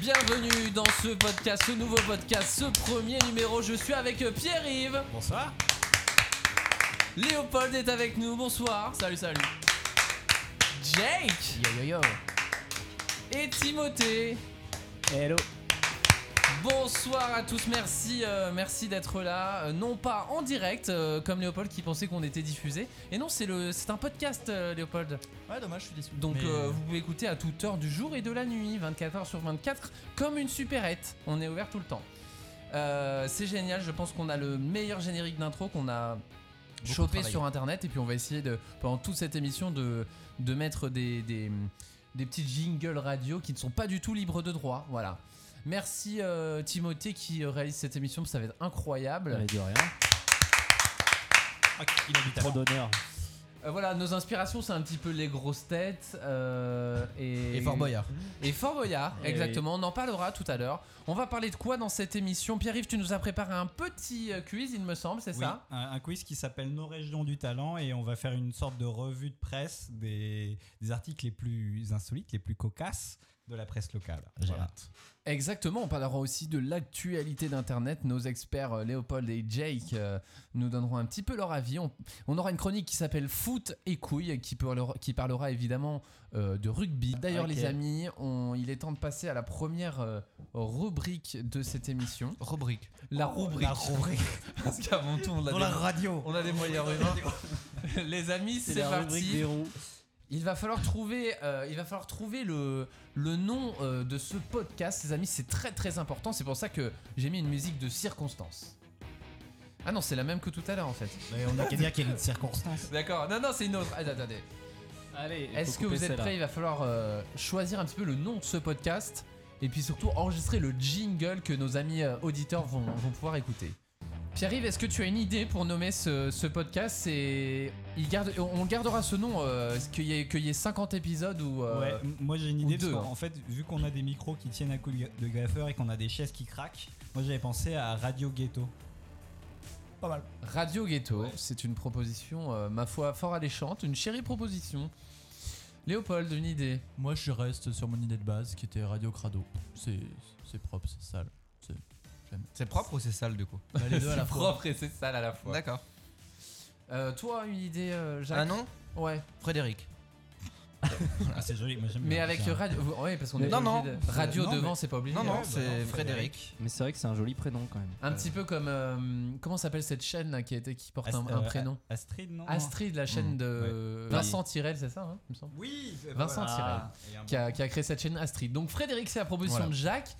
Bienvenue dans ce podcast, ce nouveau podcast, ce premier numéro. Je suis avec Pierre-Yves. Bonsoir. Léopold est avec nous. Bonsoir. Salut, salut. Jake Yo yo yo. et Timothée. Hello. Bonsoir à tous, merci, euh, merci d'être là. Euh, non pas en direct, euh, comme Léopold qui pensait qu'on était diffusé. Et non, c'est le, c'est un podcast, euh, Léopold. Ouais, dommage, je suis déçu. Donc Mais, euh, vous pouvez écouter à toute heure du jour et de la nuit, 24h sur 24, comme une supérette. On est ouvert tout le temps. Euh, c'est génial, je pense qu'on a le meilleur générique d'intro qu'on a chopé travaillé. sur internet. Et puis on va essayer de, pendant toute cette émission de, de mettre des, des, des petits jingles radio qui ne sont pas du tout libres de droit. Voilà. Merci euh, Timothée qui euh, réalise cette émission, ça va être incroyable. dit rien. ah, il habite à Trop d'honneur. Euh, voilà, nos inspirations, c'est un petit peu les grosses têtes euh, et, Et Fort Boyard. Et Fort Boyard, Et- exactement. On en parlera tout à l'heure. On va parler de quoi dans cette émission Pierre-Yves, tu nous as préparé un petit euh, quiz, il me semble, c'est Oui, ça un, un quiz qui s'appelle Nos régions du talent et on va faire une sorte de revue de presse des, des articles les plus insolites, les plus cocasses de la presse locale. Voilà. Exactement. On parlera aussi de l'actualité d'Internet. Nos experts euh, Léopold et Jake euh, nous donneront un petit peu leur avis. On, on aura une chronique qui s'appelle Foot et couilles, qui, parlera- qui parlera évidemment euh, de rugby. D'ailleurs, Ok. les amis, on- il est temps de passer à la première euh, rubrique de cette émission. Rubrique. La rubrique. La rubrique. Parce qu'avant tout, on a, Dans des, la radio. on a des moyens humains. Les amis, c'est parti. ronds. Il va falloir trouver, euh, il va falloir trouver le, le nom euh, de ce podcast, les amis. C'est très très important. C'est pour ça que j'ai mis une musique de circonstance. Ah non, c'est la même que tout à l'heure en fait. Mais on a qu'à dire qu'il y a une circonstance. D'accord. Non, non, c'est une autre. Attends, attendez. Allez. Est-ce que vous êtes prêts Il va falloir euh, choisir un petit peu le nom de ce podcast et puis surtout enregistrer le jingle que nos amis euh, auditeurs vont, vont pouvoir écouter. Pierre-Yves, est-ce que tu as une idée pour nommer ce, ce podcast C'est- il garde, On gardera ce nom, euh, qu'il y, ait- qu'il y ait 50 épisodes ou... euh, Ouais, m- moi j'ai une ou idée deux, parce hein. qu'en en fait, vu qu'on a des micros qui tiennent à coup de ga- de gaffeur et qu'on a des chaises qui craquent, moi j'avais pensé à Radio Ghetto. Pas mal. Radio Ghetto, c'est une proposition, euh, ma foi, fort alléchante, une chérie proposition. Léopold, une idée Moi, je reste sur mon idée de base qui était Radio Crado. C'est c'est propre, c'est sale. C'est ou c'est sale du coup C'est Les deux à la fois. propre et c'est sale à la fois. D'accord. Euh, toi, une idée, euh, Jacques Un nom Ouais. Ah Frédéric. Ah, c'est joli, moi j'aime Mais bien. avec C'est un- radio. Ouais, parce qu'on est Non, obligé non. de- Radio Non, devant, mais- c'est pas obligé. Non, Ouais, non, bah c'est non, Frédéric. Mais c'est vrai que c'est un joli prénom quand même. Un petit peu comme. euh, comment s'appelle cette chaîne là qui, était, qui porte Ast- un, euh, un prénom Astrid, non Astrid, la chaîne Mm, de ouais. Vincent Tirel, c'est ça, hein, il me semble Oui, Vincent Tirel. qui, a, qui a créé cette chaîne Astrid. Donc Frédéric, c'est la proposition Voilà. de Jacques.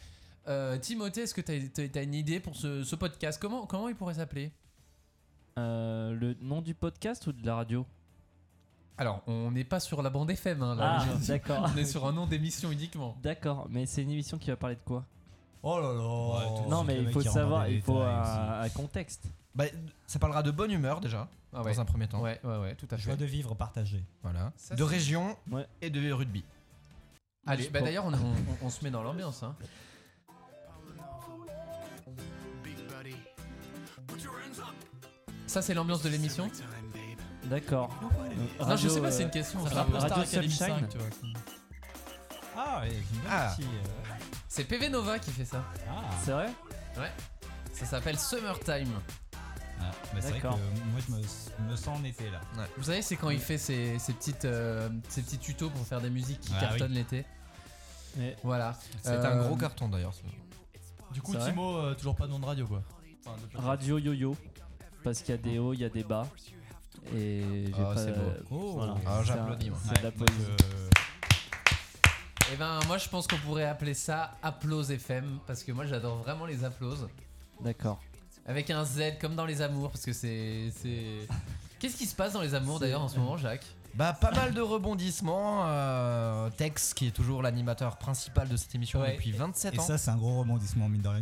Euh, Timothée, est-ce que t'as as, une idée pour ce, ce podcast comment, comment il pourrait s'appeler Euh, le nom du podcast ou de la radio Alors, on n'est pas sur la bande FM, hein, Ah. là. Ah, d'accord. on est sur un nom d'émission uniquement. D'accord, mais c'est une émission qui va parler de quoi Oh là là Ouais, tout de Non, mais il faut savoir, il faut euh, un, un un contexte. Bah, ça parlera de bonne humeur déjà, Ah ouais. dans un premier temps. ouais, ouais, ouais, tout à Joie fait. de vivre partagée. Voilà. Ça, de c'est- région Ouais. et de rugby. Allez, Je bah pense- d'ailleurs, on, on- on se met dans l'ambiance. Hein. Ça, c'est l'ambiance de l'émission D'accord. euh, Non, je sais pas, euh, c'est une question. ça. rappelle Radio Star Academy Sunshine. 5, tu Ah, et une bonne Ah. petite, euh, C'est PV Nova qui fait ça. ah. C'est vrai Ça s'appelle Summertime. Ah, bah, c'est vrai que D'accord. moi je me, me sens en été là. Vous savez, c'est quand il fait ses, ses petites, euh, ses petits tutos pour faire des musiques qui Ah cartonnent l'été. Ouais. Voilà. C'est Euh, un gros carton d'ailleurs. ce- Du coup, C'est vrai Timo, euh, toujours pas de nom de radio quoi. Enfin, depuis- Radio yo-yo. Parce qu'il y a des hauts, il y a des bas. Et j'ai Ah, pas. c'est Oh, beau. Ah, j'applaudis, moi. C'est Ouais, de la donc, poésie. euh, Eh ben, moi, je pense qu'on pourrait appeler ça Applause FM parce que moi, j'adore vraiment les applauses. D'accord. Avec un Z comme dans les amours parce que c'est c'est. Qu'est-ce qui se passe dans les amours C'est- d'ailleurs en ce moment, Jacques Bah, pas mal de rebondissements. euh, Tex, qui est toujours l'animateur principal de cette émission Ouais. depuis 27 et ans. ça, c'est un gros rebondissement, mine de rien.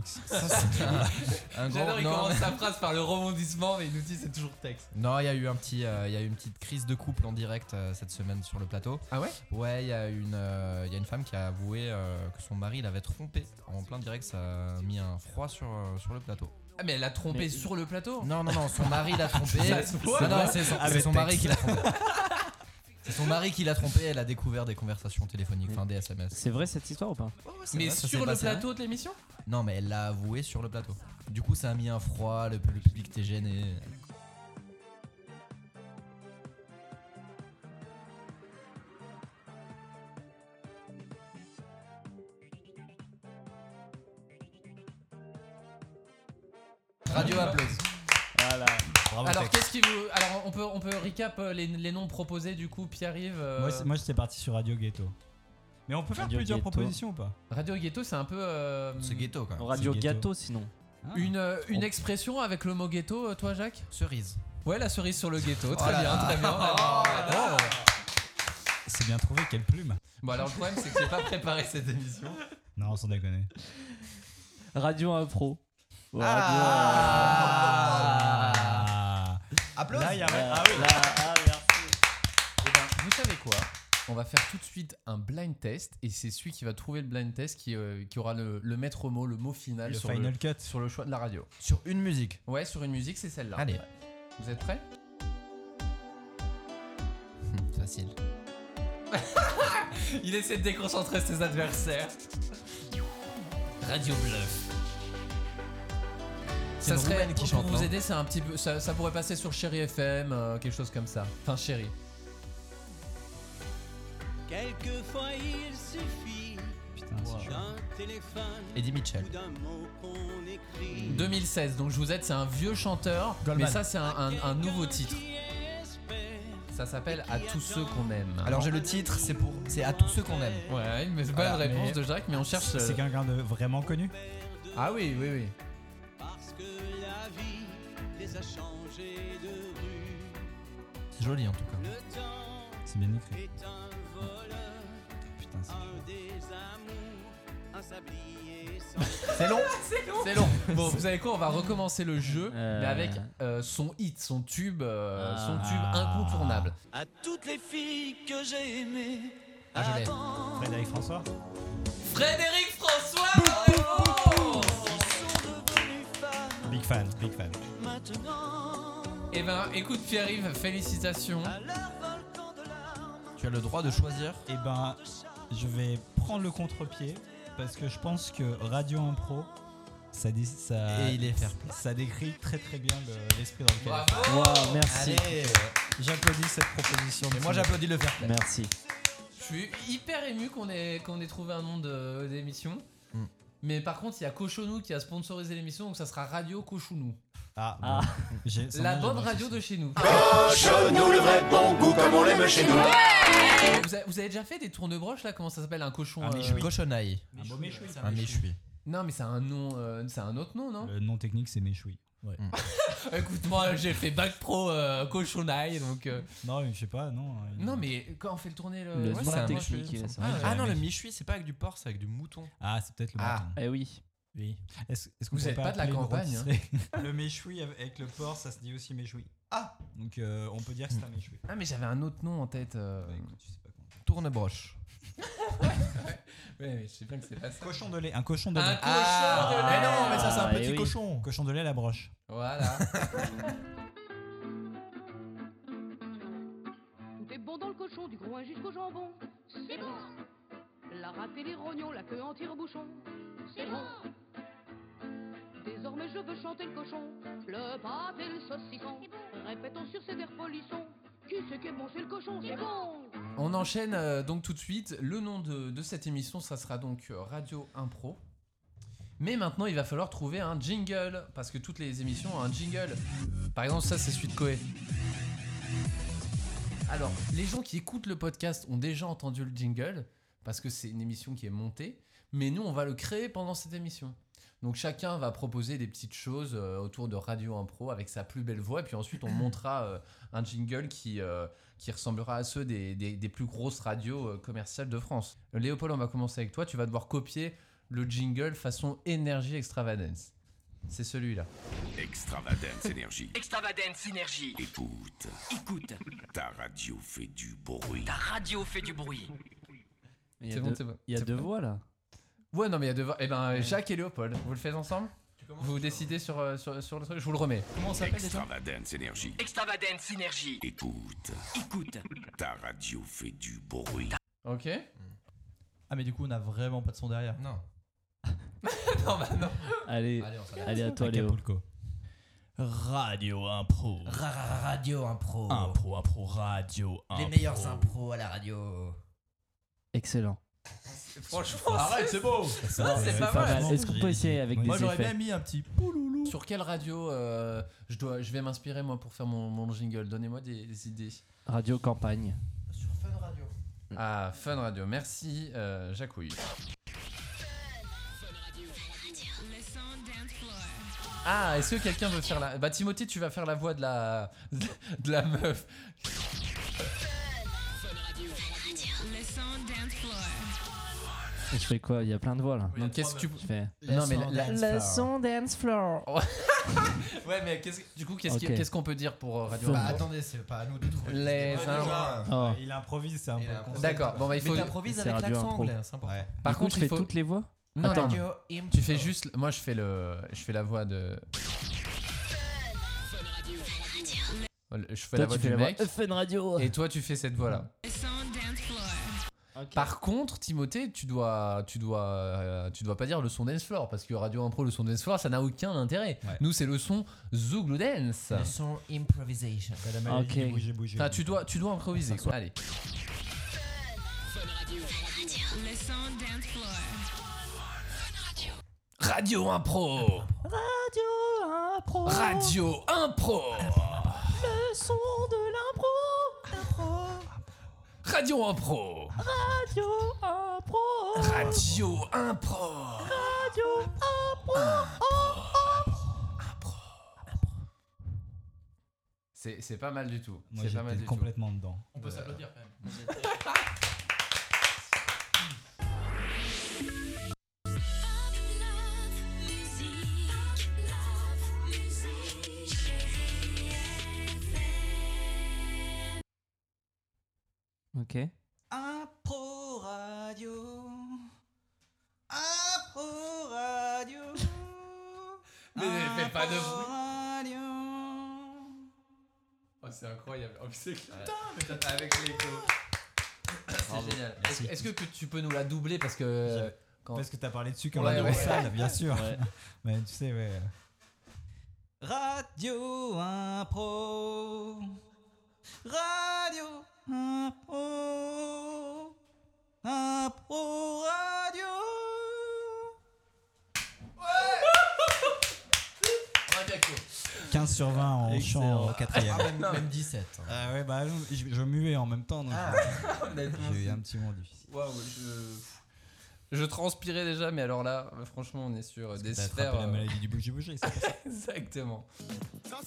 un gros- J'adore, il non, commence sa phrase par le rebondissement, mais il nous dit c'est toujours texte. Non, il y a eu un petit, euh, il y a eu une petite crise de couple en direct euh, cette semaine sur le plateau. Ah ouais Ouais, il y a une, euh, il y a une femme qui a avoué euh, que son mari l'avait trompée en plein direct. Ça a mis un froid sur euh, sur le plateau. Ah, mais elle l'a trompé Mais- sur le plateau Non, non, non, son mari l'a trompée. Ça se voit. Non, non, c'est son, Avec c'est son texte. mari qui l'a trompée. C'est son mari qui l'a trompé, elle a découvert des conversations téléphoniques, enfin des SMS. C'est vrai cette histoire ou pas Mais vrai, ça sur s'est le passé, hein. plateau de l'émission Non, mais elle l'a avoué sur le plateau. Du coup, ça a mis un froid, le, le public était gêné. Radio applause. Voilà. Bravo, Alors Tex. qu'est-ce qui vous Alors on peut on peut recap euh, les, les noms proposés du coup Pierre-Yves euh, Moi, c'est- Moi, j'étais parti sur Radio Ghetto. Mais on peut faire Radio plusieurs Ghetto. propositions ou pas Radio Ghetto c'est un peu euh, Ce ghetto quand même. Radio C'est gâteau. ghetto. sinon. une euh, une expression avec le mot ghetto euh, toi Jacques Cerise. Ouais la cerise sur le ghetto, Oh très là bien, là. très bien. Oh. C'est bien trouvé, quelle plume Bon alors le problème c'est que j'ai pas préparé cette émission. Non, sans déconner. Radio Impro. Ou Ah. Ah, Applause. Là, il y a- Radio- ah oui. Là, ah, merci. Eh ben, vous savez quoi On va faire tout de suite un blind test et c'est celui qui va trouver le blind test qui, euh, qui aura le, le maître mot, le mot final Le sur, final le, cut. sur le choix de la radio. Sur une musique. Ouais, sur une musique, c'est celle-là. Allez. Vous êtes prêts Hmm, Facile. Il essaie de déconcentrer ses adversaires. Radio Bluff. Ça une serait Roumaine qui pour chante, vous non aider, c'est un petit peu ça, ça pourrait passer sur Chéri FM, euh, quelque chose comme ça. Enfin Chéri. Quelquefois il suffit Putain, c'est chaud. d'un téléphone Eddie ou Mitchell. d'un mot qu'on écrit. Mm. 2016. Donc je vous aide, c'est un vieux chanteur, Goldman. mais ça c'est un, un- un nouveau titre. Qui espère Ça s'appelle À tous ceux qu'on aime. Alors j'ai le titre, c'est pour, c'est à tous ceux qu'on aime. ouais, mais c'est Voilà, pas la réponse mais- de Jacques, mais on cherche. euh, C'est quelqu'un de vraiment connu Ah oui, oui, oui. parce que la vie les a changés de rue. C'est joli en tout cas. Le temps C'est bien écrit. est un voleur, Putain, c'est un des amours, un sablier sans C'est long. Ah, C'est long. Bon, vous savez quoi On va recommencer le jeu, Euh. mais avec euh, son hit, son tube, euh, Ah. son tube incontournable. À toutes les filles que j'ai aimées. Ah, je l'ai. avant, Oh. Frédéric François Frédéric François. qui sont devenues femmes Big fan, big fan. maintenant. Eh ben, écoute Pierre-Yves, félicitations. À leur volcan de larmes, Tu as le droit de choisir. Eh ben, je vais prendre le contre-pied parce que je pense que Radio Impro, ça, dit, ça, Et il est fair ça décrit très très bien le- l'esprit dans lequel. Bravo. Wow, merci. Allez. J'applaudis cette proposition. Mais moi j'applaudis le fair play. Merci. Je suis hyper ému qu'on ait, qu'on ait trouvé un nom de- d'émission. Mm. Mais par contre, il y a Cochonou qui a sponsorisé l'émission, donc ça sera Radio Cochonou. Ah, bon. Ah. J'ai- sans La doute, bonne j'ai- radio de chez nous. Cochonou, le vrai bon goût comme on l'aime chez nous. Vous, avez- vous avez déjà fait des tours de broche là Comment ça s'appelle Un cochon Un euh, méchoui. Cochonaille. Un beau Ah, méchoui. Un méchoui. Non, mais c'est un nom, euh, c'est un autre nom, non Le nom technique, c'est Méchoui. Écoute, moi j'ai fait bac pro euh, cochonaille, donc. euh, Non, mais je sais pas, non. il- Non, mais quand on fait le tourner le. Le ouais, nom c'est un technique. méchoui. euh, ça Ah, va. ouais. Ah non, le méchoui c'est pas avec du porc, c'est avec du mouton. Ah, c'est peut-être le Ah. bâton. Eh oui. Oui. Est-ce est-ce qu'on Vous pourrait êtes pas de la appeler une campagne, hein. rôtisserie Le méchoui avec le porc, ça se dit aussi méchoui. Ah Donc euh, on peut dire que c'est un méchoui. Ah, mais j'avais un autre nom en tête. euh. Bah, écoute, je sais pas comment. Tournebroche. Ouais, mais je sais bien que c'est pas ça. Cochon de lait, un cochon de Un lait. cochon Ah, de lait mais non, mais ça, c'est un Ah, petit eh oui. cochon. Cochon de lait à la broche. Voilà. Tout est bon dans le cochon, du groin jusqu'au jambon. C'est bon. La rate et les rognons, la queue en tire-bouchon. C'est bon. Désormais, je veux chanter le cochon, le pâté et le saucisson. Répétons sur ces airs polissons. Qui c'est qui est bon, c'est le cochon, c'est bon. On enchaîne euh, donc tout de suite. Le nom de, de cette émission, ça sera donc euh, Radio Impro. Mais maintenant, il va falloir trouver un jingle. Parce que toutes les émissions ont un jingle. Par exemple, ça, c'est celui de Koé. Alors, les gens qui écoutent le podcast ont déjà entendu le jingle. Parce que c'est une émission qui est montée. Mais nous, on va le créer pendant cette émission. Donc, chacun va proposer des petites choses euh, autour de Radio Impro avec sa plus belle voix. Et puis ensuite, on montera euh, un jingle qui. euh, qui ressemblera à ceux des, des- des plus grosses radios euh, commerciales de France. Euh, Léopold, on va commencer avec toi. Tu vas devoir copier le jingle façon énergie extravagance. C'est celui-là. Extravagance énergie. Extravagance Synergie. Écoute, Écoute, ta radio fait du bruit. ta radio fait du bruit. Il y a C'est bon, deux- c'est bon. il y a C'est deux bon. voix là. Ouais, non, mais il y a deux. Eh ben, Jacques et Léopold, vous le faites ensemble Vous décidez sur, euh, sur, sur le truc, je vous le remets. Comment on s'appelle déjà Extravagance énergie. Extravagance Synergie. Écoute, Écoute. ta radio fait du bruit. Ok Ah, mais du coup, on a vraiment pas de son derrière. Non. Non, bah non. Allez, Allez, on s'arrête. allez à toi, Léo. Radio Impro. Radio impro. Impro, impro, radio, impro. impros à la radio. Excellent. Franchement, Arrête, c'est- c'est Oh, beau ça, c'est pas mal. mal. Est-ce qu'on peut essayer avec Moi, des j'aurais effets bien mis un petit pouloulou. Sur quelle radio euh, je, dois, je vais m'inspirer moi pour faire mon, mon jingle Donnez-moi des, des idées. Radio campagne. Sur Fun Radio. Ah, Fun Radio, merci euh, Jacouille. Ah, est-ce que quelqu'un veut faire la. Bah, Timothée, tu vas faire la voix de la. de la meuf. Je fais quoi Il y a plein de voix là. Oui, il y a Donc, qu'est-ce que trois tu. Je fais. Non, mais la- la- Le son dance floor. Ouais, mais qu'est-ce- du coup, qu'est-ce Ok. qui- qu'est-ce qu'on peut dire pour euh, Radio Fun. Bah Impro attendez, c'est pas à nous de trouver. Les gens. Oh. Il improvise, c'est un Il peu a- con. D'accord, bon, bah, il Mais faut. t'improvises C'est avec radio l'accent impro. anglais, c'est important. Ouais. Par Du coup, contre, je fais il faut. toutes les voix Non, Attends. non, tu fais juste. Moi, je fais le. Je fais la voix de. Je fais la Toi, voix tu fais du la mec. voix Fun Radio. Et toi, tu fais cette voix-là. Ok. Par contre, Timothée, tu dois, tu dois, euh, tu dois pas dire le son dance floor parce que Radio Impro, le son dance floor, ça n'a aucun intérêt. Ouais. Nous, c'est le son Zouglou dance. Le son improvisation. T'as la maladie Ok. du bouger, bouger. Enfin, tu dois, tu dois improviser. quoi. Allez. Radio Impro. Radio Impro. Le son de l'impro. Radio Impro. Radio impro. Radio Impro. Radio C'est c'est pas mal du tout. Moi, C'est pas mal j'étais du tout. complètement dedans. On peut s'applaudir quand même. Ok. Impro radio. Impro radio. Mais fais pas de- Impro radio. Oh, c'est incroyable. Oh, c'est Avec l'écho. C'est génial. Est-ce est-ce que tu peux nous la doubler parce que. euh, Quand... Parce que t'as parlé dessus comme Ouais, radio ouais. salle, bien sûr. Ouais. Mais tu sais, ouais. Radio Impro. Radio Impro. Impro Radio. Ah, d'accord. 15 sur 20 en chant Excellent. en quatrième. Même, même 17. hein. Ah ouais, bah je, je muais en même temps, donc Honnêtement, j'ai eu un petit moment difficile. Waouh, je. Je transpirais déjà, mais alors là, franchement, on est sur des T'as sphères. attrapé la euh, maladie du bouger bouger, c'est pour ça. Exactement. Ah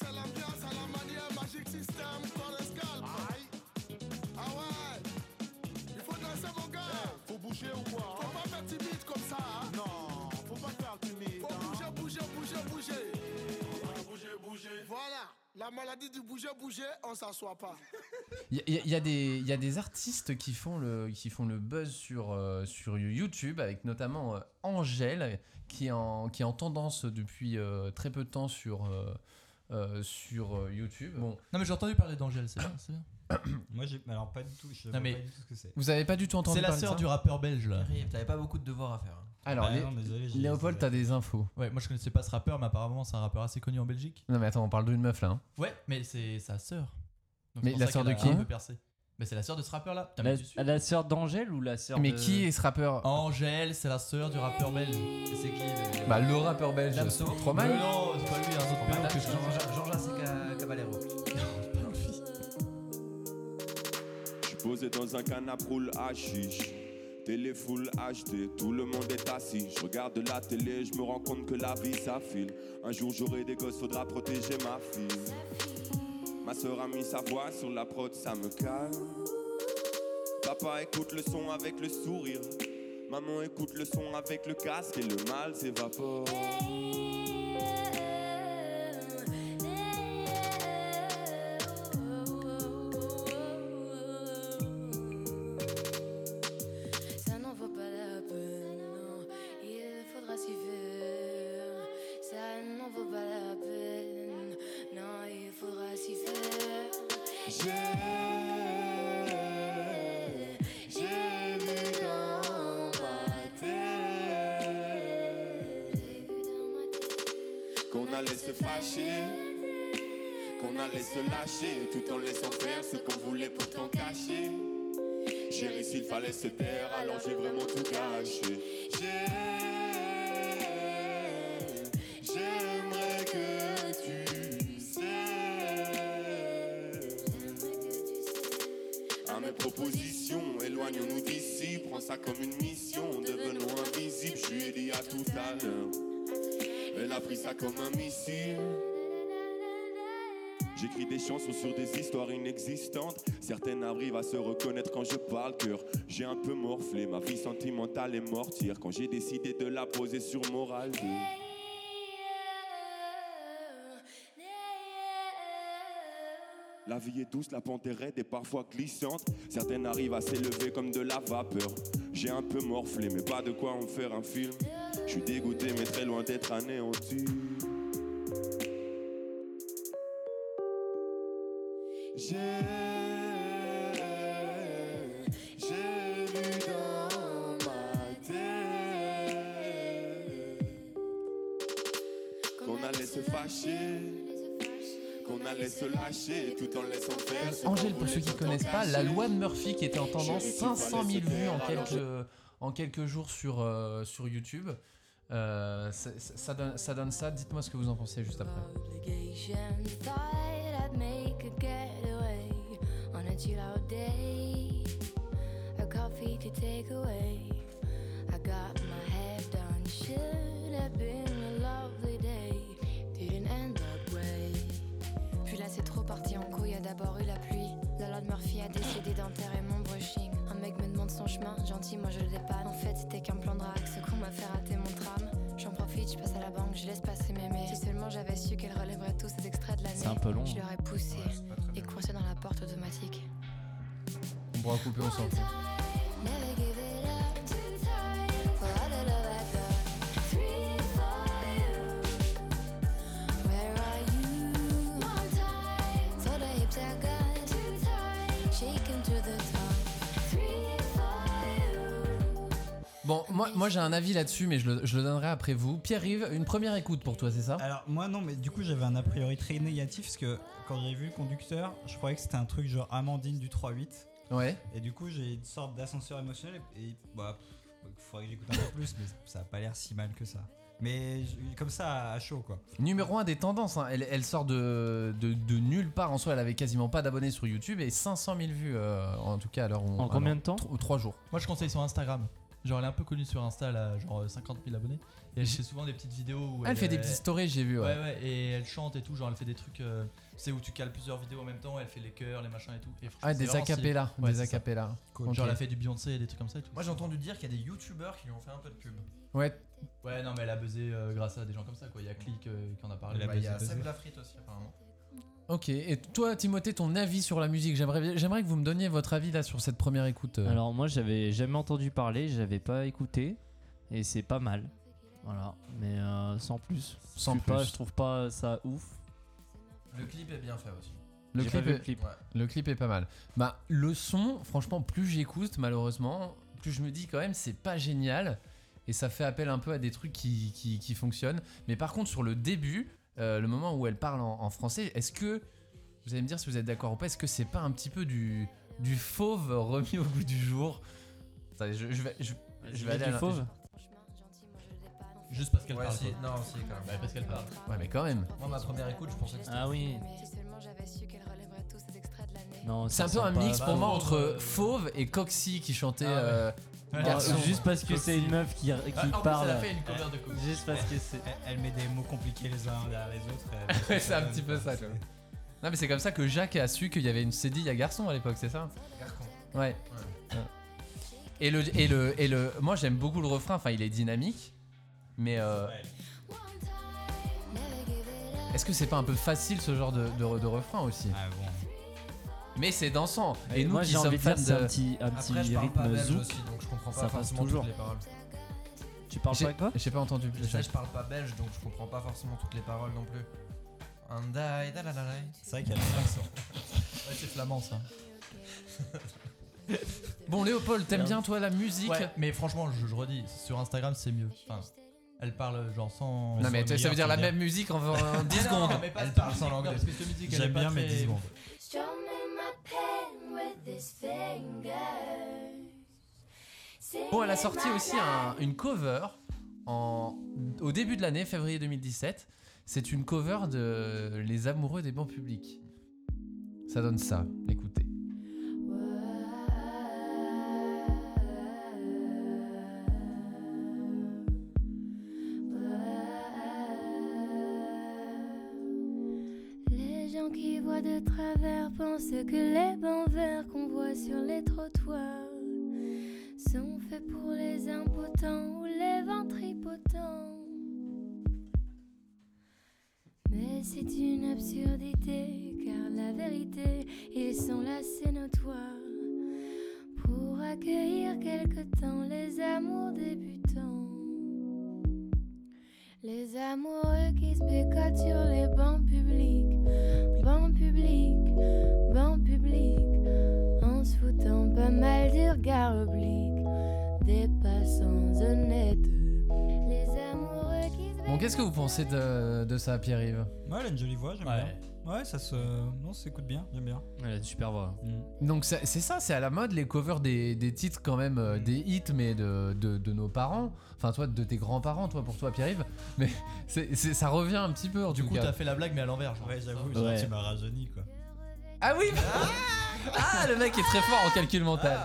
hein. Il y, a- il y a des- il y a des artistes qui font le, qui font le buzz sur, euh, sur YouTube, avec notamment euh, Angèle, qui est, en, qui est en tendance depuis euh, très peu de temps sur, euh, euh, sur euh, YouTube. Bon, Non, mais j'ai entendu parler d'Angèle, c'est bien, c'est bien. Moi, j'ai. Alors, pas du tout, je vois Non, mais- pas du tout ce que c'est. vous avez pas du tout entendu C'est la parler de sœur ça du rappeur belge là. Terrible, T'avais pas beaucoup de devoirs à faire. hein. Alors, Bah Lé- non, désolé, j'ai- Léopold, t'as des infos. Ouais, moi je connaissais pas ce rappeur, mais apparemment c'est un rappeur assez connu en Belgique. Non, mais attends, on parle d'une meuf là. hein. Ouais, mais c'est sa sœur. Donc, Mais c'est pour la ça sœur qu'elle de a qui un peu percé. Mais c'est la sœur de ce rappeur là. Putain, mais La, tu suis. la sœur d'Angèle ou la sœur Mais de- qui est ce rappeur Angèle, c'est la sœur du rappeur belge. Et c'est qui le- Bah, le rappeur belge. Damso. Trop mal. Mais Non, c'est pas lui, il y a un Bah, autre prénom que je connais. Jean- Jean Jacques Ca- Caballero. Je posé dans un canapé roule à chiche. Télé full HD, tout le monde est assis. Je regarde la télé, je me rends compte que la vie ça file. Un jour j'aurai des gosses, faudra protéger ma fille. Ma soeur a mis sa voix sur la prod, ça me calme. Papa écoute le son avec le sourire. Maman écoute le son avec le casque et le mal s'évapore. Ça n'en vaut pas la peine, non. il faudra s'y faire. Ça J'ai j'ai vu dans ma tête Qu'on allait se fâcher, qu'on allait se lâcher, tout en laissant faire ce qu'on voulait pourtant cacher. Chérie, s'il fallait se taire, alors j'ai vraiment tout gâché. J'ai- J'aimerais que tu sais. À mes propositions, éloignons-nous d'ici, prends ça comme une mission, devenons invisibles. Je lui ai dit à tout à l'heure. Elle a pris ça comme un missile. J'écris des chansons sur des histoires inexistantes. Certaines arrivent à se reconnaître quand je parle cœur. J'ai un peu morflé, ma vie sentimentale est morte hier quand j'ai décidé de la poser sur morale. La vie est douce, la pente est raide et parfois glissante. Certaines arrivent à s'élever comme de la vapeur. J'ai un peu morflé, mais pas de quoi en faire un film. Je suis dégoûté, mais très loin d'être anéanti. J'ai j'ai vu dans ma tête Qu'on allait se fâcher, qu'on allait se lâcher, tout en laissant faire. ce qu'on Angèle, pour voulait ceux qui pourtant connaissent pas, la cacher. loi de Murphy qui était en tendance J'ai dit 500 qu'il 000 fallait se vues en taire, alors quelques, en quelques jours sur, euh, sur YouTube. Euh, c'est- c'est- ça, donne, ça donne ça. Dites-moi ce que vous en pensez juste après. Obligation. Thought I'd make a getaway on a chill out day. A coffee to take away. I got my hair done. Should have been a lovely day. Didn't end that way. Puis là c'est trop parti en couille, y a d'abord eu la pluie. La loi de Murphy a décidé d'enterrer mon brushing. Un mec me demande son chemin, gentil, moi je le dépanne. En fait c'était qu'un plan de rack, ce con m'a fait rater mon tram. J'en profite, je passe à la banque, je laisse passer mes mémés. Si seulement j'avais su qu'elle relèverait tous ces extraits de l'année, C'est un peu long, je hein. l'aurais poussé et coincé dans la porte automatique. On pourra couper, on s'en fout. Never give it up too tight for all the love I got. Three for you. Where are you? One time. So the hips I got too tight. Shaking to the top. Three for you. Bon, moi, moi j'ai un avis là-dessus, mais je le, je le donnerai après vous. Pierre-Yves, une première écoute pour toi, c'est ça Alors moi non, mais du coup j'avais un a priori très négatif parce que quand j'ai vu le conducteur, je croyais que c'était un truc genre Amandine du 3-8. Ouais. Et du coup j'ai une sorte d'ascenseur émotionnel et, et, bah pff, faudrait que j'écoute un peu plus, mais ça a pas l'air si mal que ça. Mais je- comme ça à chaud quoi. Numéro 1 des tendances, hein. elle, elle sort de, de, de nulle part en soi, elle avait quasiment pas d'abonnés sur YouTube et 500 000 vues euh, en tout cas. Alors on, En combien alors, de temps tro- Trois jours. Moi, je conseille sur Instagram. Genre, elle est un peu connue sur Insta, elle a genre euh, 50 000 abonnés. Et elle fait souvent des petites vidéos où euh, Elle fait des petites stories, j'ai vu, ouais. Ouais, ouais, et elle chante et tout. Genre, elle fait des trucs, euh, tu sais, où tu cales plusieurs vidéos en même temps, elle fait les chœurs, les machins et tout. Et franchement, Ah, c'est des vraiment stylé. acapellas. Ouais, des c'est ça. acapellas. Genre, Ok. elle a fait du Beyoncé et des trucs comme ça et tout. Moi j'ai entendu dire qu'il y a des youtubeurs qui lui ont fait un peu de pub. Ouais, Ouais, non, mais elle a buzzé euh, grâce à des gens comme ça, quoi. Il y a Click euh, qui en a parlé. Elle a Bah, Bah, il y a buzzé, Seb buzzé. Lafrite aussi apparemment. ok. Et toi, Timothée, ton avis sur la musique J'aimerais j'aimerais que vous me donniez votre avis là sur cette première écoute. euh. Alors, Alors, moi, moi, ouais. Moi, j'avais jamais entendu parler, j'avais pas écouté, et c'est pas mal. Voilà, mais euh, sans plus. Sans je sais pas, plus. je trouve pas ça ouf. Le clip est bien fait aussi. le j'ai pas clip, vu le est, clip. Ouais. le clip est pas mal. Bah, le son, franchement, plus j'écoute, malheureusement, plus je me dis quand même, c'est pas génial. Et ça fait appel un peu à des trucs qui, qui, qui fonctionnent. Mais par contre, sur le début, euh, le moment où elle parle en, en français, est-ce que. Vous allez me dire si vous êtes d'accord ou pas, est-ce que c'est pas un petit peu du, du fauve remis au goût du jour Attendez, je, je vais, je, Vas-y, je mets vais aller du à la- fauve. Juste parce qu'elle Ouais, parle. si, quoi. non, si, quand même. Ouais, parce qu'elle parle. Ouais, mais quand même. Moi ma première écoute, je pensais que c'était. Ah oui. Si seulement j'avais su qu'elle relèverait tous ces extraits de l'année. Non, C'est ça un peu sent un pas- mix pour moi vraiment, entre euh, Fauve et Coxy qui chantait. Ah ouais. euh, Bon, Garçon. juste parce que c'est une meuf qui, qui Ah, en plus, parle. elle a fait une cover de Coco. Juste parce que c'est. Elle, elle met des mots compliqués les uns derrière les autres. elle- Ouais, c'est un donne, petit peu quoi. ça, quand même. Non, mais c'est comme ça que Jacques a su qu'il y avait une cédille à garçon à l'époque, c'est ça Ouais. Ouais. Et le, et le, et le, moi j'aime beaucoup le refrain. Enfin, il est dynamique, mais euh, Ouais. Never give it up. est-ce que c'est pas un peu facile ce genre de, de, de refrain aussi Ah bon. Mais c'est dansant. Et, nous moi, qui j'ai sommes envie de fans dire, c'est un de, petit, un petit Après je parle pas rythme belge zouk. aussi donc je comprends ça pas passe forcément toujours. toutes les paroles. Tu parles J'ai- pas quoi j'ai pas entendu. Je sais, je parle pas belge donc je comprends pas forcément toutes les paroles non plus. Andai, dalalai. C'est vrai qu'elle a un accent. Ouais, c'est flamand ça. Bon, Léopold, t'aimes bien toi la musique Ouais, mais franchement, je, je redis, sur Instagram c'est mieux. Enfin, elle parle genre sans. Non, mais sans ça veut meilleur, dire la sans même meilleur. musique en- en 10 Ah non, secondes. mais pas Elle ça, parle non, sans parce langue. que cette musique, elle J'aime est pas bien mes très- 10 secondes. Strumming my pen with his fingers. Bon, elle a sorti aussi un- une cover en, au début de l'année, février 2017. C'est une cover de Les Amoureux des bancs publics. Ça donne ça, écoutez. Les gens qui voient de travers pensent que les bancs verts qu'on voit sur les trottoirs sont faits pour les impotents ou les ventripotents. Mais c'est une absurdité, car la vérité, ils sont là, c'est notoire, pour accueillir quelque temps les amours débutants. Les amoureux qui se bécotent sur les bancs publics, bancs publics, bancs publics, en se foutant pas mal du regard oblique, des passants honnêtes. Les amoureux qui se Bon, qu'est-ce que vous pensez de, de ça, Pierre-Yves Ouais, elle a une jolie voix, j'aime Ouais. bien. Ouais, ça se. Non, ça s'écoute bien, j'aime bien. Elle a une super voix. Mm. Donc ça- c'est ça, c'est à la mode les covers des, des titres quand même, euh, des hits, mais de, de- de nos parents. Enfin toi, de tes grands-parents, toi pour toi Pierre-Yves. Mais c'est- c'est- ça revient un petit peu en Du tout coup, cas. t'as fait la blague, mais à l'envers. Ouais, j'avoue, genre, Ouais. tu m'as rajeuni quoi. Ah oui Ah, le mec est très fort en calcul mental.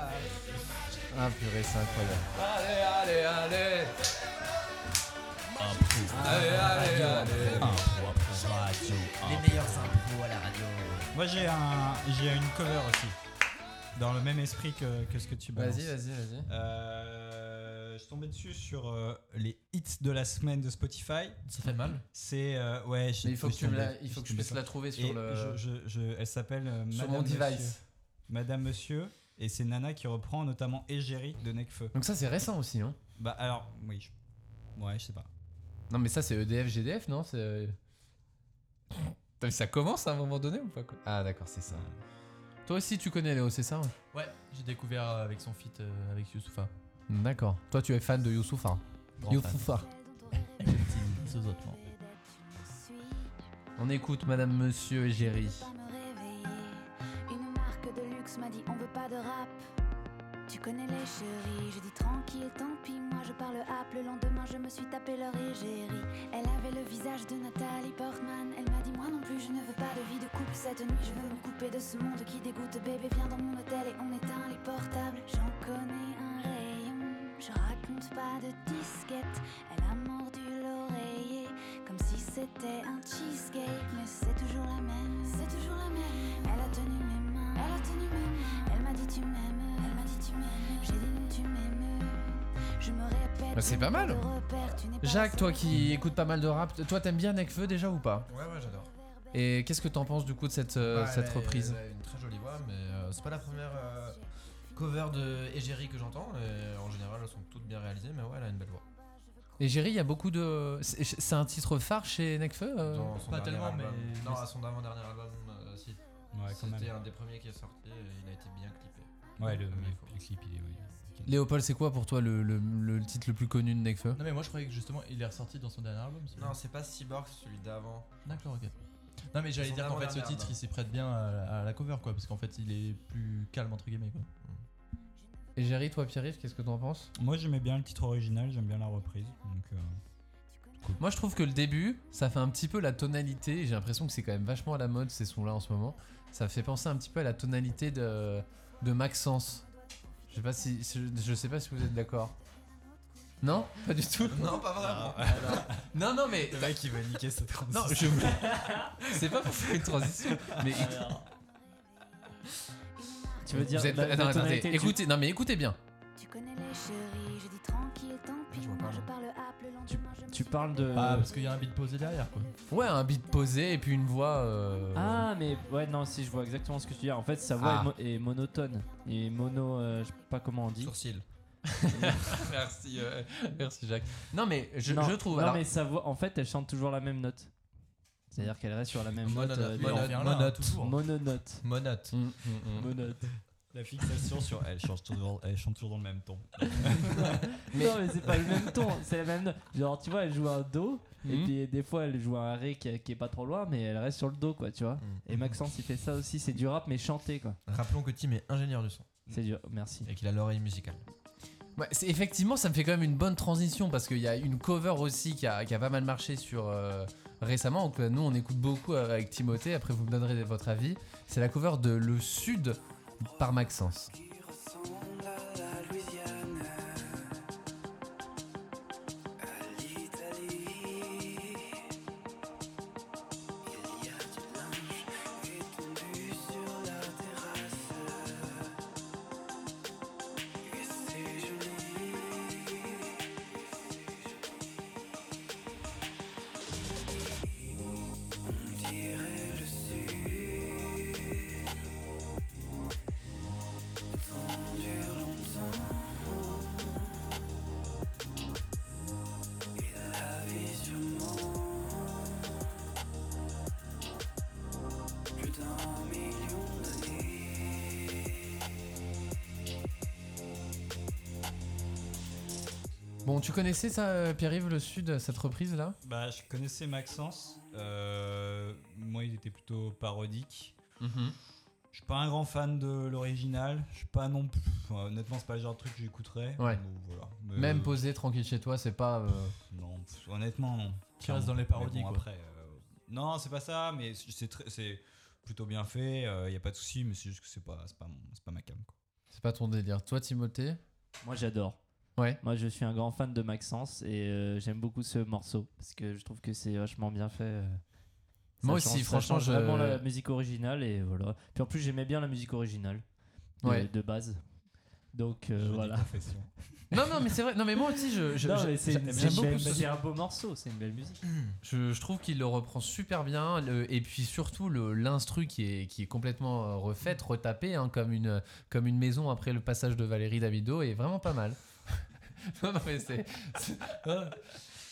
Ah purée, c'est incroyable. Allez, allez, allez Allez, allez, allez. Les meilleurs impros à la radio. Moi, j'ai un, j'ai une cover aussi. Dans le même esprit que, que ce que tu balances. Vas-y, vas-y, vas-y. Euh, je tombais dessus sur euh, les hits de la semaine de Spotify. Ça fait mal. C'est euh, ouais. je- Mais il faut je que tu me tombais- la- il faut que je tombais puisse la trouver sur Et le- je- je- je- elle s'appelle euh, Madame Sur mon device. Monsieur. Madame Monsieur. Et c'est Nana qui reprend notamment Égérie de Necfeu. Donc ça c'est récent aussi, hein. non Bah alors oui. je- Ouais, je sais pas. Non mais ça c'est E EDF, GDF, non C'est... euh, Putain, mais Ça commence à un moment donné ou pas quoi Ah d'accord, c'est ça. Toi aussi tu connais Léo, c'est ça ouais Ouais, j'ai découvert euh, avec son feat euh, avec Youssoufa. D'accord. Toi, tu es fan de hein. Youssoufa. Grand Youssoufa. On écoute Madame Monsieur et Géry. Une marque de luxe m'a dit on veut pas de rap. Tu connais les chéris, je dis tranquille, tant pis, moi je parle app. Le lendemain, je me suis tapé leur égérie. Elle avait le visage de Nathalie Portman. Elle m'a dit moi non plus, je ne veux pas de vie de couple cette nuit. Je veux me couper de ce monde qui dégoûte. Bébé, viens dans mon hôtel et on éteint les portables. J'en connais un rayon, je raconte pas de disquette. Elle a mordu l'oreiller comme si c'était un cheesecake, mais c'est toujours la même. C'est toujours la même. Elle a tenu mes mains. Elle a tenu mes mains. Elle m'a dit tu m'aimes. Elle m'a dit tu m'aimes. J'ai dit non, tu m'aimes. Je me répète. Bah, c'est tu pas n'es mal. de repère, tu n'es pas Jacques, toi seul. qui écoutes pas mal de rap, t- toi t'aimes bien Nekfeu déjà ou pas Ouais, ouais, j'adore. Et qu'est-ce que t'en penses du coup de cette, euh, Bah, elle cette a- reprise elle a une très jolie voix, mais euh, c'est pas la première euh, cover de Égérie que j'entends. et euh, En général, elles sont toutes bien réalisées, mais ouais, elle a une belle voix. Et Géry, il y a beaucoup de. C'est c'est un titre phare chez Nekfeu euh Dans son Pas dernier tellement, album. mais- Non, mais- à son avant-dernier album, euh, si. Ouais, quand C'était même. un des premiers qui est sorti, et il a été bien clippé. Ouais, le, Comme il faut. le clip, il est. ouais. Léopold, c'est quoi pour toi le, le- le titre le plus connu de Nekfeu Non, mais moi je croyais que justement il est ressorti dans son dernier album. c'est Non, c'est pas Cyborg, c'est celui d'avant. D'accord, ok. Non mais j'allais Son dire qu'en fait ce avant-dernier titre album. il s'y prête bien à, à la cover quoi parce qu'en fait il est plus calme entre guillemets quoi. Et Géry, toi Pierre-Yves, qu'est-ce que t'en penses Moi, j'aimais bien le titre original, j'aime bien la reprise. Donc, euh, Moi, je trouve que le début, ça fait un petit peu la tonalité. J'ai l'impression que c'est quand même vachement à la mode ces sons-là en ce moment. Ça fait penser un petit peu à la tonalité de, de Maxence. Je sais pas si, je, je sais pas si vous êtes d'accord. Non, pas du tout. Non, pas vraiment. Non, non, mais le mec, il va niquer cette non, transition. je. C'est pas pour faire une transition, mais. Tu veux dire Vous êtes- la- la attends, attends, tonalité, tu- écoutez, non mais écoutez bien. Tu connais les chéris, je dis tranquille, tant pis, moi je parle app. Le lendemain, je me Tu parles de. Ah parce qu'il y a un beat posé derrière quoi. Ouais, un beat posé et puis une voix. euh, Ah, mais ouais, non, si je vois exactement ce que tu dis. En fait, sa voix Ah. est, mo- est monotone. Et mono, euh, je sais pas comment on dit. Sourcil. merci, euh, merci Jacques. Non mais je, non, je trouve. Non, alors- mais sa voix, en fait, elle chante toujours la même note. C'est-à-dire qu'elle reste sur la même Mononote. note. euh, Mononote, durant- mononote. Toujours. Mononote. Monote. Hum, Monote. La fixation sur elle chante toujours, elle chante toujours dans le même ton. Non, mais c'est pas le même ton, c'est la même. Genre, tu vois, elle joue un do, et Hmm. Mhm. puis des fois elle joue un ré qui, qui est pas trop loin, mais elle reste sur le do, quoi, tu vois. Et Maxence, il fait ça aussi, c'est du rap, mais chanté, quoi. Rappelons que Tim est ingénieur du son. C'est dur, merci. Et qu'il a l'oreille musicale. Ouais, c'est- effectivement, ça me fait quand même une bonne transition parce qu'il y a une cover aussi qui a, qui a pas mal marché sur euh, récemment. Donc, euh, nous, on écoute beaucoup euh, avec Timothée. Après, vous me donnerez votre avis. C'est la cover de Le Sud par Maxence. Bon, tu connaissais ça, euh, Pierre-Yves, Le Sud, cette reprise là Bah, je connaissais Maxence. Euh, moi, il était plutôt parodique. Mhm. Euh, Je suis pas un grand fan de l'original. Je suis pas non plus. enfin, honnêtement, c'est pas le genre de truc que j'écouterais. Ouais. Donc, voilà. Mais, Même euh, posé tranquille chez toi, c'est pas. euh, Non, pff, honnêtement, non. Qui reste Clairement. dans les parodies, Mais bon, quoi. après, euh, non, c'est pas ça, mais c'est- c'est très- c'est plutôt bien fait. Il y a pas de souci, mais c'est juste que c'est pas, c'est pas, mon- c'est pas ma cam. quoi. C'est pas ton délire. Toi, Timothée Moi, j'adore. Ouais. Moi, je suis un grand fan de Maxence et euh, j'aime beaucoup ce morceau parce que je trouve que c'est vachement bien fait. euh. Ça Moi aussi, change- ça franchement, change je- vraiment la musique originale et voilà. Puis en plus, j'aimais bien la musique originale de, Ouais. de base. Donc euh, voilà. Non, non, mais c'est vrai. Non, mais moi aussi, je. je Non, je- mais c'est- j'aime c'est une beaucoup belle- ce- c'est un beau morceau, c'est une belle musique. Je, je trouve qu'il le reprend super bien le- et puis surtout le- l'instru qui est, qui est complètement euh, refaite, retapée hein, comme, une, comme une maison après le passage de Valérie Davido est vraiment pas mal. non, non, mais c'est. c'est- ah.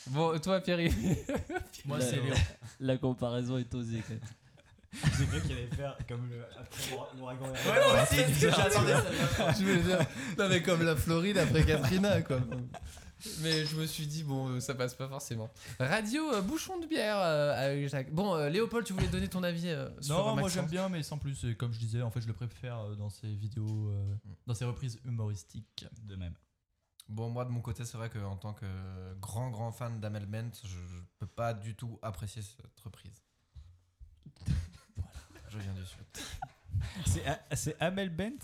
Bon, toi, Pierre. La- La comparaison est osée quand même. J'ai cru qu'il allait faire comme le, après l'oura- l'ouragan. Ouais, moi aussi, j'attendais ça. Je voulais dire, non, mais comme la Floride après Katrina, quoi. Mais je me suis dit, bon, euh, ça passe pas forcément. Radio euh, Bouchon de bière euh, avec Jacques. Bon, euh, Léopold, tu voulais donner ton avis euh, sur Non, moi Maxence. j'aime bien, mais sans plus. Et comme je disais, en fait, je le préfère euh, dans ses vidéos, euh, Mm. dans ses reprises humoristiques. De même. Bon, moi de mon côté, c'est vrai qu'en tant que grand, grand fan d'Amel Bent, je, je peux pas du tout apprécier cette reprise. voilà, je viens du sud. C'est A- C'est Amel Bent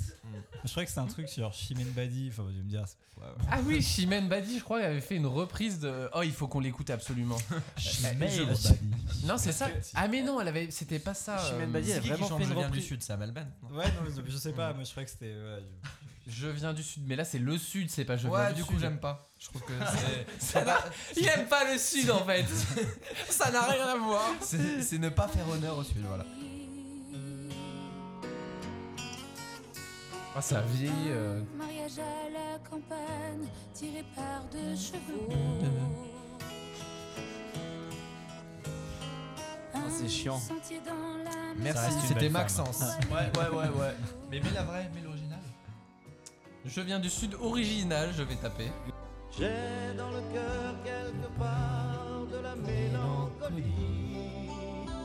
Je crois que c'est un truc sur Chimène Badi. Enfin, je vais me dire. c'est- ouais, ouais. Ah oui, Chimène Badi, je crois, avait fait une reprise de. Oh, il faut qu'on l'écoute absolument. Ah, Chimène Je- Badi. Non, c'est ça. Ah, mais non, elle avait. C'était pas ça. Chimène euh, Badi, elle c'est a qui qui vraiment chante fait une Je viens du reprise. Sud, c'est Amel Bent, non Ouais, non, mais je sais pas. Moi, je crois que c'était. ouais, je- Je viens du Sud, mais là, c'est le Sud, c'est pas je viens Ouais, du, du coup, Sud. j'aime pas. Je trouve que c'est- Ça n'a- Il aime pas le Sud, en fait. ça n'a rien à voir. C'est c'est ne pas faire honneur au sud, voilà. Ah, ça vieillit. euh, Mariage à la campagne, tiré par deux chevaux. Ah, c'est chiant. Sentier dans la Merci, montagne. c'était Maxence. hein. Ouais, ouais, ouais, ouais. Mais mets la vraie, mets l'original. Je viens du Sud original, je vais taper. J'ai dans le cœur quelque part de la mélancolie.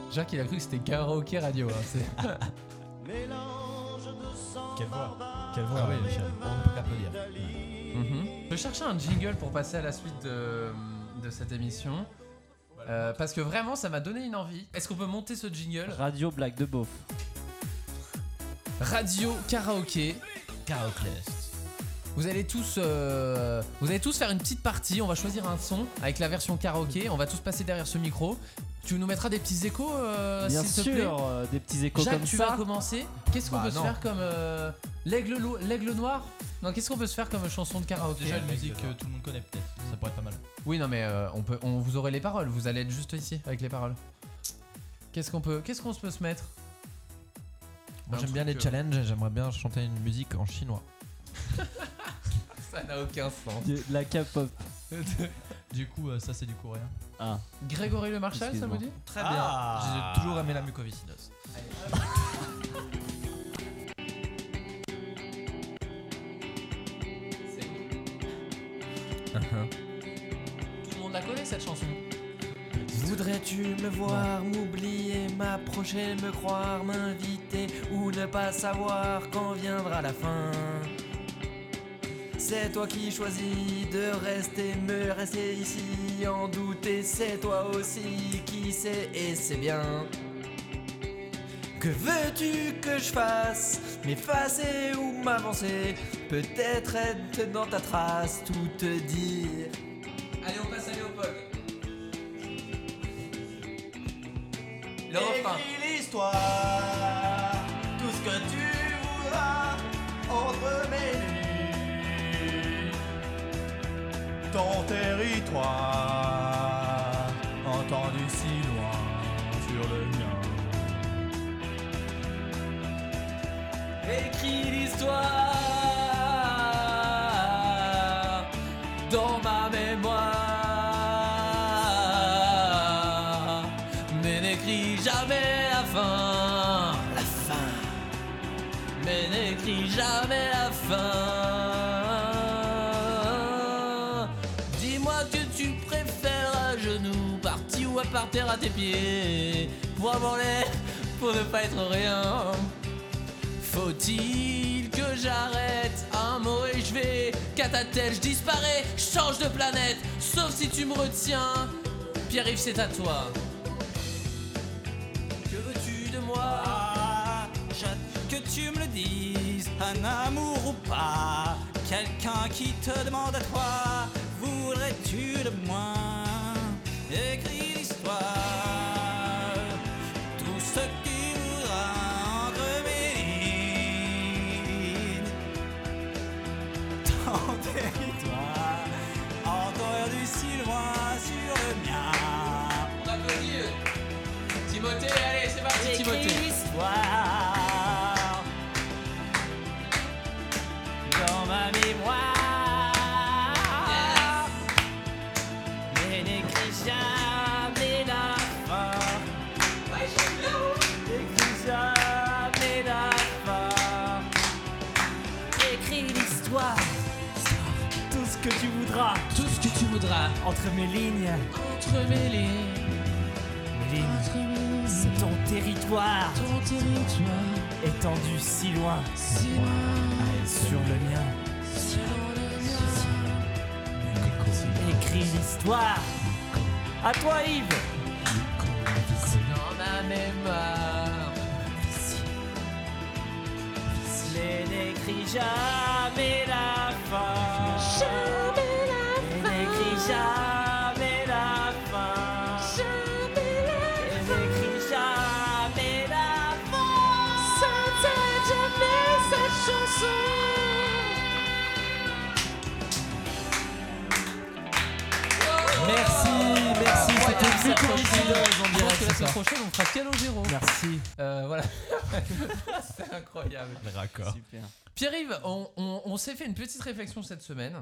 Jacques, il a cru que c'était karaoké radio. hein, c'est- Mélange de sang Quelle voix barbare Quelle voix Ah oui, ouais, Michel. On ne peut qu'applaudir. Mhm. Je cherchais un jingle pour passer à la suite de, de cette émission. Euh, parce que vraiment, ça m'a donné une envie. Est-ce qu'on peut monter ce jingle Radio Black de Beauf. Radio karaoké. Karaoke. Vous allez tous, euh, vous allez tous faire une petite partie. On va choisir un son avec la version karaoké. On va tous passer derrière ce micro. Tu nous mettras des petits échos, euh, Bien s'il te plaît. sûr, euh, des petits échos Jacques, comme tu ça. vas commencer. Qu'est-ce qu'on Bah, peut se non. faire comme euh, l'aigle lo- l'aigle noir Non, qu'est-ce qu'on peut se faire comme chanson de karaoké Déjà, une musique que tout le monde connaît peut-être. Ça pourrait être pas mal. Oui, non, mais euh, on peut, on vous aurez les paroles. Vous allez être juste ici avec les paroles. Qu'est-ce qu'on peut, qu'est-ce qu'on se peut se mettre Moi, Un j'aime bien truc, les challenges, j'aimerais bien chanter une musique en chinois. Ça n'a aucun sens. De la K-pop. du coup, euh, ça c'est du coréen. Ah. Grégory Le Marchal, ça vous dit Très bien. Ah. J'ai toujours aimé la mucoviscidose. Tout le monde la connaît cette chanson. Voudrais-tu me voir, m'oublier, m'approcher, me croire, m'inviter ou ne pas savoir quand viendra la fin C'est toi qui choisis de rester, me rester ici, en douter, c'est toi aussi qui sais et c'est bien. Que veux-tu que je fasse M'effacer ou m'avancer Peut-être être dans ta trace, tout te dire. Allez, on passe à Léopold. Le refrain. Écris l'histoire, tout ce que tu voudras entre mes nuits. Ton territoire, entendu si loin sur le mien. Écris l'histoire dans ma mémoire, mais n'écris jamais la fin. La fin. Mais n'écris jamais la fin. Dis-moi que tu préfères à genoux, parti ou à par terre à tes pieds, pour avoir l'air, pour ne pas être rien. Faut-il que j'arrête un mot et je vais qu'à ta tête je disparais, je change de planète, sauf si tu me retiens. Pierre-Yves, c'est à toi. Que veux-tu de moi J'attends que tu me le dises, un amour ou pas, quelqu'un qui te demande à toi, voudrais-tu de moi Écris l'histoire, tout ce qui voudra entre mes lignes. Ton territoire, entendu si loin sur le mien. On applaudit Timothée, allez, c'est parti, Timothée. l'histoire dans ma mémoire. Mais n'écris jamais la fin. N'écris jamais la fin. Écris l'histoire. Tout ce que tu voudras. Tout ce que tu voudras. Entre mes lignes. Entre mes lignes. Mes lignes. C'est ton territoire. Ton territoire. Étendu si loin. Si loin. Sur le mien. Sur le mien. Écris l'histoire. À toi, Yves. Dans ma mémoire. Mais n'écris jamais la fin. Jamais la fin. N'écris jamais la fin. Jamais la fin. N'écris jamais la fin. Ça jamais cette chanson. Merci, merci, c'était mucoviscidose, on Je dirait, pense que la c'est semaine ça. prochaine, on fera Calogero. Merci. Euh, voilà. c'est incroyable. Raccord. Pierre-Yves, on, on- on s'est fait une petite réflexion cette semaine.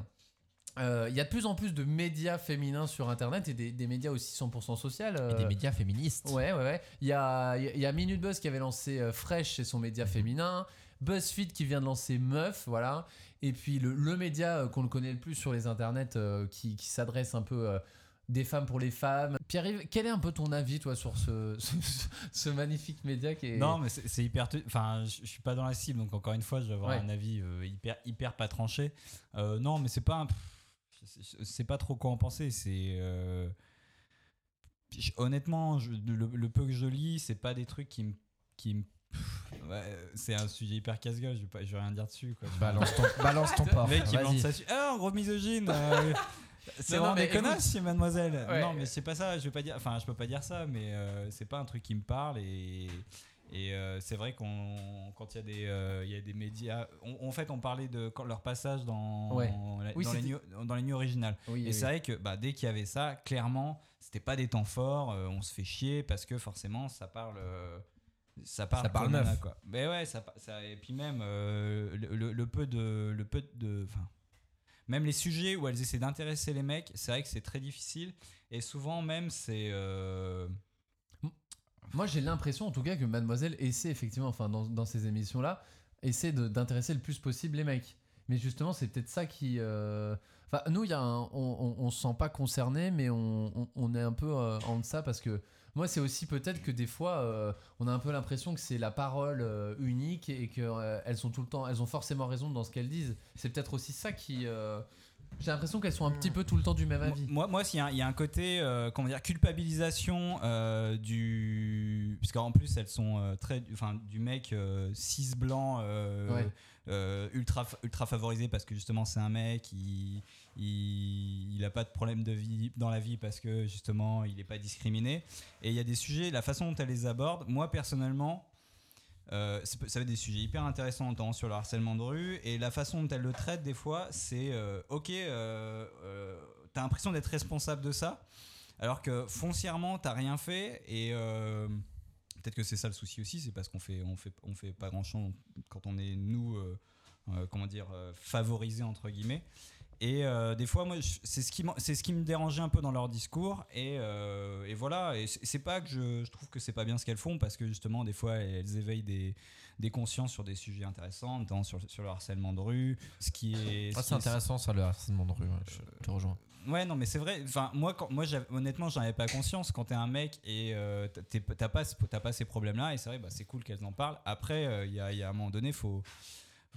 Euh, Il y a de plus en plus de médias féminins sur Internet et des, des médias aussi 100% social. euh, Et des médias féministes. Ouais, ouais, ouais. Il y a, il y a Minute Buzz qui avait lancé euh, Fresh et son média féminin. BuzzFeed qui vient de lancer Meuf, voilà. Et puis le, le média euh, qu'on le connaît le plus sur les internets euh, qui, qui s'adresse un peu euh, des femmes pour les femmes. Pierre-Yves, quel est un peu ton avis, toi, sur ce, ce- ce magnifique média qui est. Non, mais c'est c'est hyper. te- Enfin, je je suis pas dans la cible, donc encore une fois, je vais avoir Ouais. un avis euh, hyper, hyper pas tranché. Euh, non, mais c'est pas. un- Je sais pas trop quoi en penser. C'est. euh, je- Honnêtement, je- le, le peu que je lis, c'est pas des trucs qui me. Qui me pff, ouais, c'est un sujet hyper casse-gueule, je, vais pas- je vais rien dire dessus. Quoi. Balance ton- balance ton porc, Le mec, il me vas-y. lance ça dessus. Ah, en gros misogyne euh, C'est Non, non, vraiment mais des connasses, écoute. mademoiselle. Ouais. Non, mais c'est pas ça. Je vais pas dire. Enfin, je peux pas dire ça, mais euh, c'est pas un truc qui me parle et. Et euh, c'est vrai qu'on quand il y a des euh, il y a des médias on- en fait on parlait de quand- leur passage dans Ouais. la- Oui, dans, les c'était- nu- dans les nuits originales Oui, et oui, c'est oui. vrai que bah, dès qu'il y avait ça clairement c'était pas des temps forts euh, on se fait chier parce que forcément ça parle euh, ça parle Ça parle comme on a, neuf. quoi mais ouais ça, pa- ça- et puis même euh, le, le- le peu de le peu de enfin Même les sujets où elles essaient d'intéresser les mecs, c'est vrai que c'est très difficile. Et souvent, même, c'est. euh, Moi, j'ai l'impression, en tout cas, que Mademoiselle essaie effectivement, enfin, dans, dans ces émissions-là, essaie de- d'intéresser le plus possible les mecs. Mais justement, c'est peut-être ça qui. euh, Enfin, nous, il y a un- on, on, on se sent pas concerné, mais on, on- on est un peu euh, en deçà parce que. Moi, c'est aussi peut-être que des fois, euh, on a un peu l'impression que c'est la parole euh, unique et que euh, elles sont tout le temps, elles ont forcément raison dans ce qu'elles disent. C'est peut-être aussi ça qui. euh, J'ai l'impression qu'elles sont un petit peu tout le temps du même avis. Mmh. Moi, moi, s'il y a un- il y, a un côté, euh, comment dire, culpabilisation euh, du, parce qu'en plus elles sont euh, très, enfin, du mec euh, cis blanc euh, Ouais. euh, ultra fa- ultra favorisé parce que justement c'est un mec, il, il il a pas de problème de vie dans la vie parce que justement il n'est pas discriminé. Et il y a des sujets, la façon dont elle les aborde, moi personnellement, euh, ça peut- ça va être des sujets hyper intéressants en temps sur le harcèlement de rue et la façon dont elle le traite des fois c'est euh, ok euh, euh, t'as l'impression d'être responsable de ça alors que foncièrement t'as rien fait et euh, peut-être que c'est ça le souci aussi c'est parce qu'on fait on fait on fait pas grand chose quand on est nous euh, euh, comment dire euh, favorisés entre guillemets et euh, des fois moi je- c'est ce qui m'en- c'est ce qui me dérangeait un peu dans leur discours et, euh, et voilà et c'est c'est pas que je, je trouve que c'est pas bien ce qu'elles font parce que justement des fois elles éveillent des, des consciences sur des sujets intéressants notamment sur, sur le harcèlement de rue ce qui est Ah, ce qui c'est est- intéressant ça, le harcèlement de rue. ouais, Je te rejoins. Ouais, non, mais c'est vrai. Enfin, moi, quand, moi j'avais- honnêtement, j'en avais pas conscience. Quand t'es un mec et euh, t'as- t'es- t'as pas, ce- t'as pas ces problèmes-là, et c'est vrai, bah, c'est cool qu'elles en parlent. Après, euh, il y, a, il y a un moment donné, faut.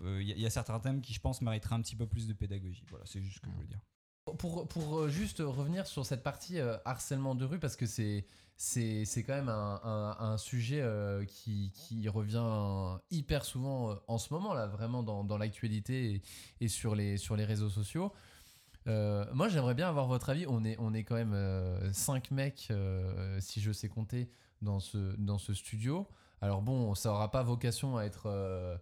euh, Il y, a- il y a certains thèmes qui, je pense, mériteraient un petit peu plus de pédagogie. Voilà, c'est juste ce que je veux dire. Pour, pour euh, juste revenir sur cette partie euh, harcèlement de rue, parce que c'est, c'est, c'est quand même un, un- un sujet euh, qui, qui revient hyper souvent euh, en ce moment, là, vraiment dans, dans l'actualité et, et sur, les, sur les réseaux sociaux. Euh, moi, j'aimerais bien avoir votre avis. On est, on est quand même 5 mecs, euh, si je sais compter, dans ce, dans ce studio. Alors bon, ça aura pas vocation à être euh,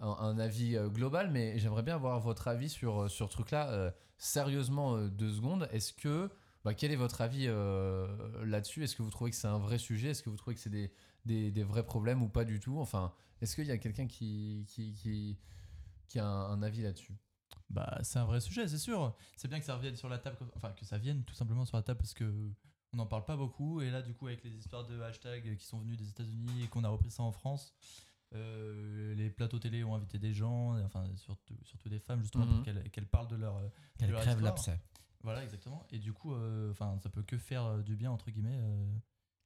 un, un avis euh, global, mais j'aimerais bien avoir votre avis sur, euh, sur ce truc-là. euh, sérieusement, euh, deux secondes, est-ce que... Bah, quel est votre avis euh, là-dessus Est-ce que vous trouvez que c'est un vrai sujet Est-ce que vous trouvez que c'est des, des, des vrais problèmes ou pas du tout Enfin, est-ce qu'il y a quelqu'un qui, qui, qui, qui a un, un avis là-dessus Bah, c'est un vrai sujet, c'est sûr. C'est bien que ça revienne sur la table, enfin que ça vienne tout simplement sur la table parce que on n'en parle pas beaucoup. Et là, du coup, avec les histoires de hashtags qui sont venus des États-Unis et qu'on a repris ça en France, euh, les plateaux télé ont invité des gens, et enfin surtout, surtout des femmes justement Mhm. pour qu'elles qu'elles parlent de leur, euh, de Qu'elles leur crèvent histoire. l'abcès. Voilà, exactement. Et du coup, euh, enfin, ça peut que faire euh, du bien entre guillemets euh,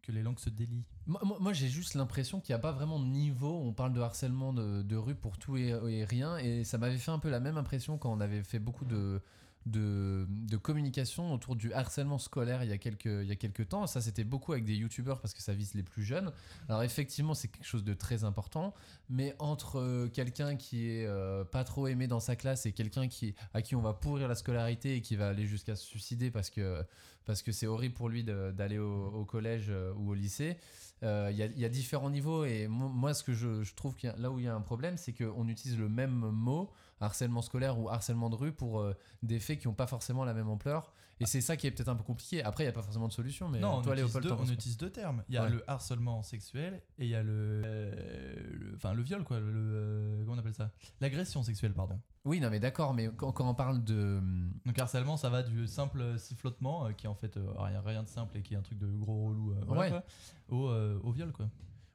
que les langues se délient. Moi, moi- moi, j'ai juste l'impression qu'il n'y a pas vraiment de niveau. On parle de harcèlement de, de rue pour tout et, et rien. Et ça m'avait fait un peu la même impression quand on avait fait beaucoup de, de, de communication autour du harcèlement scolaire il y a quelques, il y a quelques temps. Ça, c'était beaucoup avec des youtubeurs parce que ça vise les plus jeunes. Alors, effectivement, c'est quelque chose de très important. Mais entre euh, quelqu'un qui est euh, pas trop aimé dans sa classe et quelqu'un qui, à qui on va pourrir la scolarité et qui va aller jusqu'à se suicider parce que parce que c'est horrible pour lui de- d'aller au, au collège euh, ou au lycée. Euh, Il y, a- il y a différents niveaux et mo- moi ce que je, je trouve qu'il y a- là où il y a un problème c'est qu'on utilise le même mot harcèlement scolaire ou harcèlement de rue pour euh, des faits qui n'ont pas forcément la même ampleur et c'est ça qui est peut-être un peu compliqué. Après il n'y a pas forcément de solution mais non, on, toi utilise Léopold deux, t'en on penses quoi utilise deux termes. Il y a Ouais. le harcèlement sexuel et il y a le, euh, le- enfin le viol quoi. Le, euh, comment on appelle ça L'agression sexuelle, pardon. Oui non mais d'accord mais quand, quand on parle de hum, Donc harcèlement, ça va du simple euh, sifflotement euh, qui est en fait euh, rien, rien de simple et qui est un truc de gros relou. euh, voilà, Ouais. quoi, au, euh, au viol quoi.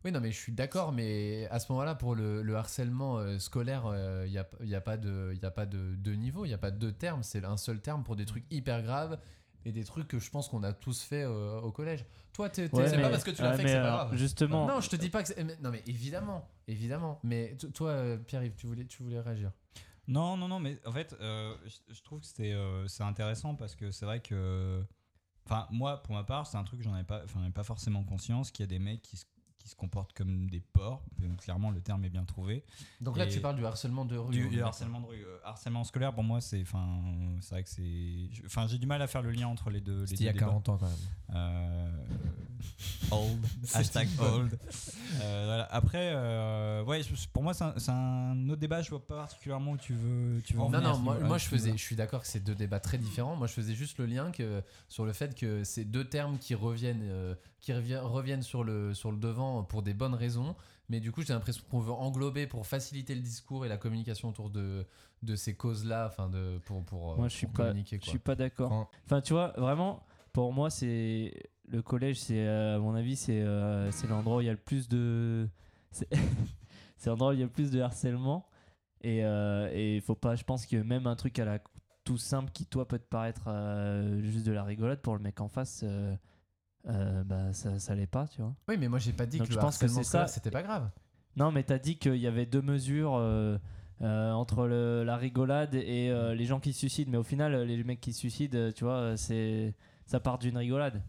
Oui, non, mais je suis d'accord, mais à ce moment-là, pour le, le harcèlement euh, scolaire, il n'y a, y a pas de, y a pas de, de niveau, il n'y a pas de deux termes, c'est un seul terme pour des trucs hyper graves et des trucs que je pense qu'on a tous fait euh, au collège. Toi, t'es, t'es- Ouais, c'est mais- pas parce que tu l'as ouais, fait que mais euh, c'est alors, pas grave. justement- Non, je te dis pas que c'est... mais- Non, mais évidemment, évidemment. Mais t- toi, euh, Pierre-Yves, tu voulais, tu voulais réagir. Non, non, non, mais en fait, euh, je, je trouve que c'était, euh, c'est intéressant parce que c'est vrai que. Enfin, moi, pour ma part, c'est un truc que j'en ai pas, enfin, j'en ai pas forcément conscience qu'il y a des mecs qui se, qui se comportent comme des porcs. Donc, Clairement, le terme est bien trouvé. Donc là, Et- tu parles du harcèlement de rue. Du, on est du d'accord. harcèlement de rue. Euh, harcèlement scolaire, pour moi, c'est. Enfin, c'est vrai que c'est. je- Enfin, j'ai du mal à faire le lien entre les deux. les C'était deux il y a débats. 40 ans, quand même. Euh, old. Hashtag C'était une bonne- old. Euh, voilà. Après, euh, ouais, je- pour moi, c'est un, c'est un autre débat. Je vois pas particulièrement où tu veux. Tu veux en Non, venir, non, si- moi, voilà, moi, si je tu veux. faisais, je suis d'accord que c'est deux débats très différents. Moi, je faisais juste le lien que, sur le fait que ces deux termes qui reviennent, euh, qui revient- reviennent sur, le, sur le devant pour des bonnes raisons, Mais du coup, j'ai l'impression qu'on veut englober pour faciliter le discours et la communication autour de, de ces causes-là, enfin de pour pour euh, Moi, je suis pour pas, communiquer, je quoi. suis pas d'accord. Enfin, tu vois, vraiment, pour moi, c'est le collège, c'est euh, à mon avis, c'est euh, c'est l'endroit où il y a le plus de, c'est c'est l'endroit où il y a le plus de harcèlement. Et euh, et il faut pas, je pense que même un truc à la tout simple qui toi peut te paraître euh, juste de la rigolade pour le mec en face. euh, euh, bah ça, ça l'est pas tu vois Oui, mais moi j'ai pas dit Donc que je le pense que harcèlement c'est ça scolaire, c'était pas grave. non, mais t'as dit qu'il y avait deux mesures euh, euh, entre le- la rigolade et Mm. euh, les gens qui se suicident. Mais au final, euh, les mecs qui se suicident, euh, tu vois, euh, c'est ça part d'une rigolade.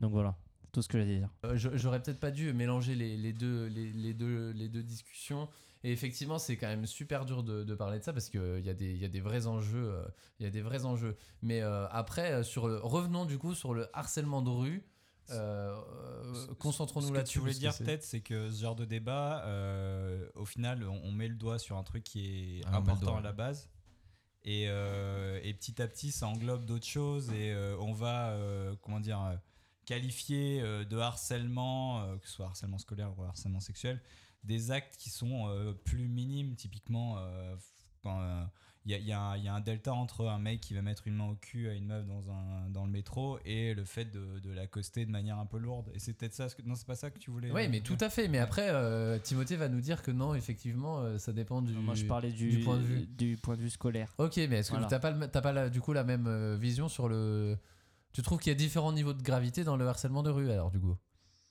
Donc voilà, c'est tout ce que j'ai à dire. Euh, je- J'aurais peut-être pas dû mélanger les, les deux, les, les deux, les deux discussions. Et effectivement, c'est quand même super dur de, de parler de ça parce qu'il y, a des- il y a des vrais enjeux. euh, Il y a des vrais enjeux. Mais euh, après, euh, sur le- revenons du coup sur le harcèlement de rue. Euh, euh, Ce Concentrons-nous que là-dessus. Tu voulais parce que dire c'est- peut-être, c'est que ce genre de débat, euh, au final, on, on met le doigt sur un truc qui est Ah, on met le important doigt. à la base. Et, euh, et petit à petit, ça englobe d'autres choses et euh, on va, euh, comment dire, euh, qualifier euh, de harcèlement, euh, que ce soit harcèlement scolaire ou harcèlement sexuel, des actes qui sont euh, plus minimes, typiquement euh, quand, euh, il y, a- il y a un- il y a un delta entre un mec qui va mettre une main au cul à une meuf dans, un, dans le métro et le fait de, de l'accoster de manière un peu lourde. Et c'est peut-être ça, ce que, non, c'est pas ça que tu voulais. Oui, mais tout à fait. Mais après, euh, Timothée va nous dire que non, effectivement, euh, ça dépend du, Moi, je parlais du, point de vue. du point de vue scolaire. Ok, mais est-ce que Voilà. t'as pas, le- t'as pas la- du coup la même euh, vision sur le. Tu trouves qu'il y a différents niveaux de gravité dans le harcèlement de rue alors, du coup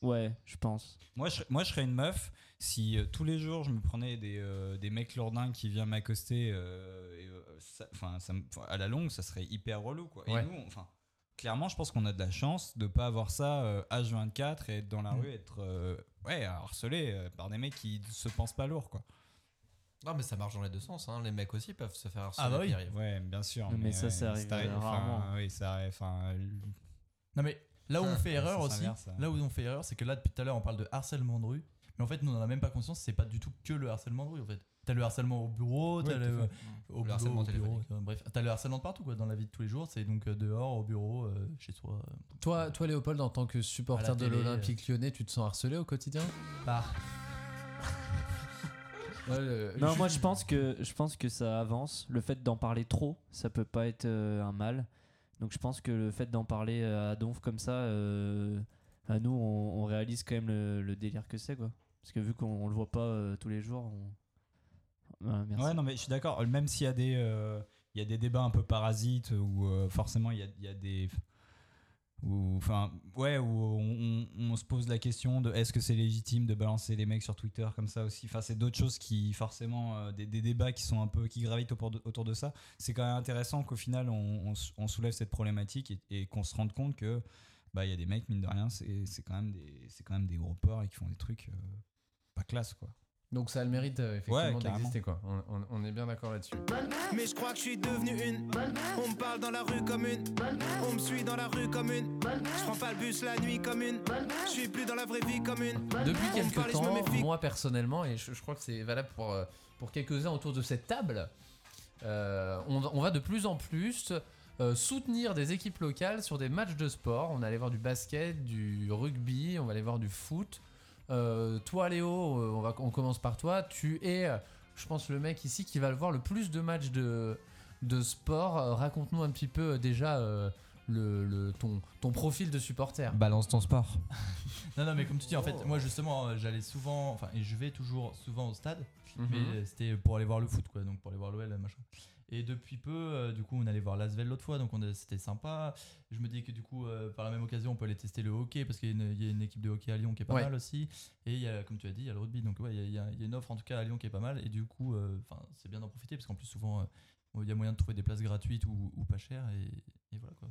Ouais, je pense. Moi je, moi, je serais une meuf si euh, tous les jours je me prenais des, euh, des mecs lourdins qui viennent m'accoster. euh, et, euh, ça- Enfin, ça me- enfin, à la longue, ça serait hyper relou, quoi. Ouais. Et nous, on- enfin, clairement, je pense qu'on a de la chance de pas avoir ça euh, H24 et être dans la Mm. rue, être euh, ouais, harcelé euh, par des mecs qui se pensent pas lourds, quoi. Non, mais ça marche dans les deux sens. hein. Les mecs aussi peuvent se faire harceler. Ah bah oui. Pierre-Yves. Ouais, bien sûr. Mais ça, ouais, ça arrive euh, t'arrive, enfin, rarement. Oui, ça arrive. Enfin, l- Non mais là où on Ça, fait ça erreur aussi, s'inverse, ça. là où on fait erreur, c'est que là depuis tout à l'heure on parle de harcèlement de rue, mais en fait nous on en a même pas conscience, c'est pas du tout que le harcèlement de rue en fait. T'as le harcèlement au bureau, Oui, t'as tout le, à fait. au Le boulot, harcèlement au bureau, téléphonique. t'as- bref, t'as le harcèlement de partout quoi, dans la vie de tous les jours, c'est donc euh, dehors, au bureau, euh, chez soi. euh. Toi, toi, Léopold, en tant que À supporter la de télé, euh. l'Olympique lyonnais, tu te sens harcelé au quotidien Bah. euh, Non, moi je pense que je pense que ça avance. Le fait d'en parler trop, ça peut pas être euh, un mal. Donc je pense que le fait d'en parler euh, à Donf comme ça, euh, à nous, on, on réalise quand même le, le délire que c'est quoi. Parce que vu qu'on on le voit pas euh, tous les jours, on... Ouais, merci. Ouais, non, mais je suis d'accord. Même s'il y a des, euh, il y a des débats un peu parasites où euh, forcément il y a, il y a des, où, enfin, ouais, où on, on- on se pose la question de est-ce que c'est légitime de balancer les mecs sur Twitter comme ça aussi. Enfin, c'est d'autres choses qui forcément euh, des, des débats qui sont un peu qui gravitent autour de, autour de ça. C'est quand même intéressant qu'au final on, on s- on soulève cette problématique et, et qu'on se rende compte que bah il y a des mecs mine de rien, c'est c'est quand même des, c'est quand même des gros porcs et qui font des trucs euh, pas classe quoi. Donc ça a le mérite euh, Ouais, effectivement carrément. d'exister quoi. On, on- on est bien d'accord là-dessus. Mais je crois que je suis devenu une. On me parle dans la rue comme une. On me suit dans la rue comme une. Je prends pas le bus la nuit comme une. Je suis plus dans la vraie vie comme une. Depuis On me parle quelques et je me temps, méfie. moi personnellement, et je, je crois que c'est valable pour, euh, pour quelques-uns autour de cette table, euh, on, on va de plus en plus euh, soutenir des équipes locales sur des matchs de sport. On allait voir du basket, du rugby, on va aller voir du foot. Euh, toi Léo, euh, on, va, on commence par toi. Tu es, euh, je pense, le mec ici qui va le voir le plus de matchs de, de sport. Euh, Raconte-nous un petit peu euh, déjà euh, le, le- ton, ton profil de supporter. Balance ton sport. Non non mais comme tu dis en fait, Oh. moi justement euh, j'allais souvent, enfin et je vais toujours souvent au stade, Mhm. mais euh, c'était pour aller voir le foot quoi, donc pour aller voir l'OL machin. Et depuis peu, euh, du coup, on allait voir l'Asvel l'autre fois, donc on a- c'était sympa. Je me dis que du coup, euh, par la même occasion, on peut aller tester le hockey parce qu'il y, a une- il y a une équipe de hockey à Lyon qui est pas Ouais. mal aussi. Et il y a, comme tu as dit, il y a le rugby, donc ouais, il y a- il y, a- il y a une offre en tout cas à Lyon qui est pas mal. Et du coup, euh, 'fin, c'est bien d'en profiter parce qu'en plus souvent, euh, il y a moyen de trouver des places gratuites ou, ou pas chères et, et voilà quoi.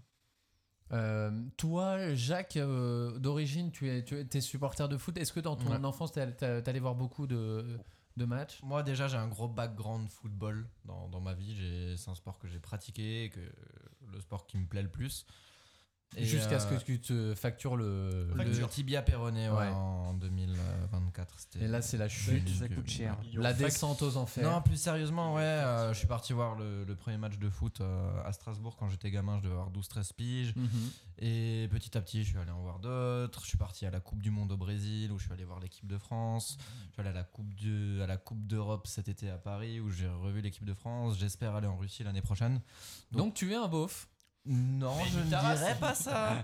Euh, toi, Jacques, euh, d'origine, tu es, tu es, t'es supporter de foot. Est-ce que dans ton Ouais. enfance, t'es allé- t'as- t'allais voir beaucoup de, de matchs Moi déjà j'ai un gros background football dans, dans ma vie, J'ai- c'est un sport que j'ai pratiqué, et que le sport qui me plaît le plus. Et, Jusqu'à ce euh, que tu te factures le. Le le- tibia péroné ouais, Ouais. en 2024. c'était- Et là, c'est la chute. Ça coûte cher. La descente aux enfers. Non, plus sérieusement, ouais. euh, je suis parti voir le, le premier match de foot euh, à Strasbourg quand j'étais gamin. Je devais avoir 12-13 piges. Mhm. Et petit à petit, je suis allé en voir d'autres. Je suis parti à la Coupe du Monde au Brésil où je suis allé voir l'équipe de France. Je suis allé à la Coupe de- à la Coupe d'Europe cet été à Paris où j'ai revu l'équipe de France. J'espère aller en Russie l'année prochaine. Donc, tu es un beauf Non, Mais je ne ta race. dirais pas ça.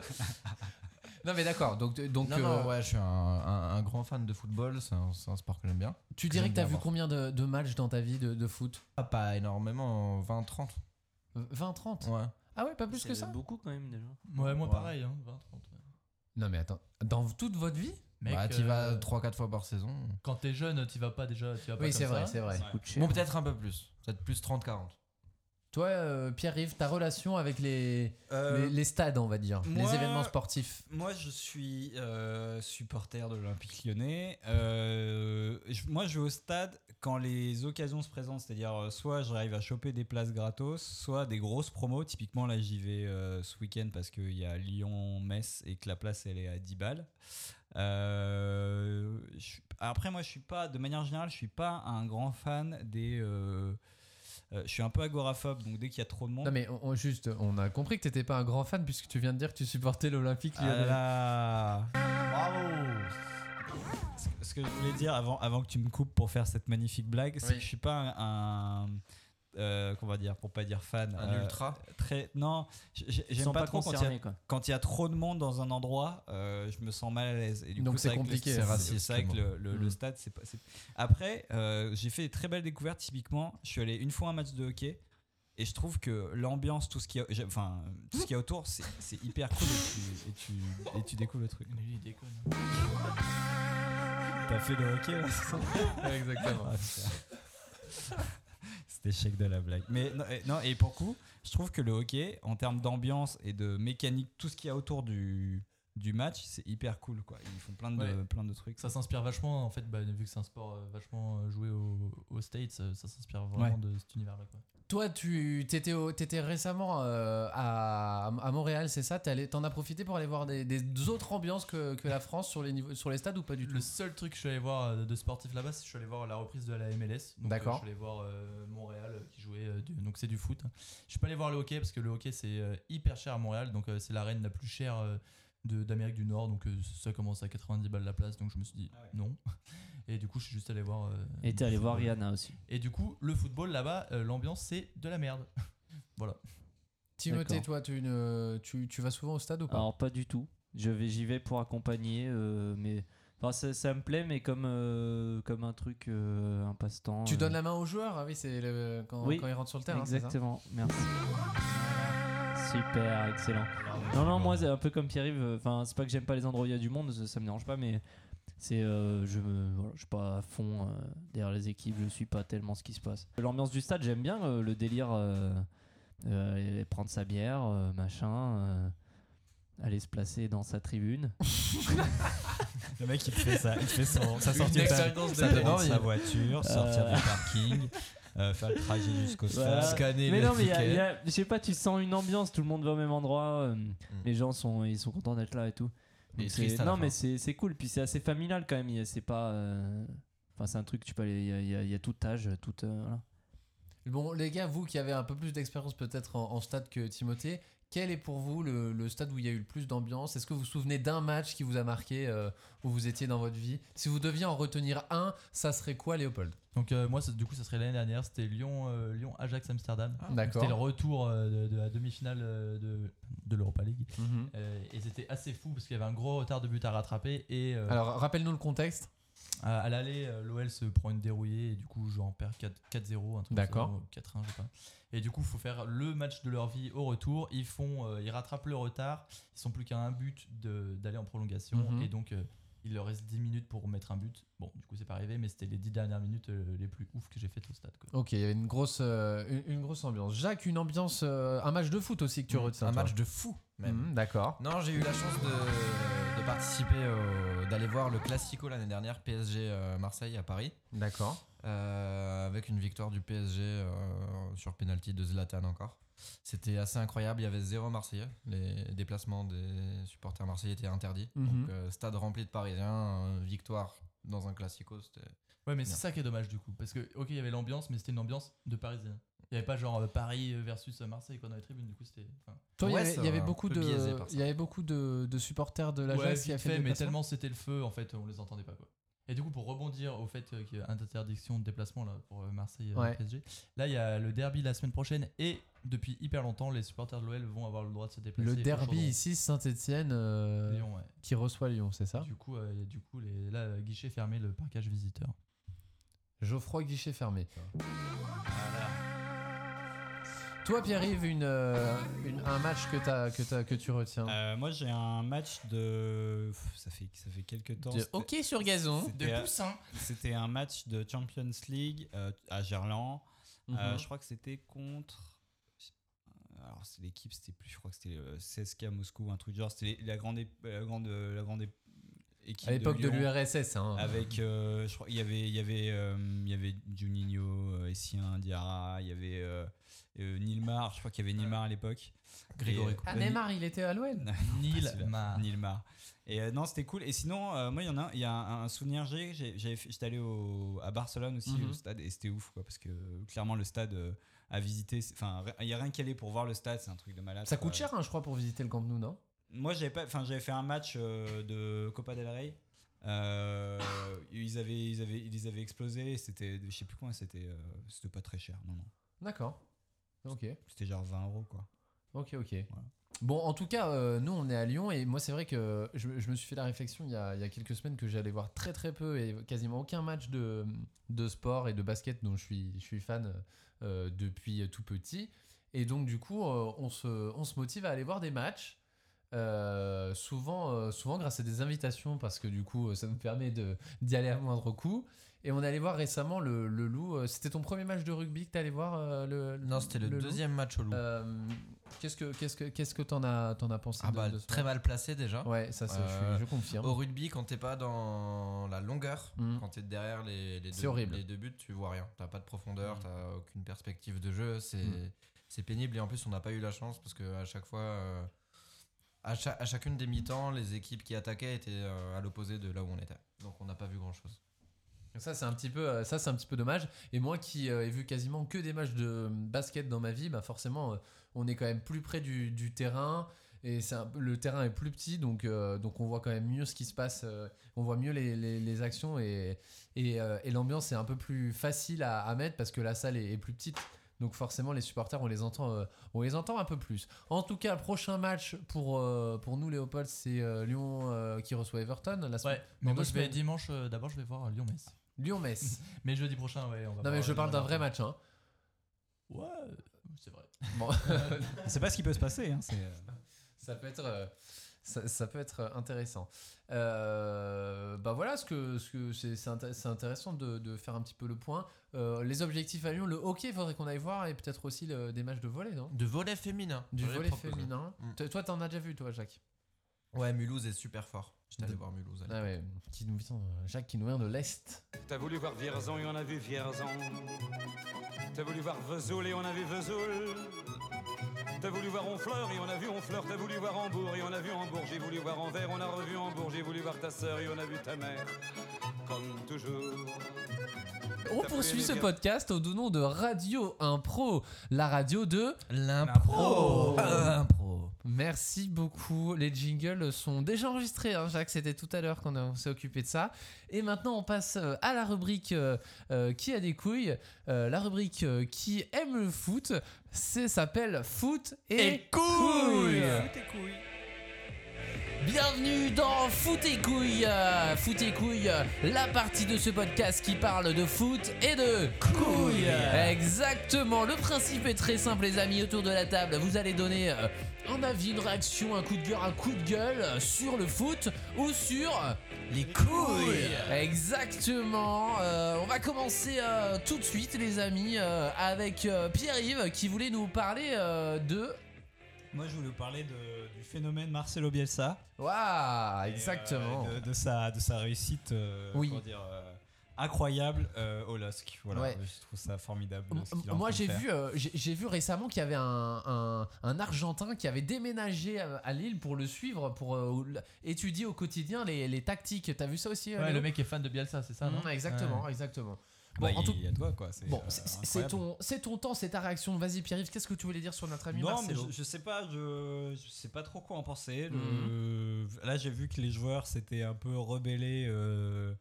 Non, mais d'accord. Donc, donc non, euh, non, ouais, je suis un, un- un grand fan de football. C'est un, c'est un sport que j'aime bien. tu dirais J'aime que t'as bien vu voir. combien de, de matchs dans ta vie de, de foot Ah, Pas énormément, 20-30. 20-30 Ouais. Ah ouais, pas plus C'est que ça beaucoup quand même déjà. Ouais, moi Ouais. pareil, hein, 20, 30. ouais. Non, mais attends. Dans toute votre vie Mec, bah, t'y vas euh, 3-4 fois par saison. Quand t'es jeune, t'y vas pas déjà. T'y vas pas Oui, comme c'est vrai, ça. c'est vrai. Bah, Ouais. Bon, peut-être un peu plus. Peut-être plus 30-40. Toi, euh, Pierre-Yves, ta relation avec les, les, les stades, on va dire, Euh, Moi- les événements sportifs. Moi, je suis euh, supporter de l'Olympique lyonnais. Euh, je- moi, je vais au stade quand les occasions se présentent. C'est-à-dire, euh, soit j'arrive à choper des places gratos, soit des grosses promos. Typiquement, là, j'y vais euh, ce week-end parce qu'il y a Lyon-Metz et que la place, elle est à 10 balles. Euh, je suis- après, moi, je suis pas, de manière générale, je suis pas un grand fan des. euh, euh, je suis un peu agoraphobe, donc dès qu'il y a trop de monde. Non, mais on, on- juste, on a compris que t'étais pas un grand fan puisque tu viens de dire que tu supportais l'Olympique Ah lyonnais. là Ce que- Ce que je voulais dire avant, avant que tu me coupes pour faire cette magnifique blague, c'est Oui. que je suis pas un. un, euh, qu'on va dire, pour pas dire fan. euh, Un ultra très, Non, j- j- Ils j'aime sont pas, pas trop quand il y a- concernés, quoi. quand il y, a trop de monde dans un endroit, euh, je me sens mal à l'aise. Et du Donc coup, c'est vrai que le- compliqué. hein, C'est C'est raciste. raciste, C'est vrai que clairement. le, le- le Mm. stade, c'est pas. c'est- Après, euh, j'ai fait des très belles découvertes. Typiquement, je suis allé une fois à un match de hockey. Et je trouve que l'ambiance, tout ce qu'il y a, j'ai- enfin, tout ce qu'il y a autour, c'est c'est hyper cool et tu, et tu, et tu découvres le truc. Mais lui, il déconne. T'as fait le hockey là, c'est ça Ouais, exactement. Ah, putain. C'était échec de la blague. Mais non, et- non, et pour coup, je trouve que le hockey, en termes d'ambiance et de mécanique, tout ce qu'il y a autour du, du match, c'est hyper cool quoi. Ils font plein de, Ouais. plein de trucs. Ça s'inspire vachement, en fait, bah, vu que c'est un sport euh, vachement euh, joué au- aux States, euh, ça s'inspire vraiment Ouais. de cet univers-là. quoi. Toi, tu t'étais, au- t'étais récemment euh, à, à Montréal, c'est ça T'es allé- T'en as profité pour aller voir des, des autres ambiances que, que la France sur les, niveaux, sur les stades ou pas du tout Le seul truc que je suis allé voir euh, de sportif là-bas, c'est que je suis allé voir la reprise de la MLS. Donc, D'accord. euh, je suis allé voir euh, Montréal euh, qui jouait, euh, du- donc c'est du foot. Je suis pas allé voir le hockey parce que le hockey c'est euh, hyper cher à Montréal, donc euh, c'est l'arène la plus chère euh, de- d'Amérique du Nord, donc euh, ça commence à 90 balles la place, donc je me suis dit Ah non. Et du coup, je suis juste allé voir. euh, Et t'es allé du voir football. Rihanna aussi. Et du coup, le football là-bas, euh, l'ambiance c'est de la merde. voilà. Timothée, D'accord. toi, Ah, tu, ne- tu, tu vas souvent au stade ou pas Alors pas du tout. Je vais, j'y vais pour accompagner, euh, mais enfin ça, ça me plaît, mais comme euh, comme un truc, euh, un passe-temps. Tu euh. donnes la main aux joueurs Ah oui, c'est le- quand, Oui, quand ils rentrent sur le terrain. hein, c'est ça Exactement. Merci. Super, excellent. Non, non, moi, c'est un peu comme Pierre-Yves. euh, Enfin, c'est pas que j'aime pas les endroits où il y a du monde, ça, ça me dérange pas, mais c'est. euh, je me. voilà, je suis pas à fond euh, derrière les équipes, je suis pas tellement ce qui se passe. L'ambiance du stade, j'aime bien euh, le délire. euh, euh, aller prendre sa bière, euh, machin. euh, aller se placer dans sa tribune. Le mec il fait ça, il fait son, sa Une sortie de sa, expérience de sa, vie. demande, sa Euh, voiture, sortir du parking, euh, faire le trajet jusqu'au stade, mais non, mais il y a- il y a- je sais pas, tu sens une ambiance, tout le monde va au même endroit, euh, les gens sont, ils sont contents d'être là et Mm. tout. Et Donc triste c'est- à la non, fin. mais c'est c'est cool, puis c'est assez familial quand même. il y a- C'est pas, euh, enfin c'est un truc tu peux aller, il y a- il y, a- il y a tout âge, tout. euh, voilà. Bon, les gars, vous qui avez un peu plus d'expérience peut-être en, en stade que Timothée, quel est pour vous le, le stade où il y a eu le plus d'ambiance Est-ce que vous vous souvenez d'un match qui vous a marqué euh, où vous étiez dans votre vie Si vous deviez en retenir un, ça serait quoi, Léopold Donc euh, moi, ça- du coup, ça serait l'année dernière, c'était Lyon, euh, Lyon, Ajax, Amsterdam. Ah. Donc, D'accord. C'était le retour euh, de, de la demi-finale euh, de, de l'Europa League. Mhm. Euh, et c'était assez fou parce qu'il y avait un gros retard de but à rattraper. Et euh, Alors, rappelle-nous le contexte. à, à l'aller, euh, l'OL se prend une dérouillée et du coup, genre, on perd 4 4-0, un truc comme ça, D'accord. ou 4-1, je sais pas. Et du coup, faut faire le match de leur vie au retour. Ils font, euh, ils rattrapent le retard. Ils sont plus qu'à un but de- d'aller en prolongation Mhm. et donc. euh, il leur reste 10 minutes pour mettre un but. Bon, du coup, c'est pas arrivé, mais c'était les 10 dernières minutes euh, les plus ouf que j'ai faites au stade. quoi. Ok, il y avait une grosse, euh, une, une grosse ambiance. Jacques, une ambiance, euh, un match de foot aussi que tu Mmh, retiens. un toi. Mhm. match de fou, même. Mmh, D'accord. Non, j'ai eu la chance de, de participer au- d'aller voir le Classico l'année dernière, PSG euh, Marseille à Paris. D'accord. Euh, avec une victoire du PSG euh, sur penalty de Zlatan encore. C'était assez incroyable, il y avait zéro Marseillais. Les déplacements des supporters marseillais étaient interdits. Mhm. Mmh. Mm-hmm. Donc euh, stade rempli de Parisiens, euh, victoire dans un Classico, c'était. Ouais, mais bien. c'est ça qui est dommage du coup. Parce que, ok, il y avait l'ambiance, mais c'était une ambiance de Parisien. Il n'y avait pas genre euh, Paris versus Marseille quoi, dans les tribunes. Du coup, c'était. enfin- Toi, il y Ouais, avait- ça il y avait va, un beaucoup peu de, biaisé par ça. il y avait beaucoup de, de supporters de la Ouais, qui a vite fait, fait, des mais déplacements. tellement c'était le feu, en fait, on les entendait pas quoi. Et du coup, pour rebondir au fait euh, qu'il y a une interdiction de déplacement là pour euh, Marseille euh, Ouais. PSG, là il y a le derby la semaine prochaine et depuis hyper longtemps, les supporters de l'OL vont avoir le droit de se déplacer. Le pour derby Chaudron. ici, Saint-Etienne, Lyon, ouais. qui reçoit Lyon, c'est ça Du coup, euh, du coup, les, là, euh, guichet fermé, le parcage visiteur. Geoffroy Guichet fermé. Toi, Pierre-Yves, une, euh, une- un match que, t'as- que, t'as- que tu retiens Euh, moi, j'ai un match de. Pff, Ça fait, ça fait quelques temps. De c'était- hockey sur gazon. c'était De un- poussin. C'était un match de Champions League euh, à Gerland. Euh, Mhm. je crois que c'était contre. euh, Alors, c'est l'équipe, c'était plus. Je crois que c'était euh, le CSK Moscou, un truc du genre. C'était la grande, é- la grande, euh, la grande é- équipe. À l'époque de Lyon. l'URSS, hein. Avec, euh, je crois, il y avait, il y avait, euh, il y avait Juninho, euh, Essien, Diarra, il y avait euh, euh, Nilmar. Je crois qu'il y avait Nilmar à l'époque. Grégory Et- euh, Coupet. Ah, Neymar, il était à l'OL. Nilmar. Nilmar. Et euh, non, c'était cool. Et sinon, euh, moi, il y en a, un- il y a un, un souvenir que j'ai. j'ai- j'avais fait- J'étais allé au, à Barcelone aussi Mhm. au stade et c'était ouf, quoi, parce que euh, clairement le stade euh, à visiter, c'est- enfin, il y a rien qu'à aller pour voir le stade, c'est un truc de malade. Ça quoi. coûte cher, hein, je crois, pour visiter le Camp Nou, non Moi, j'avais pas, enfin, j'avais fait un match euh, de Copa del Rey. Euh, ils avaient, ils avaient, ils les avaient explosé. C'était, je sais plus combien. C'était, euh, c'était pas très cher, non, non. D'accord. Ok. C'était genre 20 euros, quoi. Ok, ok. Bon, en tout cas, euh, nous, on est à Lyon et moi, c'est vrai que je, je me suis fait la réflexion il y a, il y a quelques semaines que j'allais voir très très peu et quasiment aucun match de, de sport et de basket dont je suis, je suis fan euh, depuis tout petit. Et donc, du coup, euh, on, se, on se motive à aller voir des matchs. euh, souvent, euh, souvent grâce à des invitations parce que du coup euh, ça nous permet de- d'y aller à moindre coût et on allait voir récemment le, le loup euh, c'était ton premier match de rugby que t'allais voir euh, le Non, c'était le, Loup deuxième match au Loup. euh, qu'est-ce que qu'est-ce que qu'est-ce que t'en as t'en as pensé Ah de- bah, de ce très match mal Euh, oh. placé déjà. Ouais, ça, c'est- je suis- je confirme. Au rugby, quand t'es pas dans la longueur, Mm. quand t'es derrière les, les, C'est deux, horrible. les deux buts, tu vois rien. T'as pas de profondeur, Mm. t'as aucune perspective de jeu. C'est Mm. c'est pénible et en plus, on n'a pas eu la chance parce que à chaque fois. euh, à, cha- à chacune des mi-temps, les équipes qui attaquaient étaient euh, à l'opposé de là où on était. Donc on n'a pas vu grand-chose. Ça c'est un petit peu euh, ça c'est un petit peu dommage et moi qui euh, ai vu quasiment que des matchs de euh, basket dans ma vie bah forcément euh, on est quand même plus près du, du terrain et c'est un peu- le terrain est plus petit donc euh, donc on voit quand même mieux ce qui se passe euh, on voit mieux les, les- les actions et et, euh, et l'ambiance est un peu plus facile à, à mettre parce que la salle est, est plus petite donc forcément les supporters on les entend euh, on les entend un peu plus en tout cas prochain match pour euh, pour nous Léopold c'est euh, Lyon euh, qui reçoit Everton la semaine Ouais, mais dans moi deux je vais semaines. dimanche, euh, d'abord je vais voir Lyon-Metz. Lyon-Metz. mais jeudi prochain, ouais, on va euh, non mais je parle d'un vrai match hein Ouais, c'est vrai. Bon. C'est pas ce qui peut se passer. hein, c'est, euh. ça peut être euh, ça, ça peut être intéressant Euh, bah voilà ce que ce que c'est c'est inté- c'est intéressant de, de faire un petit peu le point Euh, les objectifs à Lyon le hockey faudrait qu'on aille voir et peut-être aussi le- des matchs de volley non De volet féminin. du J'aurais volley proposé. féminin Mm. Toi- toi t'en as déjà vu toi Jacques Ouais, Mulhouse est super fort. J'étais allé voir Mulhouse. à ah ouais, qui nous vient, Jacques qui nous vient de l'est T'as voulu voir Vierzon et on a vu Vierzon. T'as voulu voir Vesoul et on a vu Vesoul. T'as voulu voir Honfleur et on a vu Honfleur. T'as voulu voir Hambourg et on a vu Hambourg. J'ai voulu voir Anvers, on a revu Hambourg. J'ai voulu voir ta sœur et on a vu ta mère. Comme toujours. On T'as poursuit voulu ce les- podcast au nom de Radio Impro, la radio de l'impro. Ah, l'impro. Merci beaucoup. Les jingles sont déjà enregistrés, hein, Jacques. C'était tout à l'heure qu'on a- on s'est occupé de ça. Et maintenant, on passe euh, à la rubrique euh, euh, qui a des couilles, Euh, la rubrique euh, qui aime le foot. C'est s'appelle Foot et, couilles. Bienvenue dans Foot et couilles, euh, Foot et couilles, euh, la partie de ce podcast qui parle de foot et de couilles. Exactement. Le principe est très simple, les amis, autour de la table. Vous allez donner euh, un avis, une réaction, un coup de cœur, un coup de gueule euh, sur le foot ou sur euh, les couilles. Exactement. Euh, on va commencer euh, tout de suite, les amis, euh, avec euh, Pierre-Yves qui voulait nous parler euh, de Moi, je voulais vous parler de- du phénomène Marcelo Bielsa. Waouh, Et, euh, Ah, exactement. de, de sa, de sa réussite, euh, Oui. comment dire, euh, incroyable euh, au LOSC. Voilà, Ouais. je trouve ça formidable. ce qu'il est en Moi train de j'ai faire. vu, euh, j'ai j'ai vu récemment qu'il y avait un, un- un Argentin qui avait déménagé à, à Lille pour le suivre, pour euh, l- étudier au quotidien les, les tactiques. T'as vu ça aussi euh, Ouais, Léo le mec est fan de Bielsa, c'est ça non Mmh, Exactement, Ouais. exactement. Bah, en il tout- y a de quoi, quoi. c'est, Bon, euh, c'est- c'est- c'est incroyable. ton, c'est ton temps, c'est ta réaction. Vas-y Pierre-Yves, qu'est-ce que tu voulais dire sur notre ami Non, mais Marcelo je, je sais pas, je, je sais pas trop quoi en penser. Le- Mhm. Là, j'ai vu que les joueurs s'étaient un peu rebellés euh,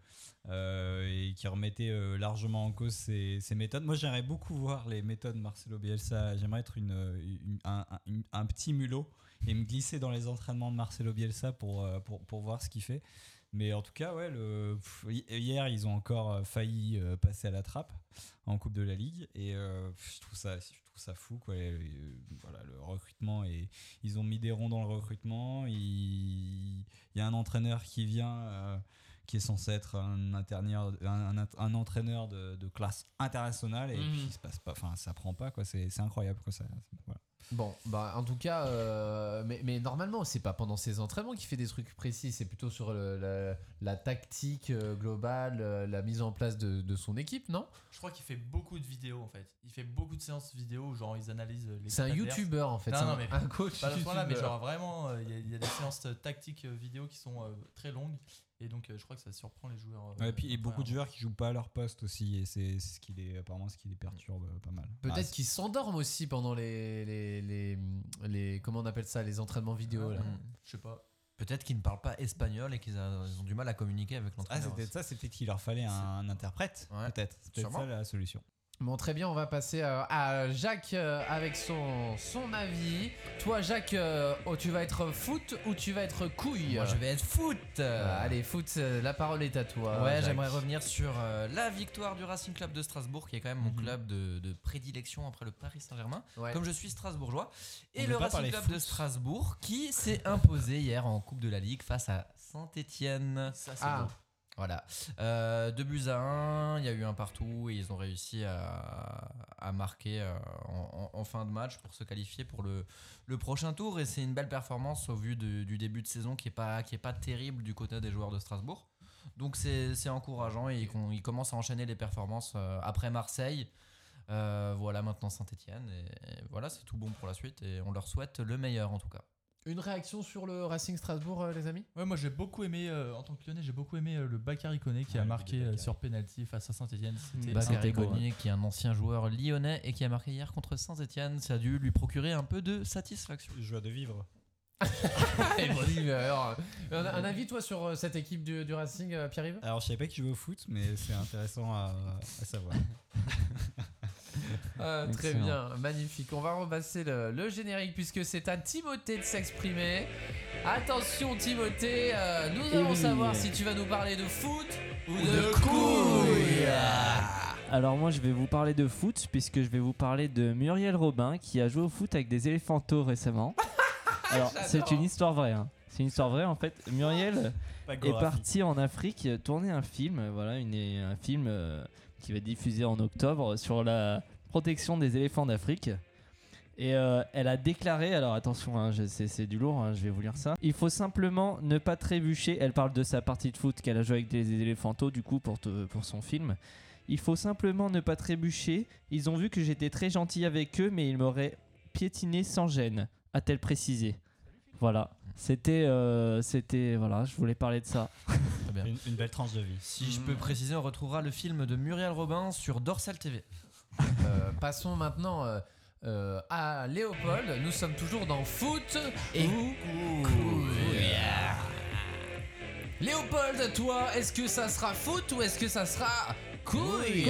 euh, et qui remettaient euh, largement en cause ces, ces méthodes. Moi, j'aimerais beaucoup voir les méthodes Marcelo Bielsa. J'aimerais être une, une- un, un- une- un petit mulot et me glisser dans les entraînements de Marcelo Bielsa pour, euh, pour, pour voir ce qu'il fait. Mais en tout cas, ouais, le, pff, hi- hier, ils ont encore euh, failli euh, passer à la trappe en Coupe de la Ligue. Et euh, pff, je, trouve ça, je trouve ça fou. Quoi. Et, euh, voilà, le recrutement, et, ils ont mis des ronds dans le recrutement. Il, il y a un entraîneur qui vient, euh, qui est censé être un, interneur- un, un- un entraîneur de, de classe internationale. Et Mhm. puis, il se passe pas, enfin, ça prend pas. quoi. C'est c'est incroyable. Quoi, ça, voilà. Bon, bah en tout cas, euh, mais, mais normalement, c'est pas pendant ses entraînements qu'il fait des trucs précis, c'est plutôt sur le- la, la tactique euh, globale, euh, la mise en place de, de son équipe, non Je crois qu'il fait beaucoup de vidéos en fait. Il fait beaucoup de séances vidéo, genre ils analysent euh, les. C'est un équipes adverses. youtubeur, en fait, Non, c'est non, un- mais un coach Pas à ce point-là, mais youtubeur. genre vraiment, euh, il y a- il y, a des séances euh, tactiques euh, vidéo qui sont euh, très longues. Et donc euh, je crois que ça surprend les joueurs. euh, Ouais, et puis il y a beaucoup de premièrement. joueurs qui jouent pas à leur poste aussi, et c'est c'est ce qui les apparemment ce qui les perturbe euh, pas mal. Peut-être Ah, qu'il s'endorme aussi pendant les, les, les, les- Comment on appelle ça Les entraînements vidéo, là. Mm. Je sais pas. Peut-être qu'ils ne parlent pas espagnol et qu'ils a- ils ont du mal à communiquer avec Ah, l'entraîneur. c'est peut-être ça, c'est peut-être qu'il leur fallait un interprète, peut-être. C'est peut-être sûrement. ça la solution. Bon, très bien, on va passer à, à Jacques euh, avec son, son avis. Toi, Jacques, euh, oh, tu vas être foot ou tu vas être couille Moi, je vais être foot Euh, Allez, foot, euh, la parole est à toi. Ouais, Jacques. j'aimerais revenir sur euh, la victoire du Racing Club de Strasbourg, qui est quand même mon Mhm. club de, de prédilection après le Paris Saint-Germain, Ouais. comme je suis strasbourgeois. On Et peut le pas Racing parler Club foot. de Strasbourg, qui s'est imposé hier en Coupe de la Ligue face à Saint-Étienne. Ça, c'est Ah. beau. Voilà. Euh, deux buts à un, il y a eu un partout et ils ont réussi à, à marquer euh, en, en- en fin de match pour se qualifier pour le, le prochain tour. Et c'est une belle performance au vu du, du début de saison qui n'est pas, qui est pas terrible du côté des joueurs de Strasbourg. Donc c'est c'est encourageant et ils, con- ils commencent à enchaîner les performances euh, après Marseille. Euh, voilà maintenant Saint-Etienne. Et, et voilà, c'est tout bon pour la suite et on leur souhaite le meilleur en tout cas. Une réaction sur le Racing Strasbourg, euh, les amis Ouais, moi j'ai beaucoup aimé, euh, en tant que lyonnais, j'ai beaucoup aimé euh, le Bakary Mmh. Koné qui a marqué euh, sur penalty face à Saint-Etienne. C'était Bah, incroyable. qui est un ancien joueur lyonnais et qui a marqué hier contre Saint-Etienne. Ça a dû lui procurer un peu de satisfaction. Joueur de vivre. Allez, vas-y, euh, alors, un, un avis, toi, sur euh, cette équipe du, du Racing, euh, Pierre-Yves Alors je savais pas qu'il jouait au foot, mais c'est intéressant à, à savoir. Ah, Très Excellent. bien, magnifique. On va repasser le, le générique puisque c'est à Timothée de s'exprimer. Attention, Timothée, euh, nous Eh allons oui. savoir si tu vas nous parler de foot ou de, de couilles. Alors moi je vais vous parler de foot puisque je vais vous parler de Muriel Robin qui a joué au foot avec des éléphantaux récemment. Alors c'est une histoire vraie. hein. C'est une histoire vraie en fait. Muriel Pas est Gorafi. partie en Afrique tourner un film, euh, voilà une, un film euh, qui va être diffusé en octobre sur la protection des éléphants d'Afrique. Et euh, elle a déclaré, alors attention, hein, je- c'est c'est du lourd, hein, je vais vous lire ça. Il faut simplement ne pas trébucher. Elle parle de sa partie de foot qu'elle a joué avec les éléphantaux, du coup, pour, te- pour son film. Il faut simplement ne pas trébucher. Ils ont vu que j'étais très gentil avec eux, mais ils m'auraient piétiné sans gêne, a-t-elle précisé. Voilà, c'était. euh, c'était. Voilà, je voulais parler de ça. Une, une belle tranche de vie. Si Mm. je peux préciser, on retrouvera le film de Muriel Robin sur Dorsal TV. Euh, passons maintenant euh, euh, à Léopold. Nous sommes toujours dans foot et couilles. Léopold, toi, est-ce que ça sera foot ou est-ce que ça sera couille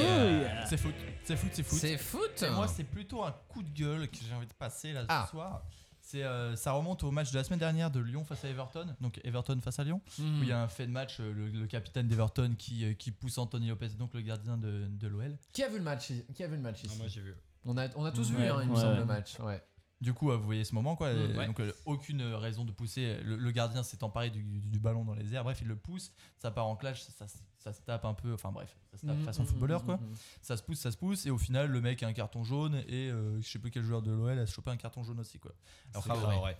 C'est foot, c'est foot, c'est foot. C'est foot. Et moi, c'est plutôt un coup de gueule que j'ai envie de passer là Ah. ce soir. C'est, euh, ça remonte au match de la semaine dernière de Lyon face à Everton. Donc Everton face à Lyon, Mhm. où il y a un fait de match, euh, le, le capitaine d'Everton qui, euh, qui pousse Anthony Lopez, donc le gardien de, de l'OL. Qui a vu le match i- Qui a vu le match ici Ah, moi j'ai vu. On a, on a tous Ouais, vu, hein, il me ouais. semble, le match. Ouais. Du coup, euh, vous voyez ce moment, quoi. et Ouais. Donc, euh, aucune raison de pousser. euh, Le, le gardien s'est emparé du, du- du ballon dans les airs. Bref, il le pousse. Ça part en clash. Ça, ça, se tape un peu. Enfin, bref, ça se tape Mm, Mhm, façon mhm, footballeur, quoi. mhm, mhm. Ça se pousse, ça se pousse. Et au final, le mec a un carton jaune. Et euh, je sais plus quel joueur de l'OL a chopé un carton jaune aussi, quoi. Alors, C'est Traoré. Traoré.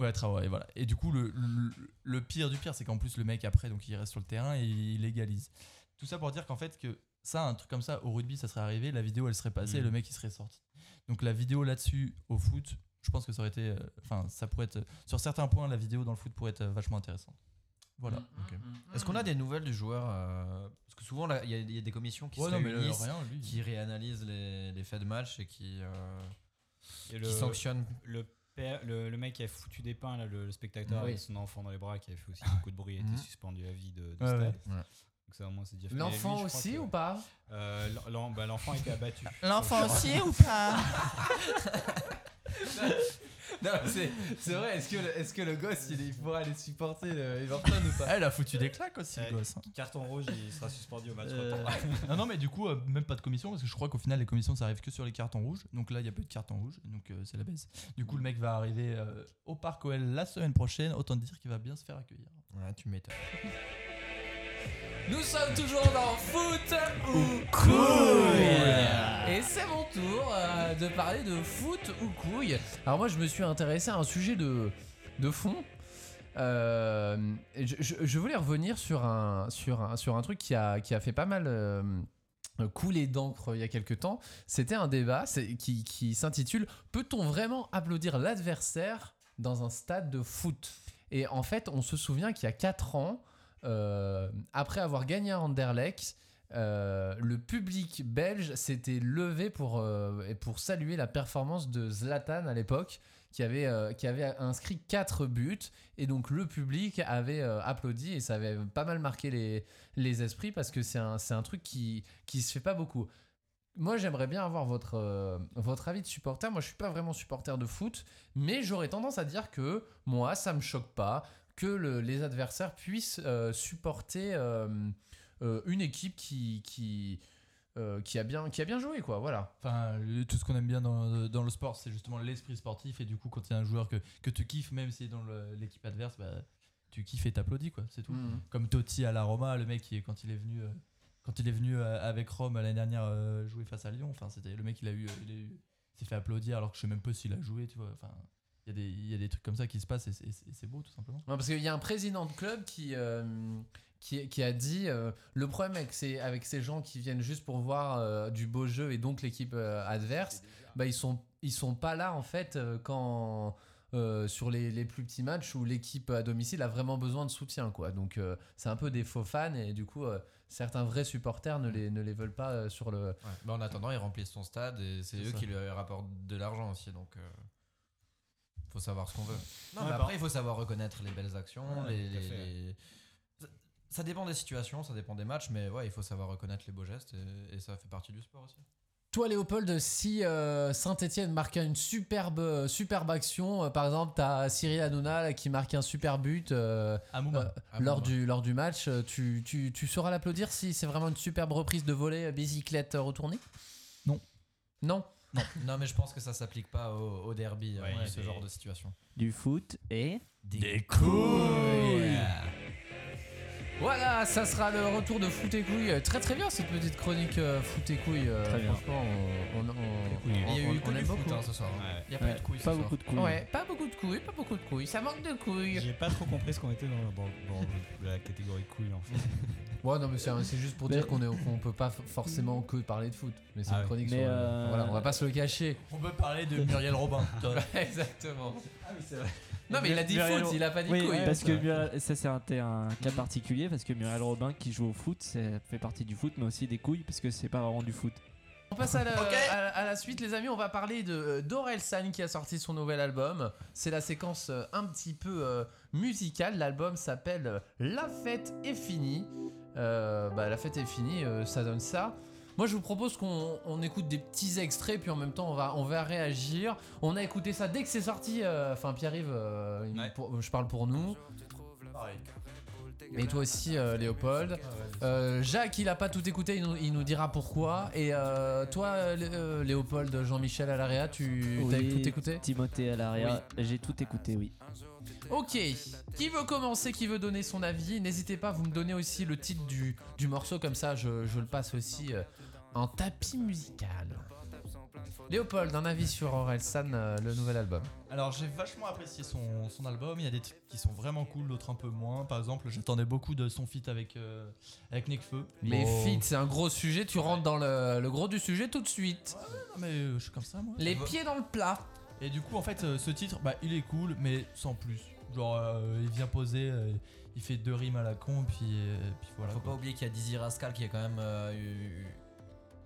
Ouais, Traoré, voilà. Et du coup, le, le- le pire du pire, c'est qu'en plus, le mec, après, donc il reste sur le terrain et il égalise. Tout ça pour dire qu'en fait, que ça, un truc comme ça, au rugby, ça serait arrivé, la vidéo, elle serait passée Mhm. et le mec, il serait sorti. Donc la vidéo là-dessus, au foot, je pense que ça aurait été. euh, Enfin, ça pourrait être. euh, Sur certains points, la vidéo dans le foot pourrait être euh, vachement intéressante. Voilà. Mm. Est-ce qu'on a des nouvelles du joueur euh, Parce que souvent, là, il y, a- il y a des commissions qui Ouais, se non, mais le- réunissent, rien, lui. qui réanalysent les, les faits de match et qui, euh, Et qui sanctionnent. le, père- le, le mec qui a foutu des pains, là, le, le spectateur, Oui. avec son enfant dans les bras, qui a fait aussi beaucoup de bruit, a été Mhm. suspendu à vie de, de Ouais, stade. ouais. Ouais. Donc ça, au moins, c'est déjà fait. Mais L'enfant lui, je crois aussi que- ou pas Euh, l'en- l'en- bah, L'enfant a été abattu. L'enfant Sur le aussi terrain. ou pas Non, mais c'est c'est vrai, est-ce que, le- est-ce que le gosse il, il pourra aller supporter euh, Everton ou pas Elle a foutu des claques aussi, Euh, le gosse. hein. Carton rouge, il sera suspendu au match Euh, retour. non, non, mais du coup, euh, même pas de commission, parce que je crois qu'au final, les commissions, ça arrive que sur les cartons rouges. Donc là, il n'y a plus de cartons rouges, donc euh, c'est la baisse. Du coup, le mec va arriver euh, au Parc OL la semaine prochaine. Autant dire qu'il va bien se faire accueillir. Ouais, tu m'étonnes. Nous sommes toujours dans foot ou couille. Et c'est mon tour euh, de parler de foot ou couille. Alors moi je me suis intéressé à un sujet de, de fond. Euh, et je, je- je voulais revenir sur un, sur un, sur un truc qui a, qui a fait pas mal euh, couler d'encre il y a quelques temps. C'était un débat c'est- qui, qui s'intitule Peut-on vraiment applaudir l'adversaire dans un stade de foot Et en fait, on se souvient qu'il y a 4 ans, euh, après avoir gagné à Anderlecht, euh, le public belge s'était levé pour, euh, et pour saluer la performance de Zlatan à l'époque, qui, avait, euh, qui avait inscrit 4 buts. Et donc le public avait euh, applaudi et ça avait pas mal marqué les, les esprits parce que c'est un, c'est un truc qui, qui se fait pas beaucoup. Moi, j'aimerais bien avoir votre, euh, votre avis de supporter. Moi, je suis pas vraiment supporter de foot, mais j'aurais tendance à dire que moi, ça me choque pas que le- les adversaires puissent euh, supporter euh, euh, une équipe qui, qui, euh, qui, a bien, qui a bien joué, quoi. Voilà. Enfin, le- tout ce qu'on aime bien dans, dans le sport, c'est justement l'esprit sportif. Et du coup, quand il y a un joueur que, que tu kiffes, même si est dans le- l'équipe adverse, bah, tu kiffes et t'applaudis, quoi. C'est tout. Mhm. Comme Totti à la Roma, le mec, qui, quand il est venu. euh, quand il est venu euh, avec Rome l'année dernière euh, jouer face à Lyon, enfin c'était le mec il a eu, euh, il a eu- il s'est fait applaudir alors que je sais même pas s'il a joué, tu vois. Enfin, il y, a des- il y a des trucs comme ça qui se passent et c'est- et c'est beau tout simplement. Non, parce qu'il y a un président de club qui, euh, qui, qui a dit euh, le problème avec ces, avec ces gens qui viennent juste pour voir euh, du beau jeu et donc l'équipe euh, adverse, bah, ils sont ils sont pas là en fait euh, quand euh, sur les, les plus petits matchs où l'équipe à domicile a vraiment besoin de soutien quoi. Donc euh, c'est un peu des faux fans et du coup euh, certains vrais supporters ne les, ne les veulent pas euh, sur le. Mais bah, en attendant, ils remplissent son stade et c'est C'est eux ça. qui lui rapportent de l'argent aussi. Donc, euh, faut savoir ce qu'on veut. Non, Ouais, mais bah- après, il faut savoir reconnaître les belles actions. Ouais, les, tout à les- fait. les- Ça, ça dépend des situations, ça dépend des matchs, mais ouais, il faut savoir reconnaître les beaux gestes et, et ça fait partie du sport aussi. Toi Léopold, si Saint-Etienne marquait une superbe, euh, superbe action, par exemple t'as Cyril Hanouna qui marque un super but. euh, Ah bah. lors, du, lors du match, euh, tu, tu, tu sauras l'applaudir si c'est vraiment une superbe reprise de volée euh, bicyclette euh, retournée Non. Non Non, mais je pense que ça s'applique pas au, au derby, Ouais, euh, il ce est- genre de situation. Du foot et. Des couilles Voilà, ça sera le retour de Foot et Couilles. Euh, Très très bien cette petite chronique euh, Foot et Couilles. euh, Très bien. Franchement, on, on, on, Il y a on- eu on que du aime foot beaucoup. hein, ce soir. Ouais. Il y a pas eu de couilles. pas ce beaucoup soir. de couilles. Ouais, pas beaucoup de couilles, pas beaucoup de couilles. Ça manque de couilles. J'ai pas trop compris ce qu'on était dans, dans- dans la catégorie couilles en fait. Ouais, non, mais c'est c'est juste pour Mais- dire qu'on est- qu'on peut pas f- forcément que parler de foot. Mais c'est Ah une oui. chronique Mais sur le- euh, Voilà, on va pas se le cacher. On peut parler de Muriel Robin. Exactement. Non, mais il a dit Muriel- foot, il a pas dit Oui, couilles. hein, Parce que Ouais. Muriel- ça, c'est un, thé- un cas particulier parce que Muriel Robin qui joue au foot, ça fait partie du foot, mais aussi des couilles parce que c'est pas vraiment du foot. On passe à la, à la- à la suite, les amis. On va parler de euh, d'Aurel San qui a sorti son nouvel album. C'est la séquence euh, un petit peu euh, musicale. L'album s'appelle euh, La fête est finie. Euh, bah, la fête est finie, euh, ça donne ça. Moi, je vous propose qu'on on écoute des petits extraits, puis en même temps, on va, on va réagir. On a écouté ça dès que c'est sorti. euh, Enfin, Pierre-Yves, euh, il- pour- je parle pour nous. Pareil. Et toi aussi, euh, Léopold. Euh, Jacques, il a pas tout écouté, il nous, il nous dira pourquoi. Et euh, toi, euh, Lé- euh, Léopold, Jean-Michel Alaria, tu as Oui, tout écouté Timothée à l'arrière. J'ai tout écouté, oui. Ok, qui veut commencer, qui veut donner son avis N'hésitez pas, vous me donnez aussi le titre du, du morceau, comme ça je, je le passe aussi euh, en tapis musical. Léopold, un avis sur Orelsan, euh, le nouvel album. Alors j'ai vachement apprécié son, son album, il y a des trucs qui sont vraiment cool, d'autres un peu moins. Par exemple, j'attendais beaucoup de son feat avec, euh, avec Nekfeu. Les Oh. feats, c'est un gros sujet, tu rentres dans le, le gros du sujet tout de suite. Non, mais euh, je suis comme ça moi. Les Ça va. pieds dans le plat. Et du coup, en fait, euh, ce titre, bah, il est cool, mais sans plus. Genre, euh, il vient poser, euh, il fait deux rimes à la con, puis, euh, puis voilà. Faut quoi. pas oublier qu'il y a Dizzy Rascal qui est quand même euh,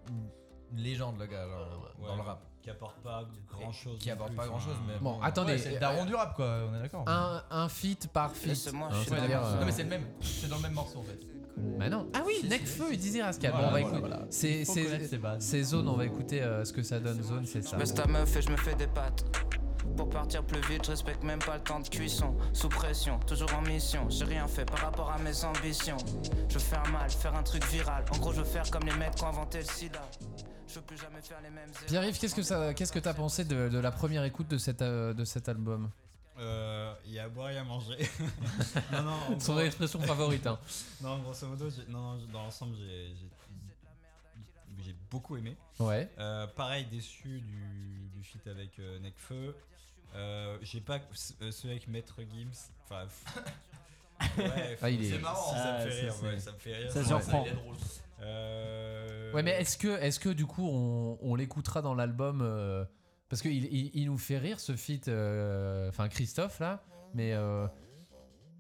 une- une légende, le gars, genre, dans le rap. Qui apporte pas grand chose. Qui apporte pas grand chose, mais. Bon, attendez. Ouais, c'est le daron du rap, quoi, on est d'accord. Un, un feat par feat. Laisse-moi, je suis c'est-à-dire, d'accord. euh, Non, mais c'est le même, c'est dans le même morceau en fait. Bah non. Ah oui, Necfeu et Dizzy Rascal. Voilà, bon, bah on va voilà, écouter. voilà. C'est, Il faut c'est- connaître ses bases. c'est Zone, on va écouter euh, ce que ça donne, Zone, c'est ça. Baisse ta meuf et je me fais des pattes. Pour partir plus vite, je respecte même pas le temps de cuisson. Sous pression, toujours en mission. J'ai rien fait par rapport à mes ambitions. Je veux faire mal, faire un truc viral. En gros, je veux faire comme les mecs qui ont inventé le sida. Je veux plus jamais faire les mêmes Pierre-Yves, qu'est-ce que ça, qu'est-ce que t'as pensé de, de la première écoute de, cette, euh, de cet album Euh, Il y a à boire et à manger. non, non, en Son expression favorite, hein. non, grosso modo, j'ai- non, non, dans l'ensemble, j'ai j'ai- j'ai beaucoup aimé. Ouais. Euh, pareil, déçu du, du feat avec euh, Necfeu. Euh, j'ai pas c- euh, celui avec Maître Gims. Enfin. pff. Ouais, Ah, il est- c'est marrant, Ah, ça, me ça, fait rire, c'est- ouais, ça me fait rire. ça surprend. il est drôle. Euh, Ouais, mais est-ce que, est-ce que du coup on, on l'écoutera dans l'album euh, Parce qu'il il, il nous fait rire ce feat, euh, enfin Christophe là, mais euh,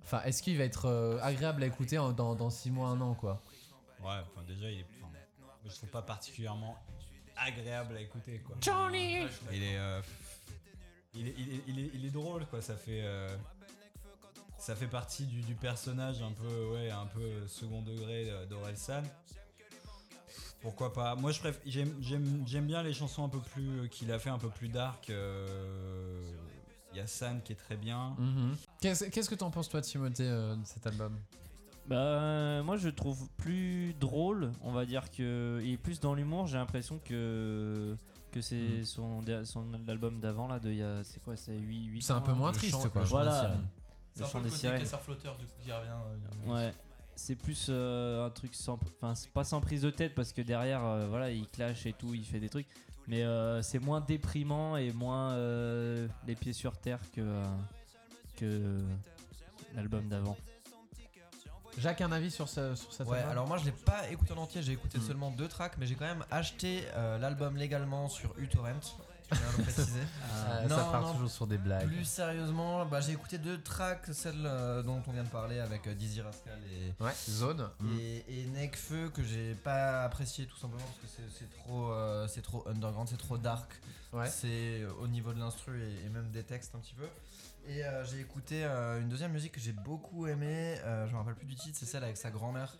enfin est-ce qu'il va être euh, agréable à écouter en- dans, dans 6 mois, 1 an quoi Ouais, enfin déjà, il est. enfin, je trouve pas particulièrement agréable à écouter, quoi. Johnny Ouais, je suis d'accord. Il est. euh, il, est, il, est, il, est, il est drôle, quoi. Ça fait. euh, ça fait partie du, du personnage un peu, ouais, un peu second degré euh, d'Orelsan. Pourquoi pas Moi, je préf- j'aime- j'aime j'aime bien les chansons un peu plus. euh, qu'il a fait un peu plus dark. euh, Il y a San qui est très bien. Mhm. Qu'est-ce, qu'est-ce que t'en penses toi Timothée euh, de cet album Bah, moi je le trouve plus drôle, on va dire que il est plus dans l'humour. J'ai l'impression que que Hmm. c'est son der- son album d'avant là de il y a c'est quoi c'est 8 8 C'est un peu moins triste, quoi. Voilà. C'est un peu chant le des côté sirènes. casseur flotteur du coup qui revient. euh, Ouais. C'est plus euh, un truc sans. Enfin, c'est pas sans prise de tête parce que derrière, euh, voilà, il clash et tout, il fait des trucs. Mais euh, c'est moins déprimant et moins euh, les pieds sur terre que, euh, que l'album d'avant. Jacques, un avis sur, ce, sur cet Ouais, album alors moi je l'ai pas écouté en entier, j'ai écouté seulement deux tracks, mais j'ai quand même acheté euh, l'album légalement sur uTorrent. Je tiens à le préciser. Ah, ça part toujours sur des blagues. Plus sérieusement, bah, j'ai écouté deux tracks, celle euh, dont on vient de parler avec euh, Dizzy Rascal et Ouais, Zone. et, et Nekfeu que j'ai pas apprécié tout simplement parce que c'est- c'est trop euh, c'est trop underground, c'est trop dark. Ouais. C'est euh, au niveau de l'instru et, et même des textes un petit peu. Et euh, j'ai écouté euh, une deuxième musique que j'ai beaucoup aimée, euh, je me rappelle plus du titre, c'est celle avec sa grand-mère.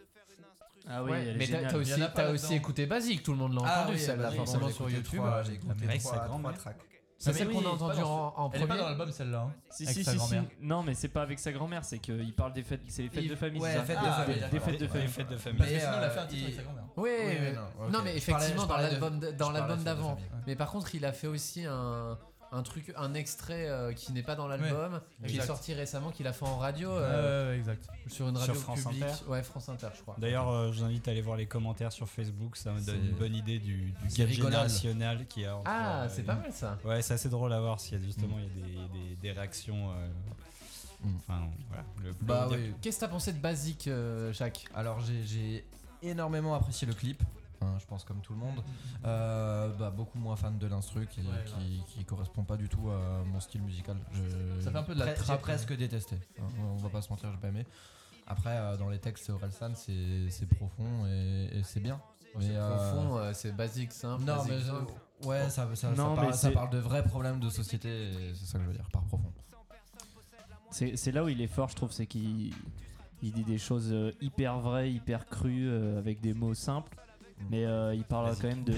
Ah Ouais, mais t'as, t'as aussi, t'as aussi écouté Basique, tout le monde l'a Ah entendu oui, celle-là, Basique, forcément j'ai sur écouté YouTube. trois- j'ai écouté Avec trois- sa trois grand-mère. tracks. C'est mais celle oui, qu'on elle a est pas entendue dans- en, en elle est premier. pas dans l'album, celle-là, hein, Si, avec si, sa si, si. grand-mère. Non, mais c'est pas avec sa grand-mère, c'est qu'il parle des fêtes, c'est les fêtes Il- de famille. ouais, c'est ça fêtes de Des- famille, Des d'accord. fêtes de Ouais. famille. Fête de Parce famille. que Mais, sinon, elle a euh, fait un titre il- avec sa grand-mère. Oui, Oui, mais- oui, non, non, ok. mais Je parlais- effectivement je dans parlais de- l'album je dans parlais l'album de Fête de d'avant. famille. Mais par contre, il a fait aussi un un truc un extrait euh, qui n'est pas dans l'album qui Ouais. est Exact. sorti récemment qu'il a fait en radio Ouais, euh, ouais, ouais, exact. sur une radio Sur France publique Inter. ouais France Inter je crois D'ailleurs, euh, je vous invite à aller voir les commentaires sur Facebook, ça me donne C'est- une bonne idée du, du C'est gap rigolade. générationnel qui a. entre, Ah, euh, c'est pas mal, ça. Ouais, c'est assez drôle à voir s'il y a Mm. justement il y a des, il y a des- des réactions. euh, Enfin, voilà. le- Bah le- oui. Qu'est-ce que t'as pensé de Basique, euh, Jacques Alors j'ai- j'ai énormément apprécié le clip. hein, je pense comme tout le monde, Euh, bah, beaucoup moins fan de l'instru qui, qui, qui correspond pas du tout à mon style musical. Je- Ça fait un peu de la Pre- trappe. J'ai presque détesté. hein, on va pas se mentir, j'ai pas aimé. Après, euh, dans les textes, Orelsan, c'est c'est profond et, et c'est bien. Mais, C'est euh, hein, profond, euh, c'est basique, simple. Non, basique, mais je- simple. ouais, ça, ça- ça Non, mais parle, ça c'est- parle de vrais problèmes de société. et C'est ça que je veux dire par profond. C'est c'est là où il est fort, je trouve, c'est qu'il il dit des choses euh, hyper Mm. vraies, hyper crues, euh, avec des mots simples. Mais euh, il parle quand même de.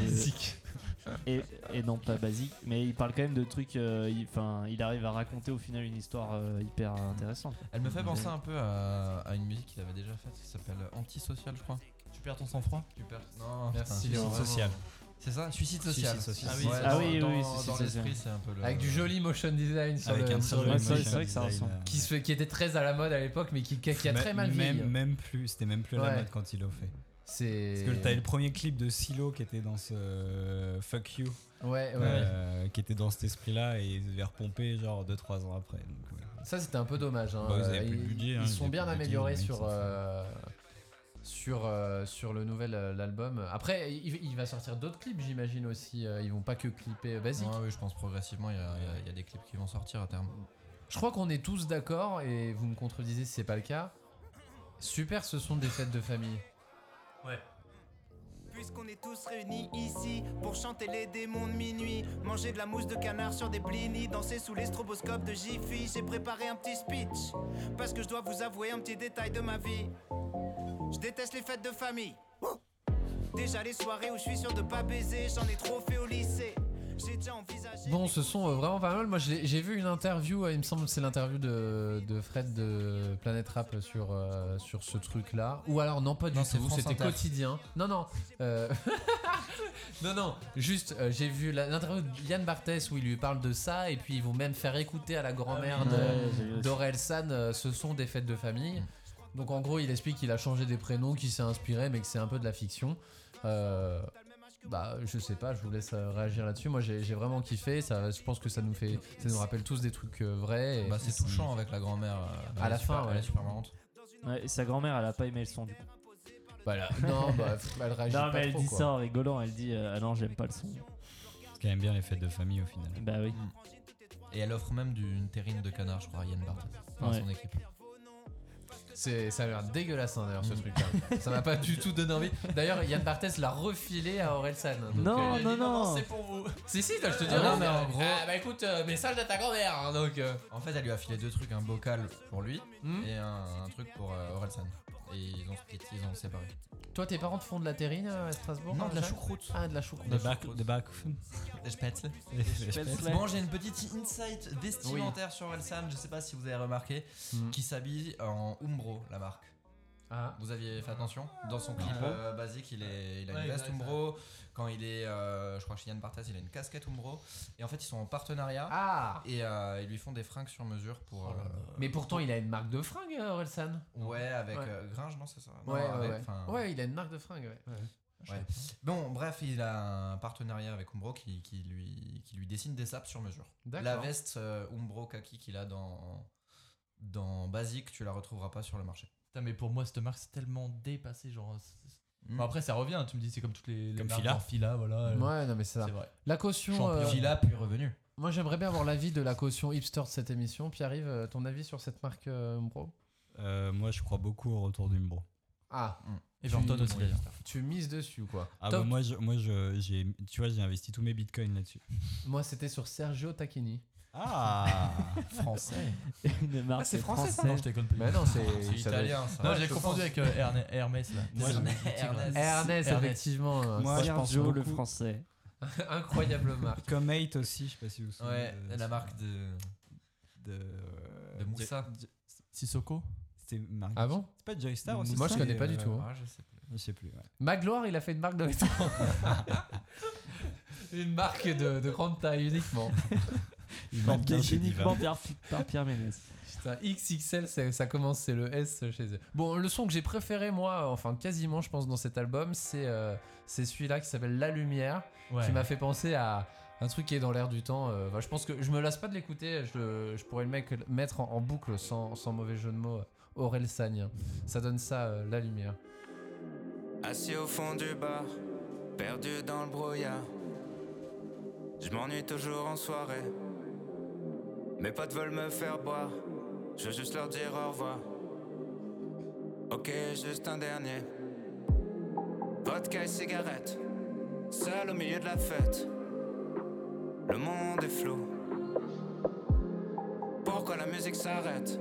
et, et non pas basique. Mais il parle quand même de trucs. euh, il- Enfin, il, arrive à raconter au final une histoire euh, hyper intéressante. Elle me fait penser Mais- un peu à, à une musique qu'il avait déjà faite qui s'appelle Antisocial, je crois. Tu perds ton sang-froid Tu perds. Non, Merci, putain, Léo. suicide social. Vraiment. C'est ça Suicide social. Suicide social. Ouais, Ah dans- oui, oui, dans- oui, dans Suicide Social. l'esprit, c'est un peu le. Avec du joli motion design sur Avec le. un sur joli le- motion Ouais, c'est vrai que ça design, euh, ressemble. Qui, se fait- qui était très à la mode à l'époque, mais qui, qui a très mal vieilli. même, même plus, c'était même plus à Ouais. la mode quand ils l'ont fait. C'est- Parce que t'avais le premier clip de Silo qui était dans ce euh, Fuck You. Ouais, ouais, euh, Qui était dans cet esprit-là et ils l'avaient repompé genre 2-3 ans après. donc, ouais. Ça, c'était un peu dommage. hein. Bah, ils avaient ils plus de budget, hein, ils ils sont avaient bien plus de budget, améliorés les mecs, sur, ils sont euh, sur, euh, sur le nouvel euh, l'album. Après, il, il va sortir d'autres clips, j'imagine aussi. euh, Ils vont pas que clipper euh, basique. Ouais, oui, je pense progressivement, il y, a- il y a- il y a des clips qui vont sortir à terme. Je crois qu'on est tous d'accord, et vous me contredisez si c'est pas le cas. Super, ce sont des fêtes de famille. Puisqu'on est tous réunis ici pour chanter les démons de minuit, manger de la mousse de canard sur des blinis, danser sous les stroboscopes de Jiffy, j'ai préparé un petit speech parce que je dois vous avouer un petit détail de ma vie. Je déteste les fêtes de famille. Ouh. Déjà les soirées où je suis sûr de pas baiser, j'en ai trop fait au lycée. J'ai déjà envisagé. Bon, ce sont euh, vraiment pas mal. Moi, j'ai j'ai vu une interview, euh, il me semble que c'est l'interview de, de Fred de Planète Rap sur, euh, sur ce truc-là. Ou alors, non, pas du Non, c'est tout, France c'était Inter. quotidien. Non, non. euh, non, non, juste, euh, j'ai vu la- l'interview de Yann Barthès où il lui parle de ça, et puis ils vont même faire écouter à la grand-mère Ah oui. Ouais, j'ai vu de- aussi. Mm. d'Orelsan euh, ce sont des fêtes de famille. Donc, en gros, il explique qu'il a changé des prénoms, qu'il s'est inspiré, mais que c'est un peu de la fiction. Euh, bah, je sais pas, je vous laisse euh, réagir là-dessus. Moi, j'ai j'ai vraiment kiffé. Ça, je pense que ça nous fait, ça nous rappelle tous des trucs euh, vrais. Bah, c'est touchant avec la grand-mère. euh, à elle la est super- fin, elle ouais. est super marrante. Ouais, et sa grand-mère, elle a pas aimé le son du coup. Bah, là- non, bah, pff, elle réagit Non, pas mais elle trop, dit quoi. ça en rigolant. Elle dit euh, Ah non, j'aime pas le son. C'est quand même bien les fêtes de famille au final. Bah oui. Et elle offre même du- une terrine de canard, je crois, à Yann Barthès. Enfin, à Ouais. son équipe. C'est, ça a l'air dégueulasse hein, d'ailleurs ce truc-là. ça m'a pas du tout donné envie. D'ailleurs, Yann Barthès l'a refilé à Orelsan. Donc, Oh, Non, euh, il a non, dit, non, non. c'est pour vous. Si, si, je te dis. Ah non, mais en gros- bah écoute, euh, message de ta grand-mère. hein, donc, euh. En fait, elle lui a filé deux trucs, un bocal pour lui Hmm. et un, un truc pour euh, Orelsan. Et ils ont split, ils ont séparé. Toi, tes parents te font de la terrine euh, à Strasbourg Non, hein, de la déjà choucroute. Ah, de la choucroute. Des bacs- des bacs- Des spätzle. Des spätzle. Bon, j'ai une petite insight vestimentaire sur Orelsan, je sais pas si vous avez remarqué, Hmm. qui s'habille en Umbro, la marque. Vous aviez fait attention Dans son clip Ah. euh, basique, il, est, il a Ouais, une veste exact, Umbro. Quand il est, euh, je crois, chez Yann Barthès, il a une casquette Umbro. Et en fait, ils sont en partenariat. Ah Et euh, ils lui font des fringues sur mesure pour. euh, Mais pourtant, il a une marque de fringues, euh, Orelsan. Ouais, avec Ouais. euh, Gringe, non, c'est ça Non, Ouais, ouais, avec- ouais. enfin, Ouais, il a une marque de fringues, ouais. Ouais. Bon, bref, il a un partenariat avec Umbro qui, qui lui, qui lui dessine des sapes sur mesure. D'accord. La veste euh, Umbro Kaki qu'il a dans, dans Basic, tu la retrouveras pas sur le marché. Putain, mais pour moi, cette marque, c'est tellement dépassé. Genre, c'est- c'est- Mm. Bon, après, ça revient. hein, Tu me dis, c'est comme toutes les, les Comme marques. Fila. genre Fila, voilà. euh, Ouais, non, mais ça. C'est vrai. La caution. euh, euh, Champion. Fila, puis revenu. Moi, j'aimerais bien avoir l'avis de la caution hipster de cette émission. Pierre-Yves, euh, ton avis sur cette marque euh, Umbro Euh, moi je crois beaucoup au retour du Umbro. Ah. Et Tu- Burton aussi, d'ailleurs. Tu mises dessus ou quoi Ah Top. bah moi, je, moi je, j'ai, tu vois, j'ai investi tous mes bitcoins là-dessus. Moi, c'était sur Sergio Tacchini. Ah Français. Une marque Ah, c'est française, ça Non, je déconne pas. Mais non, c'est C'est ça doit être- italien, ça. Non, j'ai confondu avec euh, Erne- Hermès, là. Moi, je- Ernest. Ernest, effectivement. euh, Moi, je pense Sergio, le beaucoup. français. Incroyable marque. Comme Hate aussi, je sais pas si vous vous souvenez. Ouais, de- la marque de. De, euh, de Moussa. Sissoko C'est marque. Ah bon C'est pas Joystar aussi Moi, je ça connais pas Et, du euh, tout, hein. Ah, ouais, je sais plus. Je sais plus, ouais. Magloire, il a fait une marque de vêtements. une marque de, de grande taille uniquement. Une marque Portée chez uniquement Diva. par- par Pierre Ménès. Putain, XXL, c'est- ça commence, c'est le S chez eux. Bon, le son que j'ai préféré, moi, enfin quasiment, je pense, dans cet album, c'est euh, c'est celui-là qui s'appelle La Lumière, Ouais. qui m'a fait penser à un truc qui est dans l'air du temps. euh, enfin, je pense que je me lasse pas de l'écouter, je, je pourrais le mec- mettre en, en boucle sans, sans mauvais jeu de mots. euh, Aurel Sagne. Ça donne ça, euh, La Lumière. Assis au fond du bar, perdu dans le brouillard. Je m'ennuie toujours en soirée. Mes potes veulent me faire boire, je veux juste leur dire au revoir. Ok, juste un dernier. Vodka et cigarette, seul au milieu de la fête. Le monde est flou. Pourquoi la musique s'arrête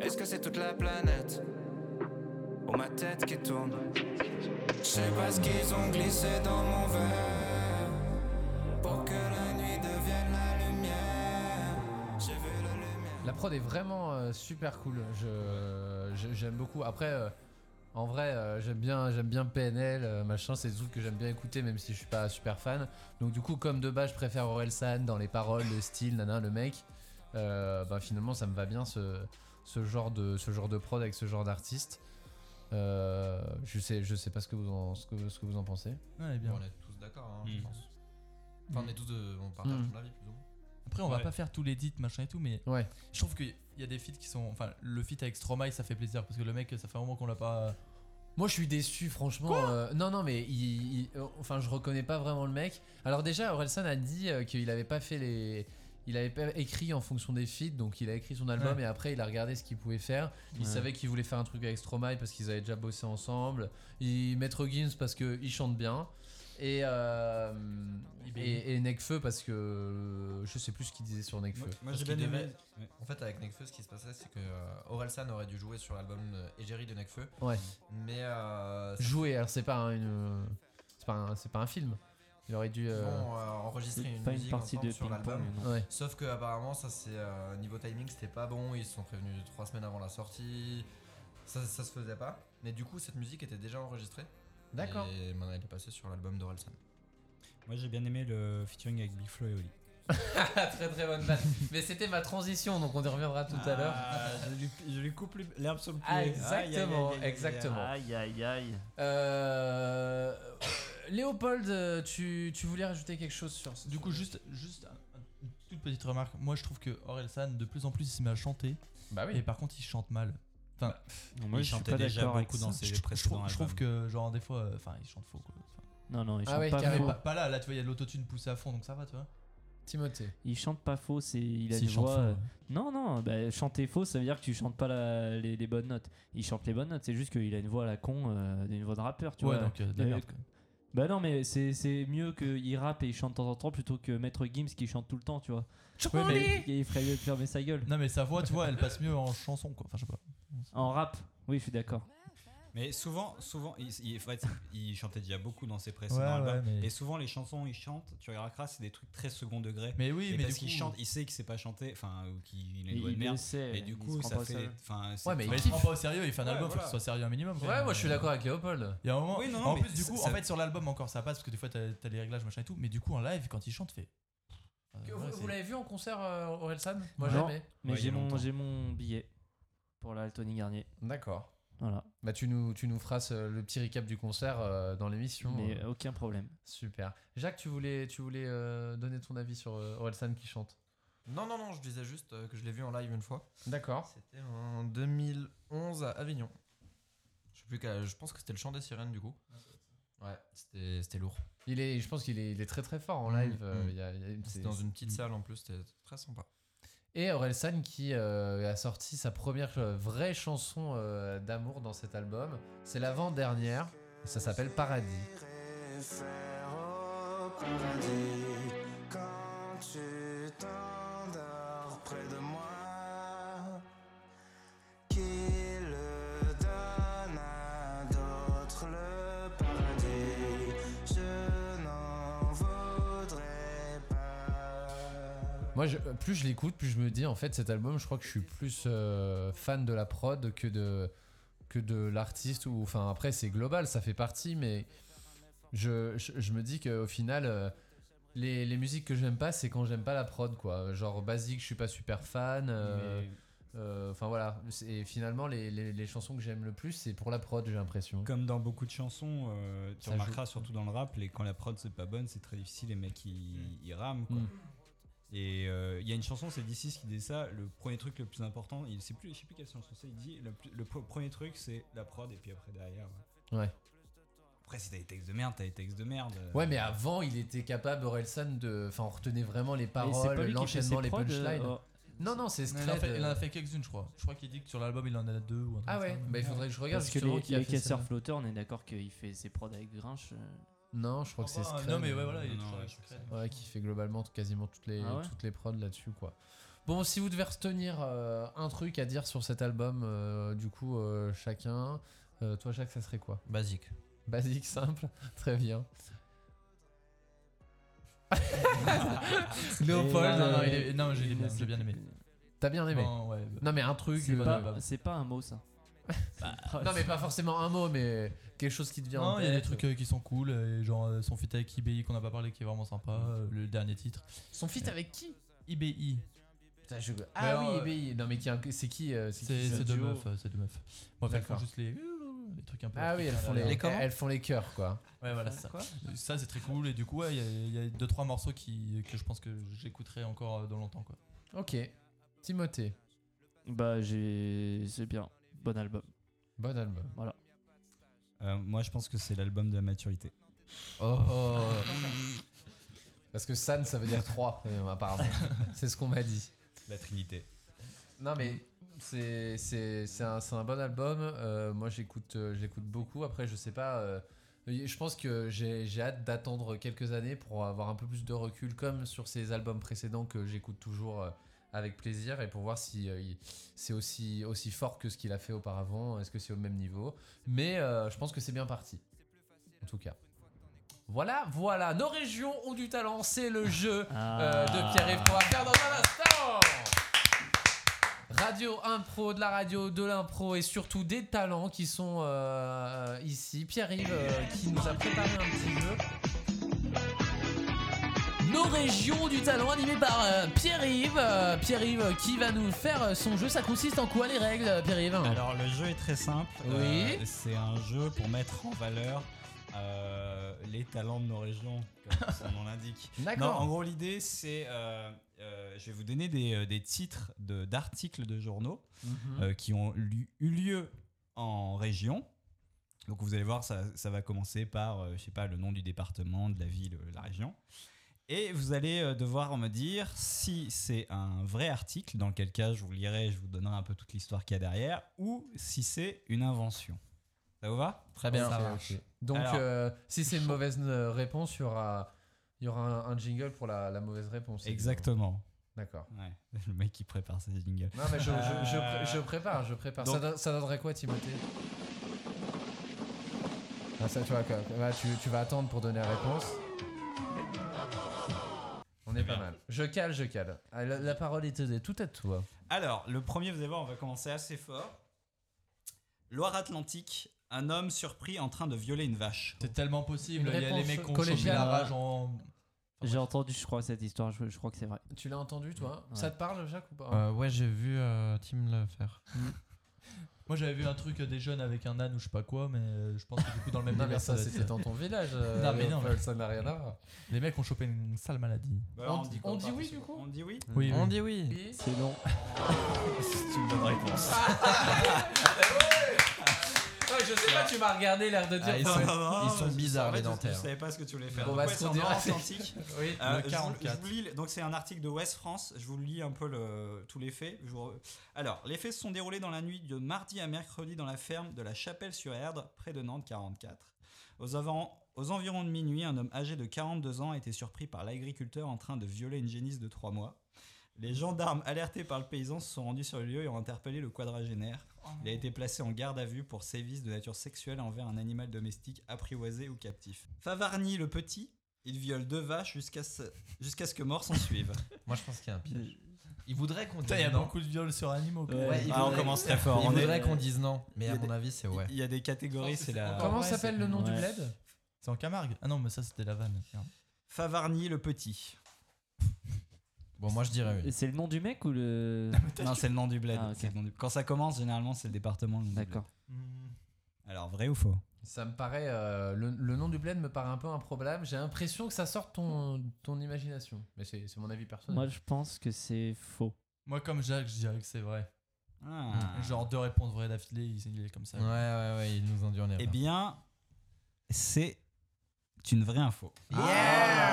Est-ce que c'est toute la planète Ou ma tête qui tourne je sais pas ce qu'ils ont glissé dans mon verre. La prod est vraiment euh, super cool. Je- je- J'aime beaucoup. Après, euh, en vrai, euh, j'aime bien, j'aime bien PNL, euh, machin. C'est des trucs que j'aime bien écouter, même si je suis pas super fan. Donc du coup, comme de base, je préfère Orelsan dans les paroles, le style, nana, le mec. Euh, bah, finalement, ça me va bien ce, ce genre de ce genre de prod avec ce genre d'artiste. Euh, je sais, je sais pas ce que vous en, ce que, ce que vous en pensez. Ouais, elle est bien. Bon, on est tous d'accord, hein, je pense. Enfin, on est tous de- on partage Mm. ton avis, plus ou moins. Après, on va Ouais. pas faire tous les edits, machin et tout, mais Ouais. je trouve qu'il y a des feats qui sont. Enfin, le feat avec Stromae, ça fait plaisir parce que le mec, ça fait un moment qu'on l'a pas. euh, Moi, je suis déçu, franchement. Euh, non, non, mais il, il- euh, enfin, je reconnais pas vraiment le mec. Alors déjà, Orelsan a dit euh, qu'il avait pas fait les, il avait pas écrit en fonction des feats, donc il a écrit son album Ouais. et après il a regardé ce qu'il pouvait faire. Il Ouais. savait qu'il voulait faire un truc avec Stromae parce qu'ils avaient déjà bossé ensemble. Il Maître Gims parce que il chante bien. Et, euh, et, et Nekfeu parce que euh, je sais plus ce qu'il disait sur Nekfeu. Parce j'ai qu'il bien devait- aimé- Ouais. En fait, avec Nekfeu, ce qui se passait, c'est que euh, Orelsan aurait dû jouer sur l'album euh, Égérie de Nekfeu. Ouais. Mais. euh, ça- Jouer, alors c'est pas un- une, euh, c'est pas un, c'est pas un film. Il aurait dû euh, Ils vont, euh, enregistrer une pas musique partie ensemble de sur ping-pong, l'album. non. Ouais. Sauf que apparemment ça c'est euh, niveau timing c'était pas bon, ils se sont prévenus trois semaines avant la sortie, ça, ça se faisait pas. Mais du coup cette musique était déjà enregistrée. D'accord. Et maintenant elle est passée sur l'album d'Orelsan. Moi j'ai bien aimé le featuring avec Big Flo et Oli. très très bonne vanne. Mais c'était ma transition, donc on y reviendra tout à l'heure. Ah, je, lui, je lui coupe l'herbe sur le pied. Ah, Aïe, aïe, exactement, aïe, aïe, aïe. exactement. Aïe aïe aïe. Euh, Léopold, euh, tu, tu voulais rajouter quelque chose sur ce Du coup, juste, juste un- un- une toute petite remarque. Moi, je trouve que Orelsan, de plus en plus, il se met à chanter. Bah oui. Et par contre, il chante mal. Enfin, non, moi, Il je suis chantait pas déjà d'accord avec beaucoup ça. dans ses Je- je, précédents trouve, je trouve que, genre, des fois, euh, enfin, il chante faux. Quoi. Enfin, Non, non, il Ah chante ouais, pas carrément. faux. pas, pas là, là, tu vois, il y a de l'autotune poussée à fond, donc ça va, tu vois. Timothée. Il chante pas faux, c'est il a Si, une il chante voix. faux, euh, ouais. Non, non, bah, chanter faux, ça veut dire que tu chantes pas la- les, les bonnes notes. Il chante les bonnes notes, c'est juste qu'il a une voix à la con, euh, une voix de rappeur, tu Ouais, vois. donc, euh, de la merde, quoi. Bah non, mais c'est c'est mieux qu'il rappe et il chante de temps en temps plutôt que Maître Gims qui chante tout le temps, tu vois. Charlie mais il ferait mieux de fermer sa gueule. Non, mais sa voix, tu vois, elle passe mieux en chanson, quoi. Enfin, je sais pas. En rap, oui, je suis d'accord. Mais souvent, souvent, il, il- en fait, il chantait déjà beaucoup dans ses précédents Ouais, ouais, albums. mais- Et souvent, les chansons, il chante, tu regarderas, c'est des trucs très second degré. Mais oui, Et mais parce du qu'il coup- chante, il sait qu'il sait pas chanter, enfin, ou qu'il a Il- une voix de il merde. le sait, et du il coup, se prend ça pas au fait. sérieux. Enfin, c'est- Ouais, mais Mais il se prend pas au sérieux, il fait un album, faut qu'il soit sérieux un minimum. quand Ouais, même. moi je suis d'accord avec Léopold. Il y a un moment. Oui, non, non, en mais plus, du ça- coup, ça- en fait, sur l'album encore ça passe parce que des fois t'as t'as les réglages machin et tout, mais du coup, en live, quand il chante, fait. Euh, Que- ouais, vous c'est- vous l'avez vu en concert, euh, Orelsan Moi Non, jamais. Mais j'ai mon, j'ai mon billet pour la Tony Garnier. D'accord. Voilà. Bah, tu nous, tu nous feras ce- le petit récap du concert euh, dans l'émission. Mais Euh, aucun problème. Super. Jacques, tu voulais, tu voulais euh, donner ton avis sur euh, Orelsan qui chante Non non non je disais juste euh, que je l'ai vu en live une fois. D'accord. C'était en 2011 à Avignon. Je sais plus quel- je pense que c'était le chant des sirènes du coup. Ah, Ouais, c'était c'était lourd. Il est, je pense qu'il est, il est très très fort en Mm, live. euh, mm. il y a- il y a- C'était c'est- dans une petite salle en plus, c'était très sympa. Et Orelsan qui euh, a sorti sa première euh, vraie chanson euh, d'amour dans cet album. C'est l'avant-dernière. et Ça s'appelle Paradis. paradis quand tu t'endors près de moi qui le donne à d'autres le paradis je n'en voudrais pas Moi, je- euh, plus je l'écoute, plus je me dis, en fait, cet album, je crois que je suis plus euh, fan de la prod que de, que de l'artiste. Ou, enfin, après, c'est global, ça fait partie, mais je, je, je me dis qu'au final, euh, les, les musiques que j'aime pas, c'est quand j'aime pas la prod, quoi. Genre, basique, je suis pas super fan. euh, Mais- euh, Enfin, voilà. Et finalement, les, les- les chansons que j'aime le plus, c'est pour la prod, j'ai l'impression. Comme dans beaucoup de chansons, euh, tu Ça remarqueras surtout dans le rap, les, quand la prod c'est pas bonne, c'est très difficile, les mecs ils, ils rament quoi. Mm. Et euh, il y a une chanson, c'est D6 qui dit ça, le premier truc le plus important, il sait plus, je sais plus quelle chanson c'est, il dit le, plus- le pro- premier truc c'est la prod et puis après derrière. ouais. Ouais. Après si t'as des textes de merde, t'as des textes de merde. euh. Ouais, mais avant, il était capable, Orelsan, de. Enfin, on retenait vraiment les c'est pas paroles, lui qui fait ses l'enchaînement, les prods, punchlines. euh, oh. Non, non, c'est Non, Il en Scred, fait, il en euh, a fait quelques-unes, je crois. Je crois qu'il dit que sur l'album, il en a deux ou un truc Ah comme ouais, ça, mais- bah, il faudrait que je regarde Parce que justement les, qui a les fait ça. casseurs flotteurs, on est d'accord qu'il fait ses prods avec Grinch. euh. Non, je crois que c'est Enfin, Scred. Non, mais ouais, voilà, il est Non, toujours ouais, avec je Scred. crois- ouais, qui fait globalement t- quasiment toutes les, Ah ouais toutes les prods là-dessus, quoi. Bon, si vous devez retenir euh, un truc à dire sur cet album, euh, du coup, euh, chacun, euh, toi, Jacques, ça serait quoi Basique. Basique, simple, très bien. Léopold, Et là, non, non, euh, Ah, il est- non, j'ai bien- j'ai bien aimé. T'as bien aimé Non, ouais. bah. mais un truc. C'est euh, pas, c'est pas un mot ça. Bah, non, mais pas forcément un mot, mais quelque chose qui te vient. en Non, il y a des tête. trucs euh, qui sont cool, euh, et genre euh, son feat avec IBI qu'on n'a pas parlé qui est vraiment sympa, Mm. euh, le dernier titre. Son feat avec qui IBI. Putain, je- Ah alors, oui, euh, mais non, mais qui est- c'est qui euh, qui C'est ce c'est deux duo meufs, euh, c'est deux meufs. Bon, elles font D'accord. juste les, euh, les trucs un peu. Ah oui, elles font les, Les elles, comment font les cœurs quoi. Ouais, voilà, c'est ça. Ça, c'est très cool, et du coup, ouais, il y, a- il y a deux, trois morceaux qui, que je pense que j'écouterai encore euh, dans longtemps, quoi. Ok. Timothée. Bah, j'ai. C'est bien. Bon album. Bon album. Voilà. Euh, moi, je pense que c'est l'album de la maturité. Oh. Parce que San, ça veut dire 3, apparemment. c'est ce qu'on m'a dit. La Trinité. Non, mais c'est c'est- c'est un, c'est un bon album. Euh, moi, j'écoute euh, j'écoute beaucoup. Après, je sais pas. euh, je pense que j'ai j'ai hâte d'attendre quelques années pour avoir un peu plus de recul, comme sur ces albums précédents que j'écoute toujours euh, avec plaisir, et pour voir si euh, il- c'est aussi, aussi fort que ce qu'il a fait auparavant. Est-ce que c'est au même niveau Mais euh, je pense que c'est bien parti. En tout cas. Voilà, voilà, nos régions ont du talent, c'est le jeu euh, de Pierre-Yves qu'on va faire dans un instant. Radio Impro, de la radio, de l'impro et surtout des talents qui sont euh, ici. Pierre-Yves euh, qui nous a préparé un petit jeu. Nos régions du talent animé par euh, Pierre-Yves. Euh, Pierre-Yves euh, qui va nous faire euh, son jeu. Ça consiste en quoi les règles, euh, Pierre-Yves Alors le jeu est très simple. Oui. Euh, c'est un jeu pour mettre en valeur euh, les talents de nos régions, comme son nom l'indique. D'accord. Non, En gros, l'idée c'est, euh, euh, je vais vous donner des, euh, des titres de- d'articles de, journaux Mhm. euh, qui ont lu- eu lieu en région. Donc vous allez voir, ça, ça va commencer par, euh, je sais pas, le nom du département, de la ville, euh, la région. Et vous allez euh, devoir me dire si c'est un vrai article, dans lequel cas je vous lirai, je vous donnerai un peu toute l'histoire qu'il y a derrière, ou si c'est une invention. Ça vous va Très bien. Ça Ok, marche. ok. Donc, Alors, euh, si c'est une mauvaise euh, réponse, il y aura, il y aura un, un jingle pour la, la mauvaise réponse. Exactement. D'accord. Ouais, le mec qui prépare ses jingles. Non, mais je, je- je Euh, pré- je prépare, je prépare. donc- ça, don- ça donnerait quoi, Timothée Ah, ça, tu, vois, quoi. Là, tu, tu vas attendre pour donner la réponse. On est pas mal. Je cale, je cale. Ah, La, la parole est est tout à toi. Alors, le premier, vous allez voir, on va commencer assez fort. Loire-Atlantique, un homme surpris en train de violer une vache. C'est tellement possible, il y a les mecs qui ont chopé la rage en. Ah. J'ai entendu, je crois, cette histoire. Je, je crois que c'est vrai. Tu l'as entendu, toi Ouais. Ça te parle, Jacques, ou pas Euh, ouais, j'ai vu euh, Tim le faire. Moi j'avais vu un truc euh, des jeunes avec un âne ou je sais pas quoi, mais euh, je pense que du coup dans le même Non, mais délire, ça, doit être- c'était dans ton village, euh, non, mais non, Léopold, ça n'a rien à voir. Les mecs ont chopé une sale maladie. Bah, on, dit, on dit oui, du coup Ah, On dit oui Oui, oui. Oui. C'est non. C'est une bonne réponse. Ouais, je sais pas, tu m'as regardé l'air de dire. Ah, ils, Non, sont, mais- non, mais en en fait, fait, je- je- Je savais pas ce que tu voulais faire. Bon, donc, bah, ouais, ce c'est qu'on un dira, nom c'est- authentique. Oui, Euh, le je vous- 44. je vous lis le- donc c'est un article de West France. Je vous lis un peu le- tous les faits. Je vous- Alors, les faits se sont déroulés dans la nuit de mardi à mercredi dans la ferme de la Chapelle-sur-Erdre, près de Nantes 44. Aux, avant- aux environs de minuit, un homme âgé de 42 ans a été surpris par l'agriculteur en train de violer une génisse de 3 mois. Les gendarmes, alertés par le paysan, se sont rendus sur le lieu et ont interpellé le quadragénaire. Il a été placé en garde à vue pour sévices de nature sexuelle envers un animal domestique apprivoisé ou captif. Favarni le petit, il viole deux vaches jusqu'à ce, jusqu'à ce que mort s'en suive. Moi, je pense qu'il y a un piège. Il voudrait qu'on dise. Putain, il y a non. beaucoup de viols sur animaux. quand même. Ouais, il Ah, on voudrait- commence très fort. Il On est- voudrait qu'on dise non, Il mais y à a mon des- avis, c'est ouais. Il y a des catégories, c'est la. Comment s'appelle le nom du Ouais. bled C'est en Camargue Ah non, mais ça c'était la vanne. Merde. Favarni le petit. Bon, moi, je dirais oui. Et C'est le nom du mec ou le. Non, c'est le nom du bled. Ah, ok. C'est le nom du- Quand ça commence, généralement, c'est le département. D'accord. Alors, vrai ou faux Ça me paraît. euh, le, le nom du bled me paraît un peu improbable. J'ai l'impression que ça sort de ton, ton imagination. Mais c'est c'est mon avis personnel. Moi, je pense que c'est faux. Moi, comme Jacques, je dirais que c'est vrai. Ah. Genre deux réponses vraies d'affilée, il il est comme ça. Ouais, ouais, ouais, il nous endure les Eh bien, c'est une vraie info.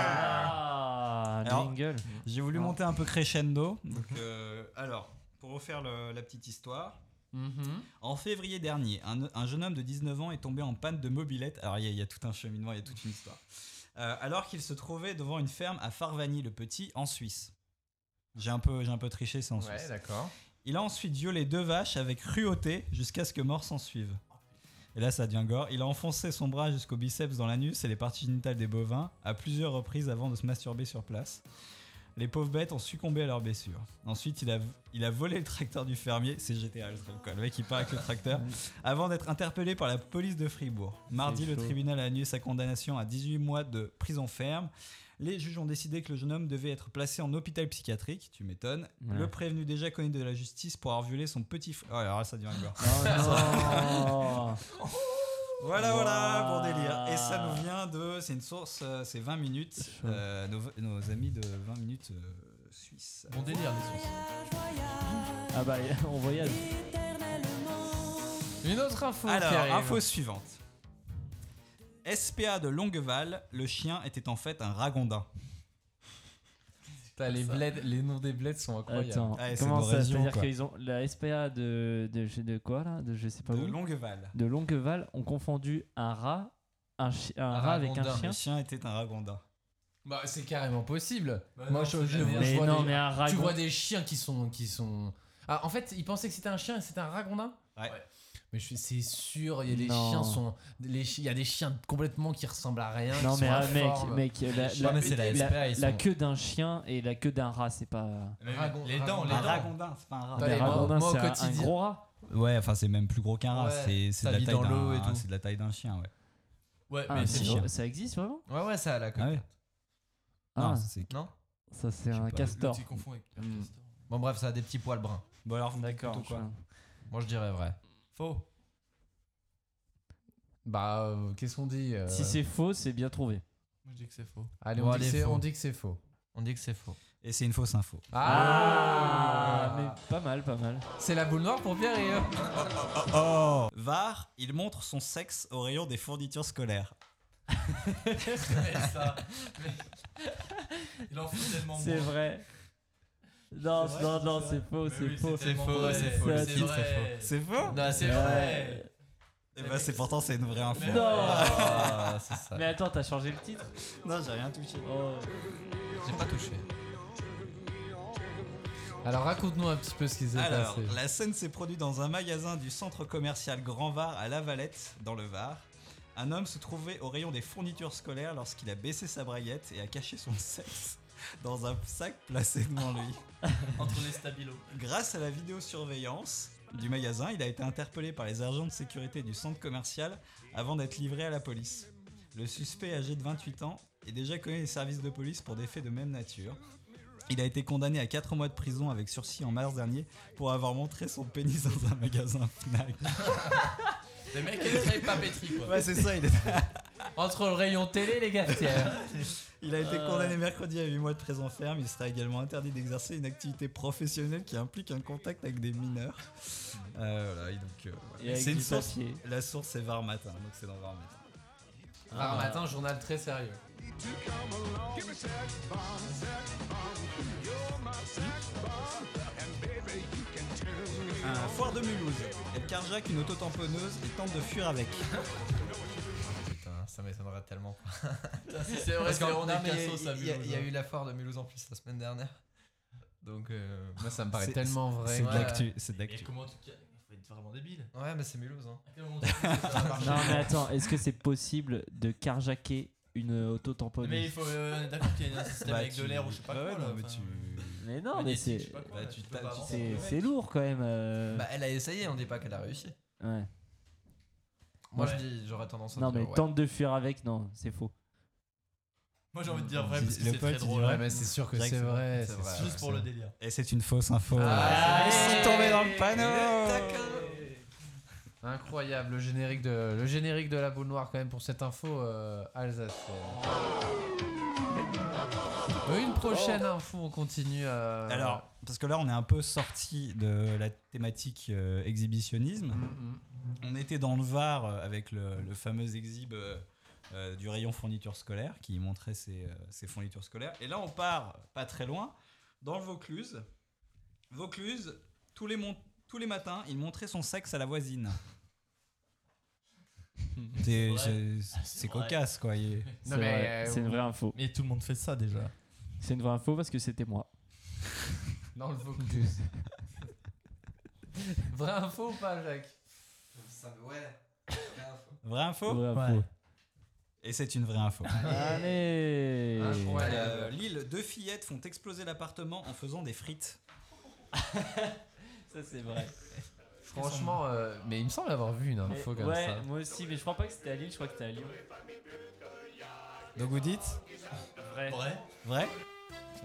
Ah, Alors, jingle. J'ai voulu Ah. monter un peu crescendo. Donc, euh, alors, pour refaire le- la petite histoire. Mhm. En février dernier, un, un jeune homme de 19 ans est tombé en panne de mobilette. Alors, il y, a- il y a tout un cheminement, il y a toute une histoire. Euh, alors qu'il se trouvait devant une ferme à Farvani, le petit, en Suisse. J'ai un peu, j'ai un peu triché, c'est en Ouais, Suisse. d'accord. Il a ensuite violé deux vaches avec cruauté jusqu'à ce que mort s'en suive. Et là, ça devient gore. Il a enfoncé son bras jusqu'au biceps dans l'anus et les parties génitales des bovins à plusieurs reprises avant de se masturber sur place. Les pauvres bêtes ont succombé à leurs blessures. Ensuite, il a, il a volé le tracteur du fermier. C'est GTA, le truc, quoi. Le mec, il part avec le tracteur. Avant d'être interpellé par la police de Fribourg. Mardi, C'est le chaud. tribunal a annulé sa condamnation à 18 mois de prison ferme. Les juges ont décidé que le jeune homme devait être placé en hôpital psychiatrique. Tu m'étonnes. Ouais. Le prévenu déjà connu de la justice pour avoir violé son petit frère. Oh, alors là, ça devient gore. non. Voilà, voilà, Ouah. bon délire. Et ça nous vient de. C'est une source, euh, c'est 20 minutes. euh, nos, nos amis de 20 minutes euh, suisses. Bon délire, les Suisses. Ah bah, on voyage. Une autre info. Alors, qui arrive. info suivante. SPA de Longueval, le chien était en fait un ragondin. Putain, les, bleds- les noms des bleds sont incroyables. Attends, comment ça C'est-à-dire qu'ils ont la SPA de, de, je- de quoi là De je sais pas De où. Longueval. De Longueval ont confondu un rat, un, chi- un rat avec un chien. Le chien était un ragondin. Bah, c'est carrément possible. Bah Moi, non, je, c'est je- la je merde. Mais vois non, des- mais un Tu ragon- vois des chiens qui sont, qui sont. Ah, en fait, ils pensaient que c'était un chien et c'était un ragondin. Ouais. Mais je suis, c'est sûr, il y a des Non. chiens sont, les chi- il y a des chiens complètement qui ressemblent à rien. Non qui mais sont ah, mec, informes. mec, Les la, chiens la- pétés, la- ils sont- la- ils la sont- queue d'un chien et la queue d'un rat, c'est pas. Mais- Ragon- les dents, Un les dents. ragondin, c'est pas un rat. Attendez, Mais moi- ragondin, moi, au c'est un- un quotidien- gros rat. Ouais, enfin c'est même plus gros qu'un rat, Ouais, c'est- c'est ça de la vit taille dans l'eau et d'un- tout. c'est de la taille d'un chien, ouais. Ouais, Ah, mais c'est c'est vrai, ça existe vraiment Ouais, ouais, ça a la queue. Ah ouais. Non, Ah. ça, c'est Non Ça c'est un castor. Mm. Bon, bref, ça a des petits poils bruns. Bon, alors, d'accord. plutôt quoi Moi, je dirais vrai. Faux. Bah, euh, qu'est-ce qu'on dit euh, Si c'est faux, c'est bien trouvé. Moi, je dis que c'est faux. Allez, Bon, on, dit que allez, c'est- faux. on dit que c'est faux. On dit que c'est faux. Et c'est une fausse info. Ah, mais pas mal, pas mal. C'est la boule noire pour Pierre et. Oh Var, il montre son sexe au rayon des fournitures scolaires. Il en fout tellement C'est moins. vrai. Non, C'est vrai, non, non, c'est c'est vrai. faux, Mais c'est oui, faux. c'est tellement vrai, c'est faux, un c'est titre. vrai. Ouais. C'est faux Non, c'est vrai. Et bah c'est pourtant c'est une vraie info. Non Ah, c'est ça. Mais attends, t'as changé le titre Non, j'ai rien touché. Oh, J'ai pas touché. Alors raconte-nous un petit peu ce qui s'est Alors, passé. la scène s'est produite dans un magasin du centre commercial Grand Var à Lavalette, dans le Var. Un homme se trouvait au rayon des fournitures scolaires lorsqu'il a baissé sa braguette et a caché son sexe dans un sac placé devant lui. Entre les stabilos. Grâce à la vidéosurveillance du magasin, il a été interpellé par les agents de sécurité du centre commercial avant d'être livré à la police. Le suspect, âgé de 28 ans, est déjà connu des services de police pour des faits de même nature. Il a été condamné à 4 mois de prison avec sursis en mars dernier pour avoir montré son pénis dans un magasin Fnac. Les mecs, ils étaient papétrie quoi. Ouais, c'est ça, il est- Entre le rayon télé et les cafetières. Il a été Euh. condamné mercredi à 8 mois de prison ferme. Il sera également interdit d'exercer une activité professionnelle qui implique un contact avec des mineurs. Euh, voilà, et donc, euh, Et avec c'est une du source. papier. La source c'est Var Matin, donc c'est dans Var Matin. Alors matin, journal très sérieux. Un foire de Mulhouse. Elle carjaque une auto-tamponneuse et tente de fuir avec. Putain, ça m'étonnerait tellement. Putain, si c'est vrai, Parce c'est qu'en- on est non, mais cassos à Il y a- il y a Mulhouse, eu la foire de Mulhouse en plus la semaine dernière. Donc, euh, Moi, ça me paraît c'est- tellement c'est- vrai. c'est de Ouais. l'actu. C'est de Mais comment tu. Faut être vraiment débile. Ouais, mais c'est Mulhouse. Hein. À quel moment tu fais ça Ça marche Non, pas. mais attends, est-ce que c'est possible de carjacker une auto-tamponneuse Mais il faut. euh, on est D'accord qu'il y a un système Bah, avec de tu- l'air ou je sais pas bah quoi. ouais, là, non, mais enfin, tu- Mais non, mais magnétique, c'est. je sais pas quoi, Bah, là, tu peux t'as- pas tu avancer. C'est c'est lourd quand même. euh. Bah, elle a essayé, on dit pas qu'elle a réussi. Ouais. Moi, Ouais. je dis, j'aurais tendance à Non, dire mais ouais. tente de fuir avec, non, c'est faux. Moi j'ai envie de dire vrai Le parce que c'est pote, très il dit drôle. vrai. Ouais, mais c'est sûr que Direct, c'est c'est vrai. vrai, c'est c'est vrai. sûr. Juste pour le délire. Et c'est une fausse info. Ah, Ils allez sont tombés dans le panneau. Incroyable le générique de le générique de la boule noire quand même pour cette info euh, alsacienne. Euh, Une prochaine info, on continue. euh, Alors, parce que là, on est un peu sorti de la thématique euh, exhibitionnisme. mm, On était dans le Var euh, avec le, le fameux exhib euh, euh, du rayon fourniture scolaire qui montrait ses, euh, ses fournitures scolaires. Et là, on part pas très loin, dans le Vaucluse. Vaucluse, tous les, mon- tous les matins, il montrait son sexe à la voisine. C'est vrai. c'est- c'est vrai. cocasse, quoi. Il- Non, C'est mais, vrai, euh, c'est une vraie info. Mais tout le monde fait ça déjà. C'est une vraie info parce que c'était moi. dans le Vaucluse. Vraie info ou pas, Jacques Ça, ouais. Oh. Vraie info Vraie info. Et c'est une vraie info. Allez. Incroyable. Euh, Lille, deux fillettes font exploser l'appartement en faisant des frites. Ça, c'est vrai. Franchement, euh, mais il me semble avoir vu une Mais- info comme ouais, ça. moi aussi, mais je crois pas que c'était à Lille, je crois que c'était à Lyon. Donc vous dites Vrai. Vrai Vrai Oh,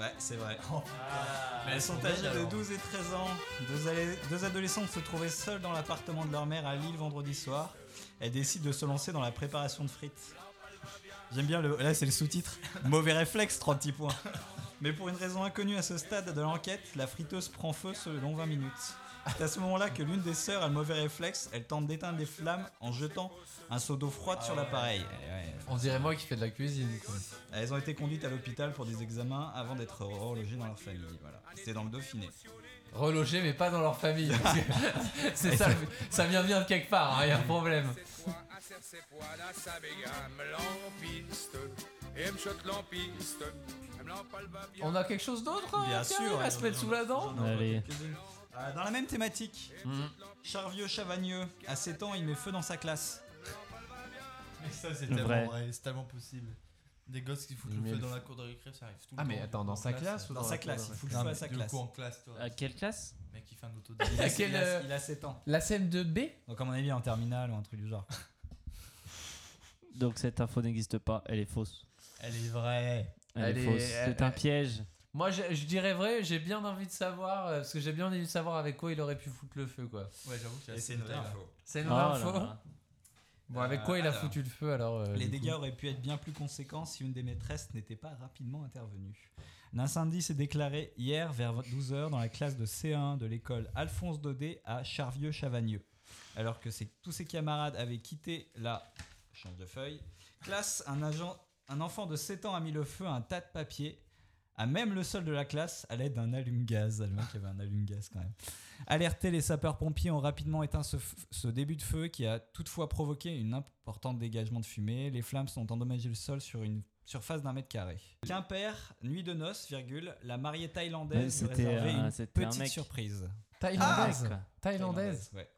Ouais, c'est vrai. Ah. Mais elles sont âgées de 12 et 13 ans. Deux, allé- deux adolescentes se trouvaient seules dans l'appartement de leur mère à Lille vendredi soir. Elles décident de se lancer dans la préparation de frites. J'aime bien le. Là, c'est le sous-titre. Mauvais réflexe, 3 petits points. Mais pour une raison inconnue à ce stade de l'enquête, la friteuse prend feu selon 20 minutes. C'est à ce moment-là que l'une des sœurs a le mauvais réflexe, elle tente d'éteindre les flammes en jetant un seau d'eau froide sur l'appareil. Eh ouais. On dirait moi qui fais de la cuisine. quoi. Elles ont été conduites à l'hôpital pour des examens avant d'être relogées dans leur famille. Voilà. C'était dans le Dauphiné. Relogés, mais pas dans leur famille. parce que c'est ça, le- ça vient bien de quelque part, il y a un problème. On a quelque chose d'autre euh, Bien qui sûr, arrive à hein, se mettre on- sous la dent Mm. on en- Euh, dans la même thématique, Charvieux Chavagneux, à 7 ans, il met feu dans sa classe. Mais ça, c'est Vrai. tellement vrai, c'est tellement possible. Des gosses qui foutent Mais le feu le- dans la cour de récré, ça arrive tout le Ah, temps. mais attends, dans sa classe ou dans dans sa la classe, cour il de fout récré le feu Non, à mais sa du classe. coup, en classe, toi. À quelle classe Mec, il fait un auto Il a, quel, il a- euh, il a 7 ans. La CM2B Donc, à mon avis, en terminale ou un truc du genre. Donc cette info n'existe pas, elle est fausse. Elle est vraie. Elle, est, fausse. C'est un piège. Moi, je, je dirais vrai, j'ai bien envie de savoir, euh, parce que j'ai bien envie de savoir avec quoi il aurait pu foutre le feu, quoi. Ouais, j'avoue que Et c'est une vraie info. C'est une Oh vraie là info là. Bon, avec quoi il a foutu le feu alors euh, Ah Les du dégâts coup auraient pu être bien plus conséquents si une des maîtresses n'était pas rapidement intervenue. L'incendie s'est déclaré hier vers 12h dans la classe de C1 de l'école Alphonse Daudet à Charvieux-Chavagneux. Alors que ses- tous ses camarades avaient quitté la change de feuille classe, un, agent, un enfant de 7 ans a mis le feu à un tas de papier, à même le sol de la classe, à l'aide d'un allume-gaz. Ah, Le mec avait un allume-gaz quand même. Alertés, les sapeurs-pompiers ont rapidement éteint ce, f- ce début de feu qui a toutefois provoqué une importante dégagement de fumée. Les flammes sont endommagées le sol sur une surface d'un mètre carré. Quimper, nuit de noces, virgule, la mariée Ouais, thaïlandaise lui c'était, réservait euh, une c'était un petite mec. surprise. Thaïlandaise. Ah Thaïlandaise. ouais.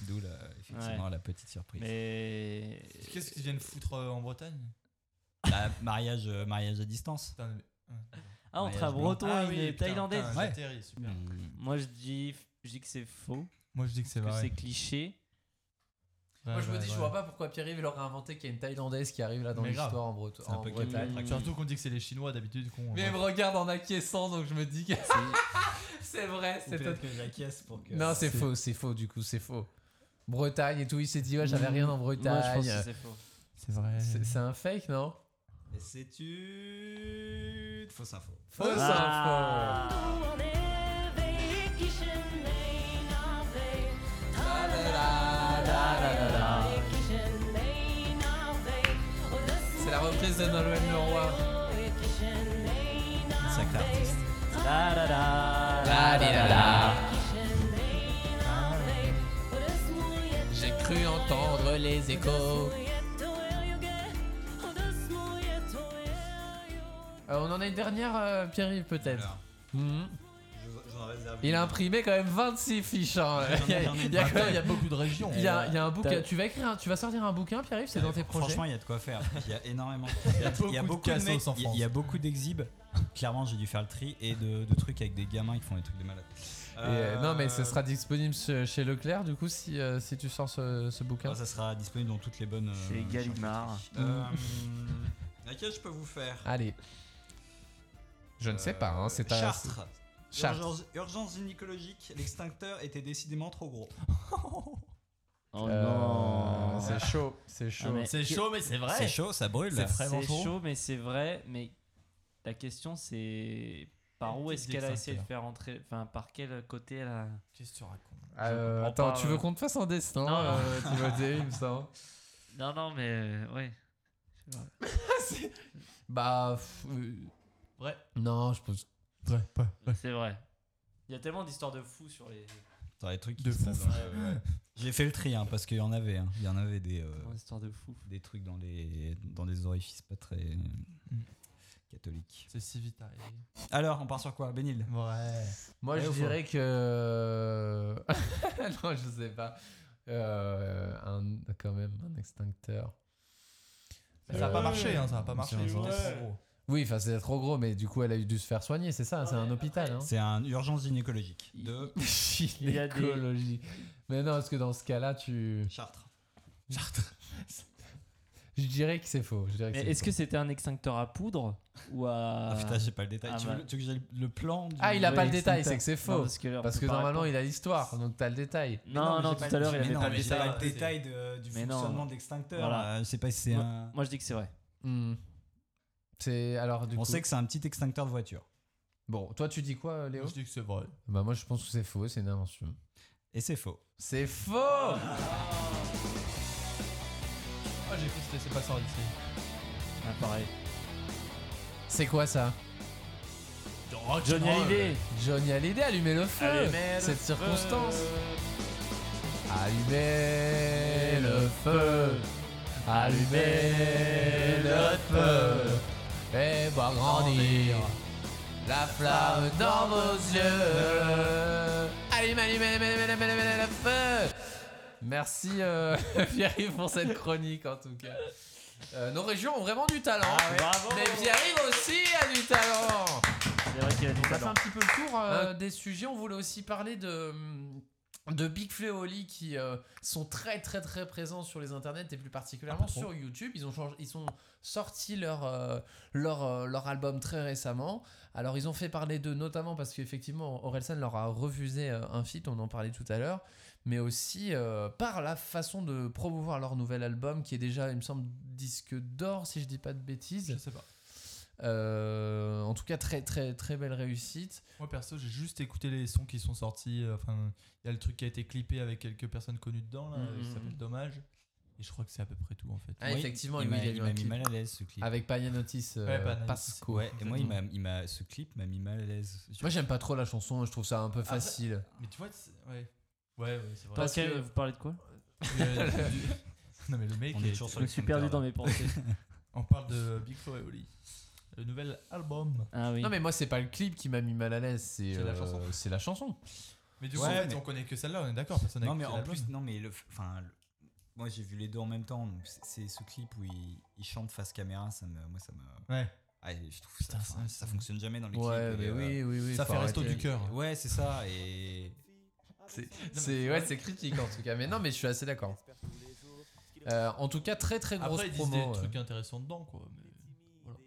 D'où la, effectivement Ouais. la petite surprise. Mais Qu'est-ce qu'ils viennent foutre euh, en Bretagne Bah, mariage, euh, mariage à distance. Ah, entre Mariage un blanc. breton Ah et une oui, putain, thaïlandaise. putain, Ouais. j'atterris, Hmm. super. Moi, je dis, je dis que c'est faux. Moi, je dis que c'est Parce vrai. c'est cliché. Moi, je me dis, je vois pas pourquoi Pierre-Yves leur a inventé qu'il y a une Thaïlandaise qui arrive là dans Mais grave. l'histoire en, Bretagne. C'est un peu Bretagne. cataract. Mmh. Surtout qu'on dit que c'est les Chinois d'habitude qu'on. Mais il me regarde en acquiesçant, donc je me dis que c'est vrai. Ou c'est peut-être tot- que j'acquiesce pour que- Non, c'est faux, c'est faux, du coup, c'est faux. Bretagne et tout, il s'est dit, ouais, j'avais Mmh. rien en Moi, je Bretagne. pense que c'est faux. C'est vrai. C'est c'est un fake, non Et C'est une fausse info. Fausse Ah. info. C'est la reprise de Nolwenn Leroy. Sacré artiste. Da, da, da, Da, di, da, da. J'ai cru entendre les échos. Euh, on en a une dernière, euh, Pierre-Yves, peut-être. Mhm. Je- J'en réserve. Il a imprimé quand même 26 fiches. hein. J'en ai- Il y a- j'en ai il y a une quand même- vingtaine. Il y a beaucoup de régions. Il y a, il y a un Euh, bouquin. t'as- Tu vas écrire, un- tu vas sortir un bouquin, Pierre-Yves. C'est dans tes projets. Franchement, il y a de quoi faire. Il y a énormément. Il y a beaucoup de mecs, cassos en il y a- Il y a beaucoup d'exhibes. Clairement, j'ai dû faire le tri et de, de trucs avec des gamins qui font des trucs de malade. Et, euh, non, mais ce sera disponible che- chez Leclerc, du coup, si, euh, si tu sors ce, ce bouquin. Euh, ça sera disponible dans toutes les bonnes. euh, Chez Gallimard. chaînes. Euh, laquelle je peux vous faire Mm. Allez. Je ne sais Ah, pas, hein, c'est à- Chartres. c'est- Chartres. Urgence, urgence gynécologique, l'extincteur était décidément trop gros. Oh Euh, non. Ah, c'est chaud, c'est chaud. Euh, C'est chaud, Ah, mais c'est vrai. C'est chaud, ça brûle. Bah, C'est vraiment chaud. chaud, mais c'est vrai. Mais la question, c'est par où est-ce qu'elle a essayé de faire entrer Enfin, par quel côté elle a. Qu'est-ce que tu racontes Euh, attends, tu veux qu'on te fasse un dessin, Non, non. euh, Timothée, il me semble. Non, non, mais euh, ouais. C'est vrai. Bah. pff, euh, Vrai. Non, je pense. Vrai, ouais. C'est vrai. Il y a tellement d'histoires de fous sur les. T'as des trucs qui De sont fou. dans le- ouais. J'ai fait le tri hein, parce qu'il y en avait. hein. Il y en avait des. euh, de fou. Des trucs dans les dans des orifices pas très euh, catholiques. C'est si vite arrivé. Alors, on part sur quoi Bénil Ouais. Moi, je dirais que. non, je sais pas. Euh, un, quand même, un extincteur. Mais ça a pas marché, hein, ça a pas marché. C'est- C'était c'est- trop gros. Oui, enfin c'était trop gros, mais du coup elle a dû se faire soigner, c'est ça, c'est un hôpital. hein. C'est un urgence gynécologique. De... Il y a des- Gynécologie. Mais non, parce que dans ce cas-là, tu. Chartres. Chartres. Je dirais que c'est faux. Je dirais que Mais c'est est-ce faux. que c'était un extincteur à poudre ou à. Ah, putain, j'ai pas le détail. Tu veux bah. le- tu veux que j'aille le plan du- Ah, il a Ouais, pas le c'est détail, ça. c'est que c'est Non, faux. parce que là, on Parce peut que pas normalement, répondre. il a l'histoire, donc t'as le détail. Mais non, non, tout à l'heure, il avait pas le détail. pas le détail de- du fonctionnement d'extincteur. Euh, je sais pas si c'est moi, un- moi, je dis que c'est vrai. Hmm. C'est alors du On coup- sait que c'est un petit extincteur de voiture. Bon, toi tu dis quoi, euh, Léo Je dis que c'est vrai. Bah moi je pense que c'est faux, c'est une invention. Et c'est faux. C'est faux Ah, j'ai cru que c'était pas sorti. Ah, pareil. C'est quoi ça Johnny Hallyday. Johnny Hallyday, allumez le feu Allumez le Cette feu. circonstance Allumez le feu Allumez le feu Et voir grandir La flamme dans vos yeux Allumez, allumez, allumez, allumez, allumez, allumez le feu Merci euh, Pierre-Yves pour cette chronique en tout cas. Euh, nos régions ont vraiment du talent. Mais Pierre-Yves aussi a du talent. C'est vrai qu'il a du On a fait talent. un petit peu le tour euh, des sujets. On voulait aussi parler de hum, de Big Flo et Oli qui euh, sont très très très présents sur les internets et plus particulièrement Ah, pas trop. sur YouTube. Ils ont changé, ils ont sorti leur euh, leur euh, leur album très récemment. Alors ils ont fait parler d'eux notamment parce qu'effectivement Orelsan leur a refusé euh, un feat, on en parlait tout à l'heure, mais aussi euh, par la façon de promouvoir leur nouvel album qui est déjà, il me semble, disque d'or si je dis pas de bêtises. Je sais pas. en tout cas, très très très belle réussite. Moi perso, j'ai juste écouté les sons qui sont sortis. euh, Enfin, il y a le truc qui a été clippé avec quelques personnes connues dedans, là, Mhm. qui s'appelle Dommage. Et je crois que c'est à peu près tout en fait. Ah, effectivement, il, m'a- oui, il a eu il un m'a mis clip. Ah mal à l'aise ce clip. Avec Payanotis euh, Ouais, Payanotis. Pasco. Ouais, et moi, il m'a- il m'a, ce clip m'a mis mal à l'aise. Moi, j'aime pas trop la chanson, je trouve ça un peu Après- facile. Mais tu vois, c'est- ouais. Ouais, ouais, c'est vrai. Parce que- vous parlez de quoi Euh, du- Non, mais le mec. euh, On est toujours sur Je me suis Alexander, perdu dans là. mes pensées. On parle de Big Four et Oli. Le nouvel album. Ah Non, mais moi, c'est pas le clip qui m'a mis mal à l'aise, c'est C'est la euh, chanson. c'est la chanson. Mais du coup, en fait, on connaît que celle-là, on est d'accord, personne n'a Non, mais écouté en l'album. plus, non, mais le. Enfin, le- moi, j'ai vu les deux en même temps. donc c'est- C'est ce clip où il, il chante face caméra. Ça me, moi, ça me. Ouais. Ah, et je trouve ça, enfin, ça fonctionne jamais dans les Ouais, euh, clips. mais et, oui, oui, oui, Ça faut fait resto arrêter. du cœur. Ouais, c'est ça. Et. C'est- C'est ouais, c'est critique en tout cas. Mais non, mais je suis assez d'accord. Euh, en tout cas, très très grosse Après, ils disent promo. des ouais. trucs intéressants dedans, quoi. mais-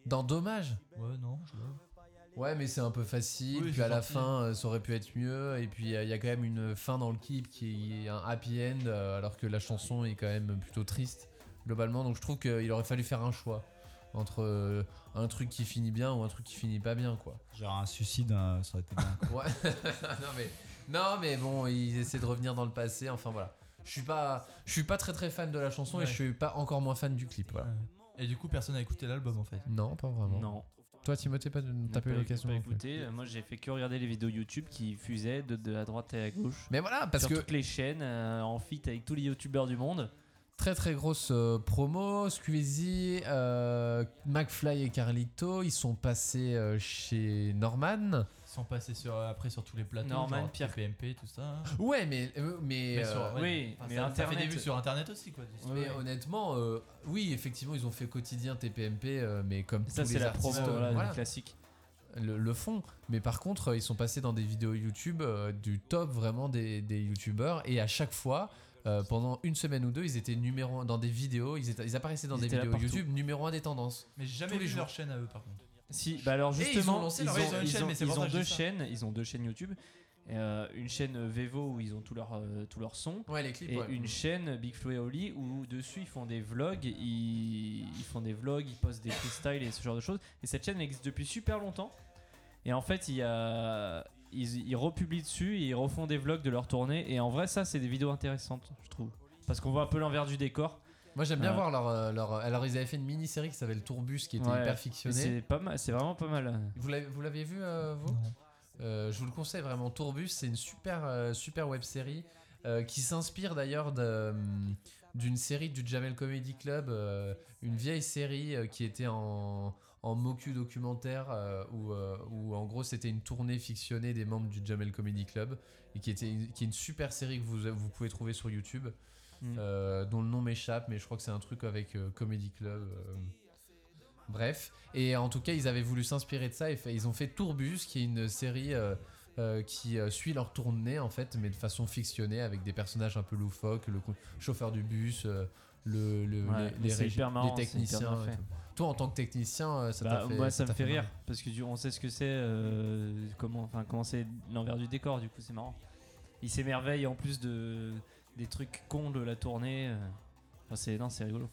Dans Dommage. Ouais, non, je vois. Ouais, mais c'est un peu facile. Oui, puis c'est à la gentil. fin, euh, ça aurait pu être mieux. Et puis euh, il y a quand même une fin dans le clip qui est un happy end, euh, alors que la chanson est quand même plutôt triste globalement. Donc je trouve qu'il aurait fallu faire un choix entre euh, un truc qui finit bien ou un truc qui finit pas bien, quoi. Genre un suicide, euh, ça aurait été bien. Ouais. non mais non mais bon, ils essaient de revenir dans le passé. Enfin voilà. Je suis pas je suis pas très très fan de la chanson et Ouais. je suis pas encore moins fan du clip. Voilà. Et du coup, personne n'a écouté l'album en fait. Non, pas vraiment. Non. Toi, Timothée, pas, t'as pas eu l'occasion. Pas non plus. écouté. Euh, Moi, j'ai fait que regarder les vidéos YouTube qui fusaient de, de la droite à la gauche. Mais voilà, parce Sur que- Bah, toutes les chaînes, euh, en fit avec tous les youtubeurs du monde. Très très grosse euh, promo, Squeezie, euh, McFly et Carlito, ils sont passés euh, chez Norman. Ils sont passés sur, après sur tous les plateaux. Norman, genre Pierre- PMP, tout ça. hein. Ouais, mais euh, mais, Mais sur- euh, ouais, Oui, enfin, mais ça- ça fait des Internet. vues sur Internet aussi, quoi. Mais Ouais. honnêtement, euh, oui, effectivement, ils ont fait quotidien TPMP, euh, mais comme Ça, tous c'est les la artistes, promo, euh, voilà, le classique. Le, le font, mais par contre, euh, ils sont passés dans des vidéos YouTube euh, du top vraiment des, des YouTubeurs et à chaque fois. euh, pendant une semaine ou deux, ils étaient numéro un dans des vidéos, ils, étaient- ils apparaissaient dans Ils des étaient là vidéos partout. YouTube numéro un des tendances. Mais j'ai jamais Tous les vu jours. leur chaîne à eux par contre. Si, bah alors Et ils ont justement, lancé ils leur- ont- ils ont une ils chaîne, ont- mais c'est ils pour ça ont que je deux dis ça. chaînes, ils ont deux chaînes YouTube. Et, euh, une chaîne euh, Vevo où ils ont tous leurs euh, tous leurs sons. Ouais, les clips, Et ouais. une chaîne Big Flo et Oli où dessus ils font des vlogs, ils, ils font des vlogs, ils postent des freestyles et ce genre de choses. Et cette chaîne existe depuis super longtemps. Et en fait, il y a ils, ils republient dessus et ils refont des vlogs de leur tournée. Et en vrai, ça, c'est des vidéos intéressantes, je trouve. Parce qu'on voit un peu l'envers du décor. Moi j'aime bien Euh, voir leur, euh, leur- Alors ils avaient fait une mini-série qui s'appelle le Tourbus qui était ouais. hyper fictionnée. C'est pas mal- c'est vraiment pas mal. Vous l'avez- vous l'avez vu, euh, vous Euh, Je vous le conseille vraiment. Tourbus, c'est une super, euh, super web série euh, qui s'inspire d'ailleurs de, euh, d'une série du Jamel Comedy Club, euh, une vieille série euh, qui était en, en mocu documentaire euh, où, euh, où, en gros c'était une tournée fictionnée des membres du Jamel Comedy Club et qui, était, qui est une super série que vous, vous pouvez trouver sur YouTube. Mm. euh, dont le nom m'échappe, mais je crois que c'est un truc avec euh, Comedy Club. euh, bref. Et en tout cas, ils avaient voulu s'inspirer de ça et fait- ils ont fait Tourbus, qui est une série euh, euh, qui euh, suit leur tournée, en fait, mais de façon fictionnée, avec des personnages un peu loufoques, le co- chauffeur du bus, euh, le, le- Ouais, mais les, les c'est régi- hyper marrant, les c'est hyper techniciens. bien et fait. tout. Toi, en tant que technicien, euh, ça Bah, t'a fait. moi ça me t'a fait marrer. rire parce que du- on sait ce que c'est euh, comment enfin comment c'est l'envers du décor du coup c'est marrant il s'émerveille en plus de des trucs cons de la tournée euh. Enfin, c'est non c'est rigolo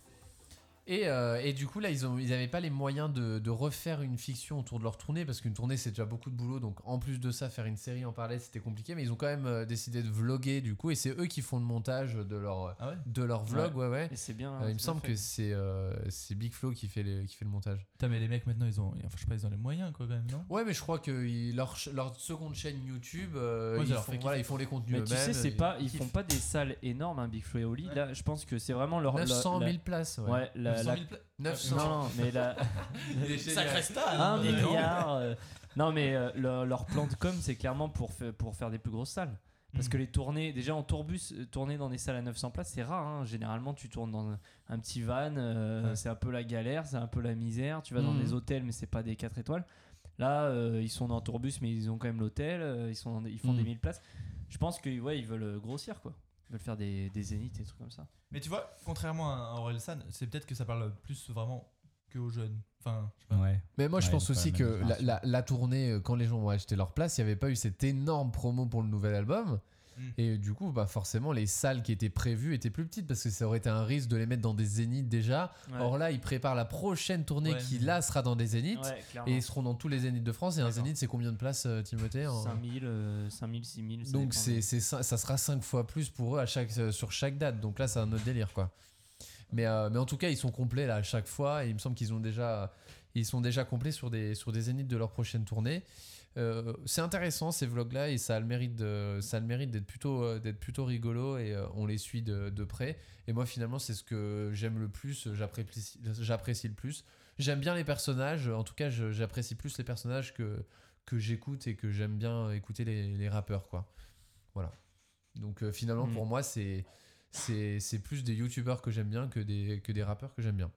Et, euh, et du coup, là, ils n'avaient ils avaient pas les moyens de, de refaire une fiction autour de leur tournée, parce qu'une tournée, c'est déjà beaucoup de boulot. Donc, en plus de ça, faire une série en parallèle, c'était compliqué. Mais ils ont quand même euh, décidé de vloguer, du coup. Et c'est eux qui font le montage de leur, de leur vlog. Ouais, Ah Ouais. ouais. Et c'est bien, Euh, c'est il me bien semble fait. que c'est euh, c'est Big Flo qui fait, les- qui fait le montage. Putain, mais les mecs maintenant, ils ont, enfin, je sais pas, ils ont les moyens quoi quand même, non Ouais, mais je crois que ils- leur, ch- leur seconde chaîne YouTube, euh, Ouais, ça ils, leur font, fait voilà, ils kiffer. font les contenus mais tu sais eux-mêmes, c'est ils- pas ils kiffent. font pas des salles énormes hein, Big Flo et Oli là je pense que c'est vraiment leur la- 900 000 la- places, ouais. ouais la, 900 la- 000 pla- 900. non non mais la Il est génial. Sacré stade. hein, un Il est énorme. milliard euh, non mais euh, leur, leur plan de com c'est clairement pour, fa- pour faire des plus grosses salles parce que les tournées déjà en tourbus euh, tourner dans des salles à 900 places c'est rare hein. généralement tu tournes dans un, un petit van euh, Ouais. c'est un peu la galère c'est un peu la misère tu vas dans Mhm. des hôtels mais c'est pas des 4 étoiles là euh, ils sont dans tourbus mais ils ont quand même l'hôtel euh, ils, sont dans des- ils font des Mhm. 1000 places je pense qu'ils ouais, ils veulent euh, grossir quoi ils veulent faire des, des zéniths et des trucs comme ça Mais tu vois, contrairement à Orelsan, c'est peut-être que ça parle plus vraiment que aux jeunes. Enfin, je sais pas. Mais moi, je Ouais, pense c'est pas aussi la que même la, la- la tournée, euh, quand les gens ont acheté leur place, il n'y avait pas eu cette énorme promo pour le nouvel album. Mm. Et du coup, bah forcément, les salles qui étaient prévues étaient plus petites parce que ça aurait été un risque de les mettre dans des zéniths déjà. Ouais. Or là, ils préparent la prochaine tournée Ouais, qui, mais- là, sera dans des zéniths. Ouais, clairement. et ils seront dans tous les zéniths de France. Et un zénith, c'est combien de places, euh, Timothée en- 5000 euh, 5000 6000 ça donc dépend. c'est, c'est ça, ça sera 5 fois plus pour eux à chaque, euh, sur chaque date. Donc là, c'est un autre délire, quoi. Mais, euh, mais en tout cas, ils sont complets là à chaque fois. Et il me semble qu'ils ont déjà, ils sont déjà complets sur des, sur des zéniths de leur prochaine tournée. Euh, c'est intéressant ces vlogs là et ça a le mérite de, ça a le mérite d'être plutôt euh, d'être plutôt rigolo et euh, on les suit de, de près et moi finalement c'est ce que j'aime le plus j'apprécie j'apprécie le plus j'aime bien les personnages en tout cas je- j'apprécie plus les personnages que que j'écoute et que j'aime bien écouter les, les rappeurs quoi voilà donc euh, finalement Mm. pour moi c'est c'est c'est plus des youtubeurs que j'aime bien que des que des rappeurs que j'aime bien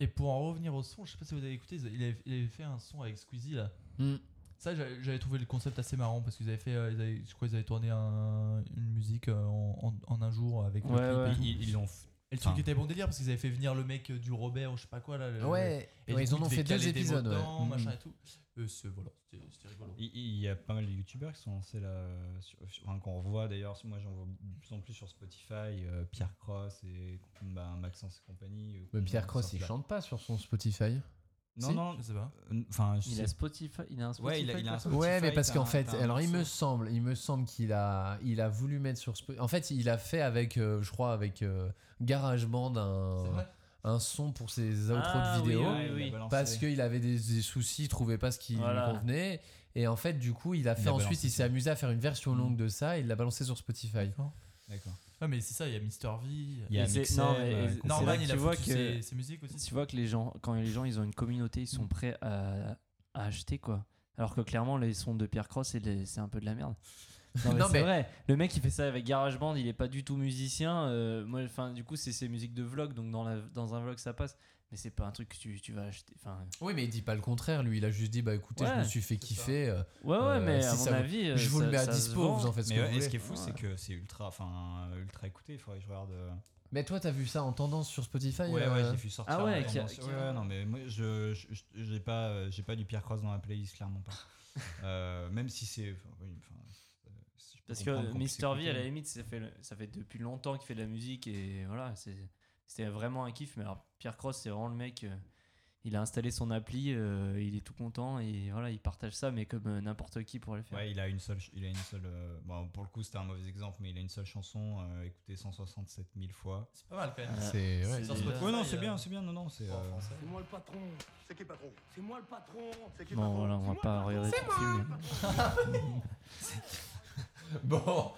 Et pour en revenir au son, je sais pas si vous avez écouté, ils- il avait, il avait fait un son avec Squeezie là. Mm. Ça, j'avais j'avais trouvé le concept assez marrant parce qu'ils avaient fait, euh, ils avaient- je crois, ils avaient tourné un- une musique euh, en, en- en un jour avec le Ouais, clip ouais. et tout. Ils- ils l'ont f- Et le truc enfin. était bon délire parce qu'ils avaient fait venir le mec euh, du Robert ou je sais pas quoi là. le- Ouais, et ouais, du ils coup, en ont devait fait deux caler des mots épisodes, ouais. dedans, Mm. machin et tout. Euh, c'est- voilà, c'était c'était rigolo. Il, il y a pas mal de youtubeurs qui sont lancés là, sur- sur- enfin, qu'on revoit d'ailleurs, moi j'en vois de plus en plus sur Spotify, euh, Pierre Cross et bah, Maxence et compagnie. euh, mais qu'on Pierre Cross sortent il là. chante pas sur son Spotify Non, Si non, euh, enfin, je il sais- a Spotify il a un Spotify Ouais, il a- il a un quoi, ça Ouais, mais Spotify, parce t'as qu'en un- fait, t'as un alors il me morceau. semble, il me semble qu'il a, il a voulu mettre sur Spo- En fait, il a fait avec, euh, je crois, avec euh, GarageBand un, un son pour ses outros Ah, de oui, vidéo, oui, oui. Il a parce balancé. qu'il avait des, des soucis, il trouvait pas ce qui Voilà. lui convenait, et en fait, du coup, il a Mm. Il fait a ensuite, balancé il s'est amusé à faire une version longue de ça, et il l'a balancé sur Spotify. D'accord. Ouais, mais c'est ça, il y a Mister V. Et c'est- non, mais- euh, et c'est- Norman, c'est là que il tu a vois foutu que- ses, ses musiques aussi. Tu vois que les gens, quand les gens, ils ont une communauté, ils sont prêts à, à acheter quoi. Alors que clairement, les sons de Pierre Cross, c'est de- c'est un peu de la merde. Non, mais Non, c'est mais- vrai. Le mec, il fait ça avec GarageBand, il est pas du tout musicien. euh, moi, enfin, du coup, c'est ses musiques de vlog, donc dans, la- dans un vlog, ça passe. Mais c'est pas un truc que tu, tu vas acheter. Enfin, Oui, mais il dit pas le contraire, lui. Il a juste dit, bah écoutez, Ouais, je me suis fait kiffer. euh, Ouais, ouais, euh, mais si à ça mon vous- avis, euh, je vous le ça- mets à ça se dispo, vend. vous en faites ce Mais que ouais, vous et voulez. ce qui est fou, c'est que c'est ultra, enfin, ultra écouté. Il faudrait que je regarde. euh, Mais toi, t'as vu ça en tendance sur Spotify Ouais, ouais, euh j'ai vu sortir. la tendance. Ouais, ouais, non, mais moi, je, je- je- j'ai pas, euh, j'ai pas du Pierre Cross dans ma playlist, clairement pas. Euh, même si c'est, enfin, oui, enfin, euh, je peux Parce que comprendre qu'on puisse Mr. V, écouter, à la mais- limite, ça fait, le- ça fait depuis longtemps qu'il fait de la musique et voilà, c'est- c'était vraiment un kiff. Mais alors, Pierre Cross, c'est vraiment le mec, euh, il a installé son appli, euh, il est tout content et voilà, il partage ça, mais comme euh, n'importe qui pourrait le faire. Ouais, il a une seule, ch- il a une seule. euh, bon, pour le coup, c'était un mauvais exemple, mais il a une seule chanson euh, écoutée 167 000 fois. C'est pas mal quand même. C'est- ouais, sur c'est- Spotify, Ouais, non, euh, c'est bien, c'est bien, non, non, c'est. euh, C'est moi le patron. C'est qui le patron C'est moi le patron. C'est qui le Bon, patron voilà, on va pas regarder C'est tout hein. le film. Bon,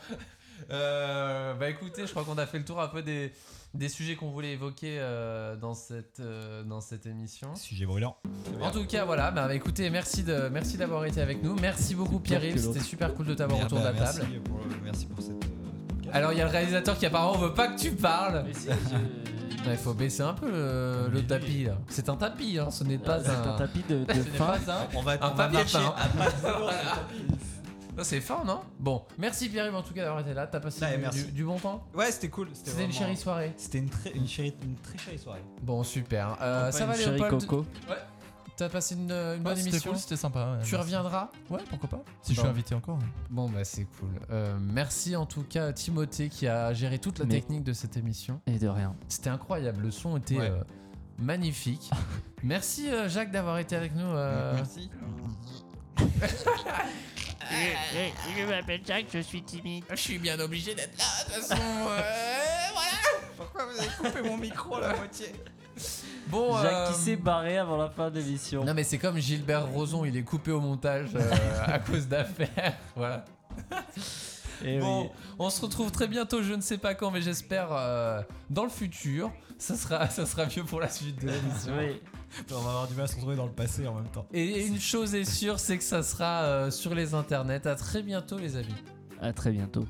Euh, bah écoutez, je crois qu'on a fait le tour un peu des, des sujets qu'on voulait évoquer euh, dans, cette, euh, dans cette émission. Sujet brûlant. En tout cas, voilà, bah, bah, écoutez, merci de merci d'avoir été avec nous. Merci beaucoup Pierre, que c'était l'autre. bah, super cool de t'avoir autour de la merci table. Pour, merci pour cette. euh, ce podcast. Alors il y a le réalisateur qui apparemment veut pas que tu parles. Il faut baisser un peu le, le tapis là. C'est un tapis, hein, ce n'est pas Ah, c'est un tapis de- de Ce n'est fin. pas un- On va- un on va papier de marcher fin. à Ah, pas de velours sur le Voilà. Non, C'est fin, non Bon, merci Pierre-Yves en tout cas d'avoir été là. T'as passé Ouais, du- merci. du, du bon temps ah, Ouais, c'était cool. C'était une chérie soirée. C'était une très, une chérie- une très chérie soirée. Bon, super. Euh, Pas ça une va, chérie Léopold Coco. Ouais. T'as passé une, une bonne Ah, c'était émission. cool, c'était sympa, ouais, tu merci. Bah, reviendras Ouais, pourquoi pas Si je Bon. suis invité encore. Bon, bah c'est cool. Euh, merci en tout cas à Timothée qui a géré toute la Mais- technique de cette émission. Et de rien. C'était incroyable, le son était Ouais. euh, magnifique. merci euh, Jacques d'avoir été avec nous. euh, Merci. Je m'appelle Jack, je suis timide. Je suis bien obligé d'être là, de toute façon. euh, Pourquoi vous avez coupé mon micro à la moitié Bon, Jacques euh, qui s'est barré avant la fin de l'émission. Non mais c'est comme Gilbert Rozon, il est coupé au montage euh, à cause d'affaires. Voilà. Eh bon, on se retrouve très bientôt, je ne sais pas quand, mais j'espère euh, dans le futur. Ça sera, ça sera mieux pour la suite de l'émission. Oui. On va avoir du mal à se retrouver dans le passé en même temps. Et une chose est sûre, c'est que ça sera euh, sur les internets. À très bientôt, les amis. À très bientôt.